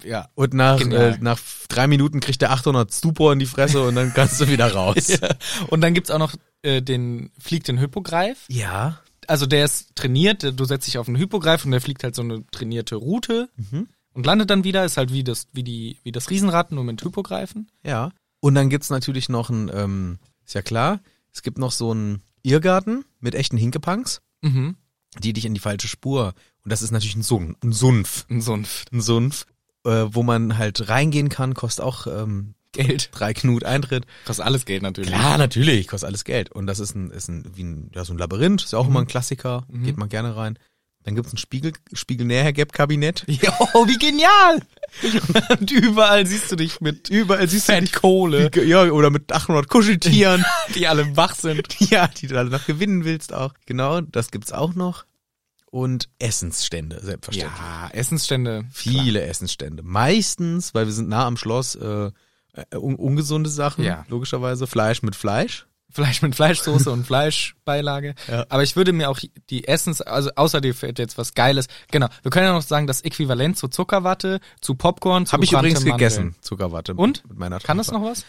Speaker 2: Ja.
Speaker 1: Und nach,
Speaker 2: Genial.
Speaker 1: äh, nach drei Minuten kriegt der 800 Stupor in die Fresse und dann kannst du wieder raus.
Speaker 2: Und dann gibt's auch noch äh, den fliegt den Hypogreif.
Speaker 1: ja.
Speaker 2: Also der ist trainiert, du setzt dich auf einen Hypogreif und der fliegt halt so eine trainierte Route und landet dann wieder, ist halt wie das wie die wie das Riesenrad nur mit Hypogreifen.
Speaker 1: Ja. Und dann gibt's natürlich noch ein, ähm, ist ja klar, es gibt noch so einen Irrgarten mit echten Hinkepunks,
Speaker 2: Mhm.
Speaker 1: die dich in die falsche Spur. Und das ist natürlich ein, Sun, ein Sumpf.
Speaker 2: Ein Sumpf.
Speaker 1: Ein Sumpf, äh, wo man halt reingehen kann, kostet auch ähm,
Speaker 2: Geld.
Speaker 1: drei Knut Eintritt.
Speaker 2: Kostet alles Geld natürlich.
Speaker 1: Klar, natürlich,
Speaker 2: Mhm.
Speaker 1: kostet alles Geld. Und das ist ein, ist ein, wie ein, ja, so ein Labyrinth, ist ja auch immer ein Klassiker, geht man gerne rein. Dann gibt's ein Spiegel, Spiegel-Näher-Gap-Kabinett.
Speaker 2: Oh, wie genial! Und überall siehst du dich mit
Speaker 1: Überall siehst du
Speaker 2: Fett Kohle,
Speaker 1: die, ja, oder mit 800 Kuscheltieren.
Speaker 2: die alle wach sind.
Speaker 1: ja, die du alle noch gewinnen willst auch. Genau, das gibt's auch noch. Und Essensstände, selbstverständlich.
Speaker 2: Ja, Essensstände.
Speaker 1: Viele Essensstände. Meistens, weil wir sind nah am Schloss, äh, äh, un ungesunde Sachen,
Speaker 2: Ja.
Speaker 1: logischerweise. Fleisch mit Fleisch.
Speaker 2: Fleisch mit Fleischsoße und Fleischbeilage.
Speaker 1: Ja.
Speaker 2: Aber ich würde mir auch die Essens, also außer dir fällt jetzt was Geiles. Genau, wir können ja noch sagen, das Äquivalent zu Zuckerwatte, zu Popcorn, zu
Speaker 1: Habe ich
Speaker 2: gebrannten
Speaker 1: übrigens
Speaker 2: Mandeln.
Speaker 1: gegessen, Zuckerwatte.
Speaker 2: Und?
Speaker 1: Mit meiner
Speaker 2: Kann das
Speaker 1: Tochter.
Speaker 2: noch was?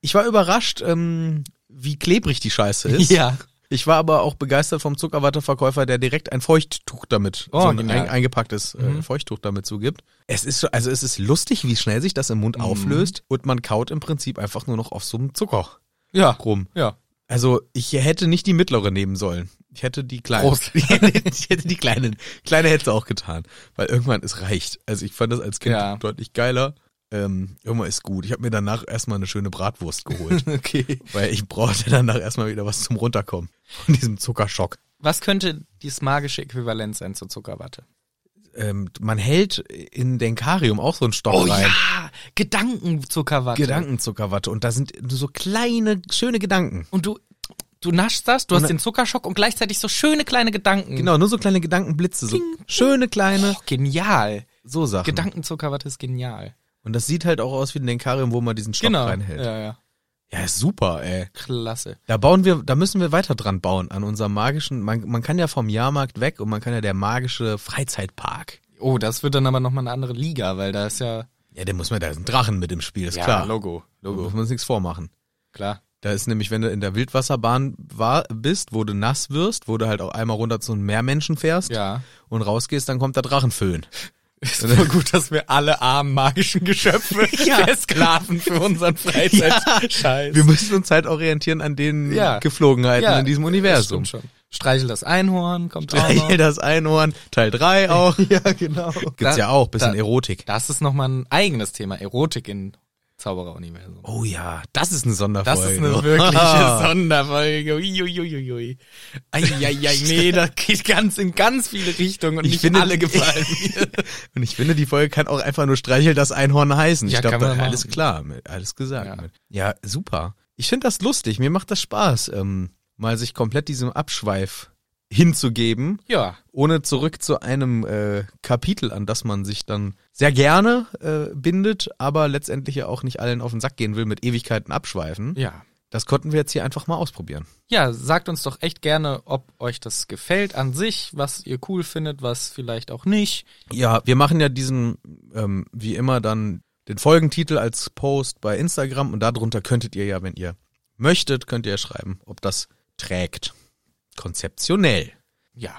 Speaker 1: Ich war überrascht, ähm, wie klebrig die Scheiße ist.
Speaker 2: Ja.
Speaker 1: Ich war aber auch begeistert vom Zuckerwatteverkäufer, der direkt ein Feuchttuch damit,
Speaker 2: Oh, Mhm.
Speaker 1: so ein
Speaker 2: genial.
Speaker 1: ein, eingepacktes äh, Feuchttuch damit zugibt. Es ist so- also es ist lustig, wie schnell sich das im
Speaker 2: Mhm.
Speaker 1: Mund auflöst und man kaut im Prinzip einfach nur noch auf so einem Zucker
Speaker 2: Ja.
Speaker 1: rum.
Speaker 2: Ja.
Speaker 1: Also ich hätte nicht die mittlere nehmen sollen. Ich hätte die kleine.
Speaker 2: Prost.
Speaker 1: Ich hätte, ich hätte die kleine. Kleine hätte es auch getan, weil irgendwann es reicht. Also ich fand das als Kind
Speaker 2: Ja.
Speaker 1: deutlich geiler. Ähm, irgendwann ist gut. Ich habe mir danach erstmal eine schöne Bratwurst geholt,
Speaker 2: Okay.
Speaker 1: weil ich brauchte danach erstmal wieder was zum Runterkommen von diesem Zuckerschock.
Speaker 2: Was könnte dieses magische Äquivalent sein zur Zuckerwatte?
Speaker 1: ähm, man hält in Denkarium auch so einen Stock rein.
Speaker 2: Oh ja, Gedankenzuckerwatte.
Speaker 1: Gedankenzuckerwatte. Und da sind so kleine, schöne Gedanken.
Speaker 2: Und du, du naschst das, du hast
Speaker 1: ne-
Speaker 2: den Zuckerschock und gleichzeitig so schöne kleine Gedanken.
Speaker 1: Genau, nur so kleine Gedankenblitze. So schöne kleine,
Speaker 2: Oh, genial.
Speaker 1: so Sachen.
Speaker 2: Gedankenzuckerwatte ist genial.
Speaker 1: Und das sieht halt auch aus wie ein Denkarium, wo man diesen Stock reinhält. Ja.
Speaker 2: Genau. Ja, ja.
Speaker 1: ist super, ey.
Speaker 2: Klasse.
Speaker 1: Da bauen wir, da müssen wir weiter dran bauen an unserem magischen, man, man kann ja vom Jahrmarkt weg und man kann ja der magische Freizeitpark.
Speaker 2: Oh, das wird dann aber nochmal eine andere Liga, weil da ist ja,
Speaker 1: Ja, der muss man, da ist ein Drachen mit im Spiel, ist
Speaker 2: Ja,
Speaker 1: klar.
Speaker 2: Logo,
Speaker 1: Logo. Da muss man uns nichts vormachen.
Speaker 2: klar.
Speaker 1: Da ist nämlich, wenn du in der Wildwasserbahn war, bist, wo du nass wirst, wo du halt auch einmal runter zu einem Meermenschen fährst
Speaker 2: Ja.
Speaker 1: und rausgehst, dann kommt der Drachenföhn.
Speaker 2: Ist voll gut, dass wir alle armen magischen Geschöpfe ja. der Sklaven für unseren Freizeitscheiß.
Speaker 1: Wir müssen uns halt orientieren an den
Speaker 2: Ja.
Speaker 1: Geflogenheiten in diesem Universum.
Speaker 2: Das stimmt schon. Streichel das Einhorn, kommt auch noch.
Speaker 1: Teil das Einhorn, Teil 3 auch. ja, genau. Gibt's
Speaker 2: Da-
Speaker 1: ja auch, bisschen
Speaker 2: da-
Speaker 1: Erotik.
Speaker 2: Das ist nochmal ein eigenes Thema, Erotik im Zaubereruniversum.
Speaker 1: Oh ja, das ist eine Sonderfolge.
Speaker 2: Das ist eine wirkliche Sonderfolge. Uiuiuiui. Eieiei, nee, das geht ganz in ganz viele Richtungen und
Speaker 1: Ich
Speaker 2: nicht
Speaker 1: finde-
Speaker 2: alle gefallen mir.
Speaker 1: Und ich finde, die Folge kann auch einfach nur Streichel das Einhorn heißen.
Speaker 2: Ja,
Speaker 1: ich glaube,
Speaker 2: kann man
Speaker 1: da-
Speaker 2: machen.
Speaker 1: alles klar, mit- alles gesagt.
Speaker 2: Ja.
Speaker 1: mit. Ja, ja super. Ich finde das lustig, mir macht das Spaß, ähm, mal sich komplett diesem Abschweif hinzugeben,
Speaker 2: Ja,
Speaker 1: ohne zurück zu einem äh, Kapitel, an das man sich dann sehr gerne äh, bindet, aber letztendlich ja auch nicht allen auf den Sack gehen will mit Ewigkeiten abschweifen.
Speaker 2: ja.
Speaker 1: Das konnten wir jetzt hier einfach mal ausprobieren.
Speaker 2: Ja, sagt uns doch echt gerne, ob euch das gefällt an sich, was ihr cool findet, was vielleicht auch nicht.
Speaker 1: Ja, wir machen ja diesen, ähm, wie immer, dann den Folgentitel als Post bei Instagram und darunter könntet ihr ja, wenn ihr möchtet, könnt ihr ja schreiben, ob das trägt. Konzeptionell.
Speaker 2: Ja,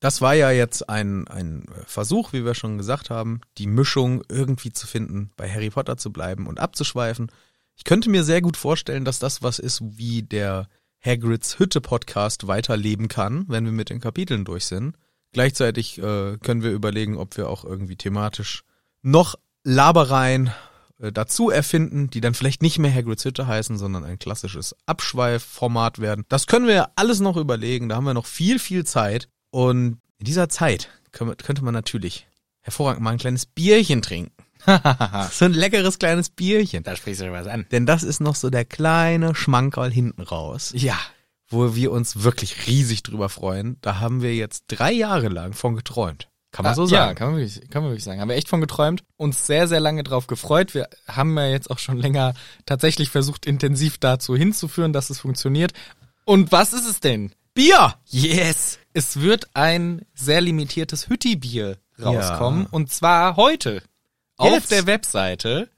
Speaker 1: Das war ja jetzt ein, ein Versuch, wie wir schon gesagt haben, die Mischung irgendwie zu finden, bei Harry Potter zu bleiben und abzuschweifen. Ich könnte mir sehr gut vorstellen, dass das was ist, wie der Hagrids Hütte Podcast weiterleben kann, wenn wir mit den Kapiteln durch sind. Gleichzeitig äh, können wir überlegen, ob wir auch irgendwie thematisch noch Labereien äh, dazu erfinden, die dann vielleicht nicht mehr Hagrids Hütte heißen, sondern ein klassisches Abschweifformat werden. Das können wir ja alles noch überlegen, da haben wir noch viel, viel Zeit. Und in dieser Zeit können wir- könnte man natürlich hervorragend mal ein kleines Bierchen trinken. so ein leckeres kleines Bierchen.
Speaker 2: da sprichst du was an.
Speaker 1: Denn das ist noch so der kleine Schmankerl hinten raus
Speaker 2: Ja,
Speaker 1: wo wir uns wirklich riesig drüber freuen. Da haben wir jetzt drei Jahre lang von geträumt. Kann man so
Speaker 2: Ah, Ja,
Speaker 1: sagen.
Speaker 2: kann man, wirklich, kann man wirklich sagen. Haben wir echt von geträumt, uns sehr, sehr lange drauf gefreut. Wir haben ja jetzt auch schon länger tatsächlich versucht, intensiv dazu hinzuführen, dass es funktioniert. Und was ist es denn?
Speaker 1: Bier!
Speaker 2: Yes! Es wird ein sehr limitiertes Hütti-Bier rauskommen.
Speaker 1: Ja.
Speaker 2: Und zwar heute. Auf
Speaker 1: Jetzt.
Speaker 2: der Webseite.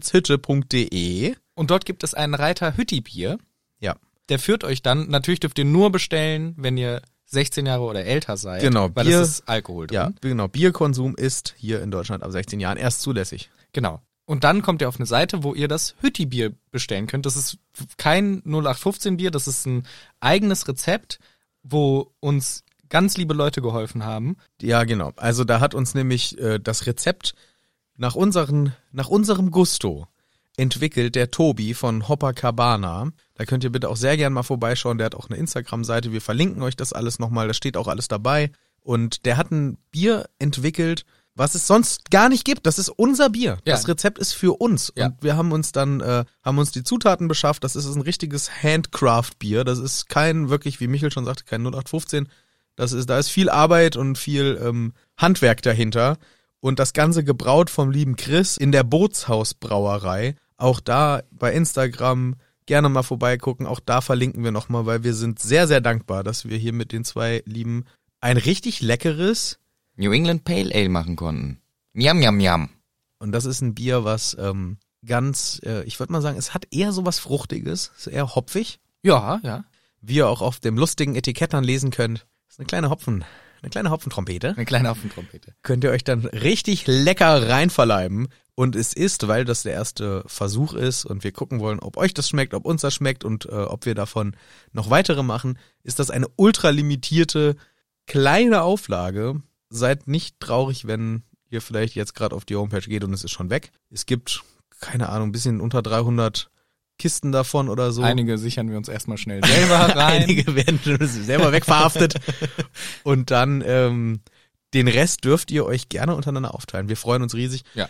Speaker 1: www.hagridshütte.de
Speaker 2: Und dort gibt es einen Reiter Hütti-Bier.
Speaker 1: E. Ja,
Speaker 2: Der führt euch dann. Natürlich dürft ihr nur bestellen, wenn ihr 16 Jahre oder älter seid.
Speaker 1: Genau,
Speaker 2: Weil
Speaker 1: Bier-
Speaker 2: es ist Alkohol drin.
Speaker 1: ja, genau. Bierkonsum ist hier in Deutschland ab 16 Jahren erst zulässig.
Speaker 2: Genau. Und dann kommt ihr auf eine Seite, wo ihr das Hütti-Bier bestellen könnt. Das ist kein 0815-Bier, das ist ein eigenes Rezept, wo uns ganz liebe Leute geholfen haben.
Speaker 1: Ja, genau. Also da hat uns nämlich äh, das Rezept nach, unseren, nach unserem Gusto entwickelt der Tobi von Hopper Cabana. Da könnt ihr bitte auch sehr gern mal vorbeischauen. Der hat auch eine Instagram-Seite. Wir verlinken euch das alles nochmal. Da steht auch alles dabei. Und der hat ein Bier entwickelt, was es sonst gar nicht gibt. Das ist unser Bier.
Speaker 2: Ja.
Speaker 1: Das Rezept ist für uns.
Speaker 2: Ja.
Speaker 1: Und wir haben uns dann, äh, haben uns die Zutaten beschafft. Das ist ein richtiges Handcraft-Bier. Das ist kein, wirklich, wie Michel schon sagte, kein 0815. Das ist, da ist viel Arbeit und viel ähm, Handwerk dahinter. Und das Ganze gebraut vom lieben Chris in der Bootshausbrauerei. Auch da bei Instagram gerne mal vorbeigucken. Auch da verlinken wir nochmal, weil wir sind sehr, sehr dankbar, dass wir hier mit den zwei lieben ein richtig leckeres
Speaker 2: New England Pale Ale machen konnten. Miam, miam, miam.
Speaker 1: und das ist ein Bier, was ähm, ganz, äh, ich würde mal sagen, es hat eher sowas Fruchtiges, ist eher hopfig,
Speaker 2: Ja, ja.
Speaker 1: wie ihr auch auf dem lustigen Etikett dann lesen könnt. Ist eine kleine Hopfen, eine kleine Hopfentrompete.
Speaker 2: Eine kleine Affentrompete.
Speaker 1: könnt ihr euch dann richtig lecker reinverleiben. Und es ist, weil das der erste Versuch ist und wir gucken wollen, ob euch das schmeckt, ob uns das schmeckt und äh, ob wir davon noch weitere machen, ist das eine ultra limitierte kleine Auflage. Seid nicht traurig, wenn ihr vielleicht jetzt gerade auf die Homepage geht und es ist schon weg. Es gibt, keine Ahnung, ein bisschen unter 300 Kisten davon oder so.
Speaker 2: Einige sichern wir uns erstmal schnell selber rein.
Speaker 1: Einige werden selber wegverhaftet. Und dann ähm, den Rest dürft ihr euch gerne untereinander aufteilen. Wir freuen uns riesig.
Speaker 2: Ja.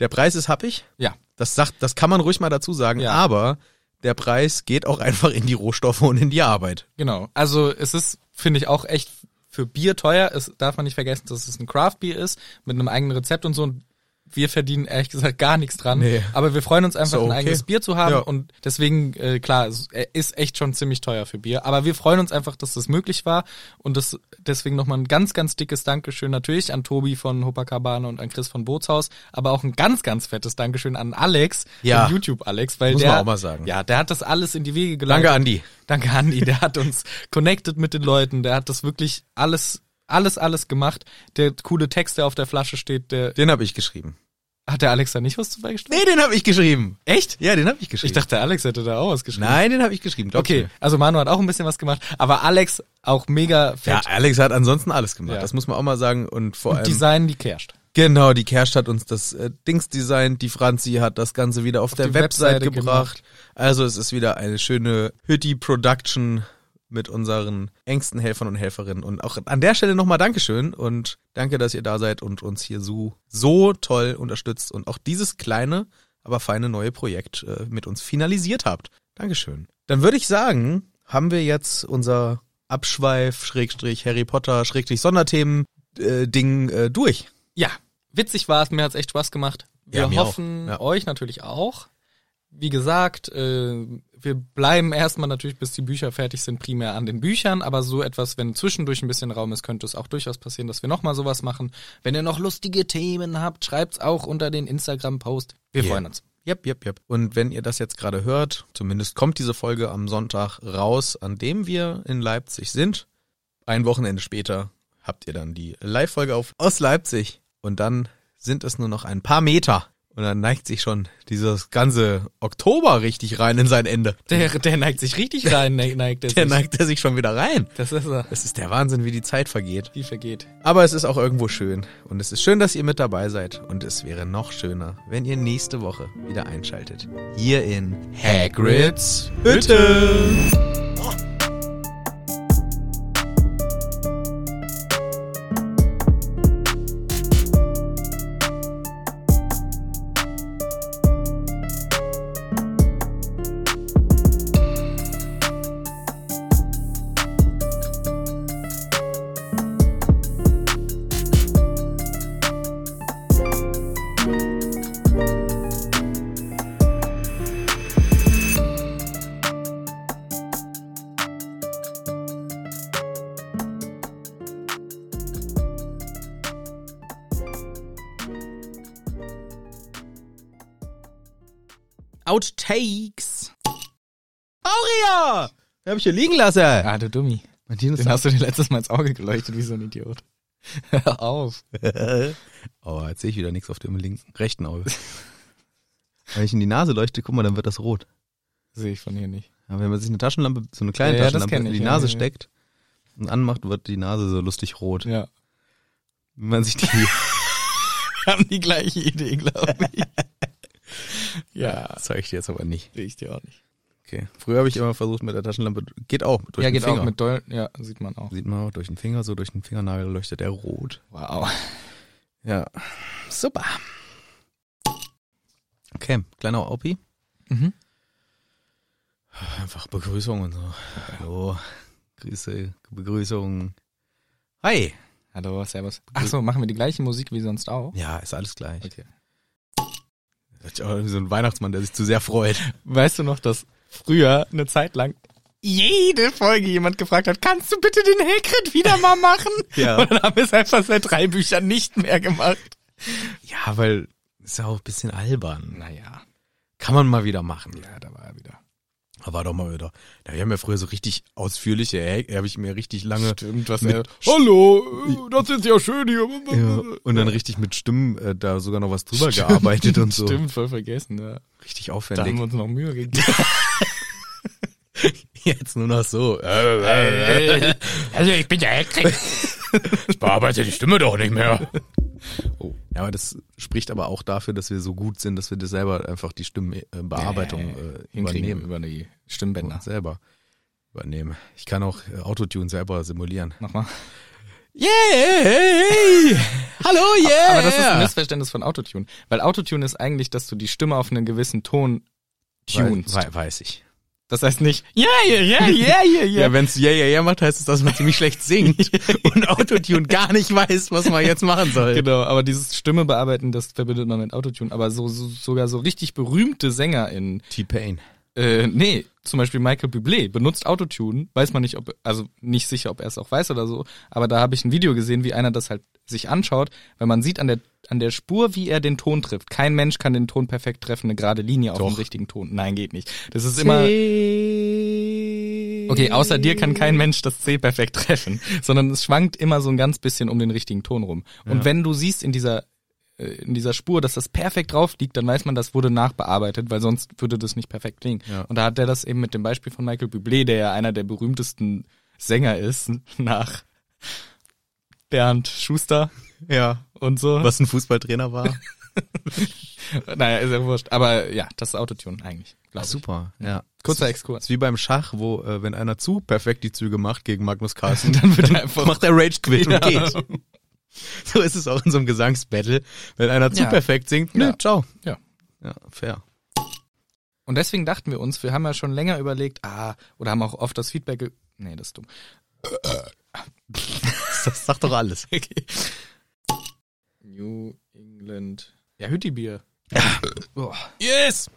Speaker 1: Der Preis ist happig.
Speaker 2: Ja.
Speaker 1: Das sagt, das kann man ruhig mal dazu sagen.
Speaker 2: Ja.
Speaker 1: Aber der Preis geht auch einfach in die Rohstoffe und in die Arbeit.
Speaker 2: Genau. Also es ist, finde ich, auch echt für Bier teuer. Es darf man nicht vergessen, dass es ein Craft-Bier ist mit einem eigenen Rezept und so. Und wir verdienen ehrlich gesagt gar nichts dran.
Speaker 1: Nee.
Speaker 2: Aber wir freuen uns einfach,
Speaker 1: So,
Speaker 2: ein
Speaker 1: okay.
Speaker 2: eigenes Bier zu haben.
Speaker 1: Ja.
Speaker 2: Und deswegen, äh, klar, es äh, ist echt schon ziemlich teuer für Bier. Aber wir freuen uns einfach, dass das möglich war. Und das, deswegen nochmal ein ganz, ganz dickes Dankeschön natürlich an Tobi von Hopacabana und an Chris von Bootshaus. Aber auch ein ganz, ganz fettes Dankeschön an Alex,
Speaker 1: Ja.
Speaker 2: den YouTube-Alex. weil
Speaker 1: Muss
Speaker 2: der,
Speaker 1: man auch mal sagen.
Speaker 2: Ja, der hat das alles in die Wege geleitet.
Speaker 1: Danke, Andi.
Speaker 2: Danke, Andi. Der hat uns connected mit den Leuten. Der hat das wirklich alles, alles, alles gemacht. Der coole Text, der auf der Flasche steht, der
Speaker 1: Den habe ich geschrieben.
Speaker 2: hat der Alex da nicht was zu beigetragen?
Speaker 1: Nee, den habe ich geschrieben.
Speaker 2: Echt?
Speaker 1: Ja, den habe ich geschrieben.
Speaker 2: Ich dachte, der Alex hätte da auch was geschrieben.
Speaker 1: Nein, den habe ich geschrieben. glaubst
Speaker 2: Okay,
Speaker 1: du?
Speaker 2: also Manu hat auch ein bisschen was gemacht, aber Alex auch mega
Speaker 1: Ja,
Speaker 2: fett.
Speaker 1: Alex hat ansonsten alles gemacht.
Speaker 2: Ja.
Speaker 1: Das muss man auch mal sagen. Und vor
Speaker 2: und
Speaker 1: allem.
Speaker 2: Design, die kerscht.
Speaker 1: Genau, die Kerst hat uns das äh, Dings designt, die Franzi hat das Ganze wieder auf, der
Speaker 2: die
Speaker 1: Website
Speaker 2: Webseite
Speaker 1: gebracht. Also es ist wieder eine schöne Hütti Production mit unseren engsten Helfern und Helferinnen. Und auch an der Stelle nochmal Dankeschön und danke, dass ihr da seid und uns hier so, so toll unterstützt und auch dieses kleine, aber feine neue Projekt äh, mit uns finalisiert habt. Dankeschön. Dann würde ich sagen, haben wir jetzt unser Abschweif, Schrägstrich, Harry Potter, Schrägstrich, Sonderthemen, äh, Ding äh, durch.
Speaker 2: Ja, witzig war es, mir hat's echt Spaß gemacht. Wir
Speaker 1: Ja, mir
Speaker 2: hoffen
Speaker 1: auch, ja.
Speaker 2: euch natürlich auch. Wie gesagt, äh, wir bleiben erstmal natürlich, bis die Bücher fertig sind, primär an den Büchern, aber so etwas, wenn zwischendurch ein bisschen Raum ist, könnte es auch durchaus passieren, dass wir nochmal sowas machen. Wenn ihr noch lustige Themen habt, schreibt's auch unter den Instagram-Post. Wir
Speaker 1: Yeah.
Speaker 2: freuen uns.
Speaker 1: Yep, yep, yep. Und wenn ihr das jetzt gerade hört, zumindest kommt diese Folge am Sonntag raus, an dem wir in Leipzig sind. Ein Wochenende später habt ihr dann die Live-Folge auf aus Leipzig. Und dann sind es nur noch ein paar Meter. Und dann neigt sich schon dieses ganze Oktober richtig rein in sein Ende.
Speaker 2: Der, der neigt sich richtig rein, ne- neigt er
Speaker 1: Der
Speaker 2: sich.
Speaker 1: neigt er sich schon wieder rein.
Speaker 2: Das ist er.
Speaker 1: Es ist der Wahnsinn, wie die Zeit vergeht.
Speaker 2: Die vergeht.
Speaker 1: Aber es ist auch irgendwo schön. Und es ist schön, dass ihr mit dabei seid. Und es wäre noch schöner, wenn ihr nächste Woche wieder einschaltet. Hier in Hagrids Hütte. Outtakes. Aurea! Den hab ich hier liegen lassen.
Speaker 2: Ah, du Dummi.
Speaker 1: Martinus
Speaker 2: Den hast du dir letztes Mal ins Auge geleuchtet, wie so ein Idiot. Hör auf.
Speaker 1: Oh, jetzt sehe ich wieder nichts auf dem linken, rechten Auge. Wenn ich in die Nase leuchte, guck mal, dann wird das rot.
Speaker 2: Sehe ich von hier nicht.
Speaker 1: Aber wenn man sich eine Taschenlampe, so eine kleine
Speaker 2: Ja, ja, das
Speaker 1: Taschenlampe
Speaker 2: kenn
Speaker 1: in
Speaker 2: ich,
Speaker 1: die
Speaker 2: ja,
Speaker 1: Nase
Speaker 2: ja, ja.
Speaker 1: steckt und anmacht, wird die Nase so lustig rot.
Speaker 2: Ja.
Speaker 1: Wenn man sich die
Speaker 2: haben die gleiche Idee, glaube ich. ja,
Speaker 1: zeige ich dir jetzt aber nicht.
Speaker 2: sehe ich dir auch nicht.
Speaker 1: Okay. Früher habe ich immer versucht mit der Taschenlampe, geht auch durch
Speaker 2: ja,
Speaker 1: den
Speaker 2: geht
Speaker 1: Finger.
Speaker 2: auch mit Doll. Ja, sieht man auch.
Speaker 1: Sieht man auch durch den Finger, so durch den Fingernagel leuchtet er rot.
Speaker 2: Wow.
Speaker 1: Ja. Super. Okay, kleiner Opi.
Speaker 2: Mhm.
Speaker 1: Einfach Begrüßung und so. Hallo. Grüße, Begrüßung. Hi.
Speaker 2: Hallo, servus. Achso, machen wir die gleiche Musik wie sonst auch?
Speaker 1: Ja, ist alles gleich.
Speaker 2: Okay.
Speaker 1: So ein Weihnachtsmann, der sich zu sehr freut.
Speaker 2: Weißt du noch, dass früher eine Zeit lang jede Folge jemand gefragt hat, kannst du bitte den Hagrid wieder mal machen?
Speaker 1: Ja.
Speaker 2: Und dann haben wir es einfach seit drei Büchern nicht mehr gemacht.
Speaker 1: Ja, weil ist ja auch ein bisschen albern.
Speaker 2: Naja,
Speaker 1: Kann man mal wieder machen.
Speaker 2: ja, da war er wieder.
Speaker 1: Da war doch mal wieder. Da haben wir früher so richtig ausführliche, äh, habe ich mir richtig lange
Speaker 2: Stimmt, was
Speaker 1: Mit-
Speaker 2: er... Hallo, äh, das ist ja schön hier.
Speaker 1: Ja, und dann richtig mit Stimmen äh, da sogar noch was drüber gearbeitet und so.
Speaker 2: Stimmt, voll vergessen, ja.
Speaker 1: Richtig
Speaker 2: Da haben wir
Speaker 1: aufwendig.
Speaker 2: uns noch Mühe gegeben.
Speaker 1: Jetzt nur noch so. Äh, äh,
Speaker 2: also ich bin der Hagrid.
Speaker 1: ich bearbeite die Stimme doch nicht mehr. Oh. Ja, aber das spricht aber auch dafür, dass wir so gut sind, dass wir das selber einfach die Stimmenbearbeitung äh,
Speaker 2: Hinkriegen
Speaker 1: übernehmen.
Speaker 2: ne? über die Stimmbänder.
Speaker 1: Selber übernehmen. Ich kann auch äh, Autotune selber simulieren.
Speaker 2: Nochmal.
Speaker 1: Yeah! Hallo, yeah!
Speaker 2: Aber das ist ein Missverständnis von Autotune. Weil Autotune ist eigentlich, dass du die Stimme auf einen gewissen Ton tunst.
Speaker 1: Wei- wei- weiß ich.
Speaker 2: Das heißt nicht, yeah, yeah, yeah, yeah, yeah, yeah.
Speaker 1: Ja, wenn's ja ja ja macht, heißt es, dass man ziemlich schlecht singt und Autotune gar nicht weiß, was man jetzt machen soll.
Speaker 2: Genau, aber dieses Stimme bearbeiten, das verbindet man mit Autotune. Aber so, so sogar so richtig berühmte Sänger in,
Speaker 1: T-Pain.
Speaker 2: äh, nee, zum Beispiel Michael Bublé benutzt Autotune. Weiß man nicht, ob, also nicht sicher, ob er es auch weiß oder so. Aber da habe ich ein Video gesehen, wie einer das halt sich anschaut, weil man sieht an der an der Spur, wie er den Ton trifft. Kein Mensch kann den Ton perfekt treffen, eine gerade Linie auf
Speaker 1: Doch.
Speaker 2: den richtigen Ton. Nein, geht nicht. Das ist immer Okay, außer dir kann kein Mensch das C perfekt treffen, sondern es schwankt immer so ein ganz bisschen um den richtigen Ton rum. Und wenn du siehst in dieser äh, in dieser Spur, dass das perfekt drauf liegt, dann weiß man, das wurde nachbearbeitet, weil sonst würde das nicht perfekt klingen.
Speaker 1: Ja.
Speaker 2: Und da hat er das eben mit dem Beispiel von Michael Bublé, der ja einer der berühmtesten Sänger ist, nach Bernd Schuster
Speaker 1: Ja.
Speaker 2: und so.
Speaker 1: Was ein Fußballtrainer war.
Speaker 2: Naja, ist ja wurscht. Aber ja, das ist Autotune eigentlich. glaub ich.
Speaker 1: super, ja.
Speaker 2: Kurzer Exkurs.
Speaker 1: Also, Ist wie beim Schach, wo, äh, wenn einer zu perfekt die Züge macht gegen Magnus Carlsen,
Speaker 2: Dann wird er einfach-
Speaker 1: macht er Rage Quit
Speaker 2: Ja.
Speaker 1: und geht. So ist es auch in so einem Gesangsbattle. Wenn einer zu
Speaker 2: Ja.
Speaker 1: perfekt singt, ne,
Speaker 2: Ja.
Speaker 1: ciao.
Speaker 2: Ja.
Speaker 1: Ja, fair.
Speaker 2: Und deswegen dachten wir uns, wir haben ja schon länger überlegt, ah, oder haben auch oft das Feedback, ge nee, das ist dumm.
Speaker 1: Das sagt doch alles.
Speaker 2: New England. Ja, Hüttibier.
Speaker 1: Yes!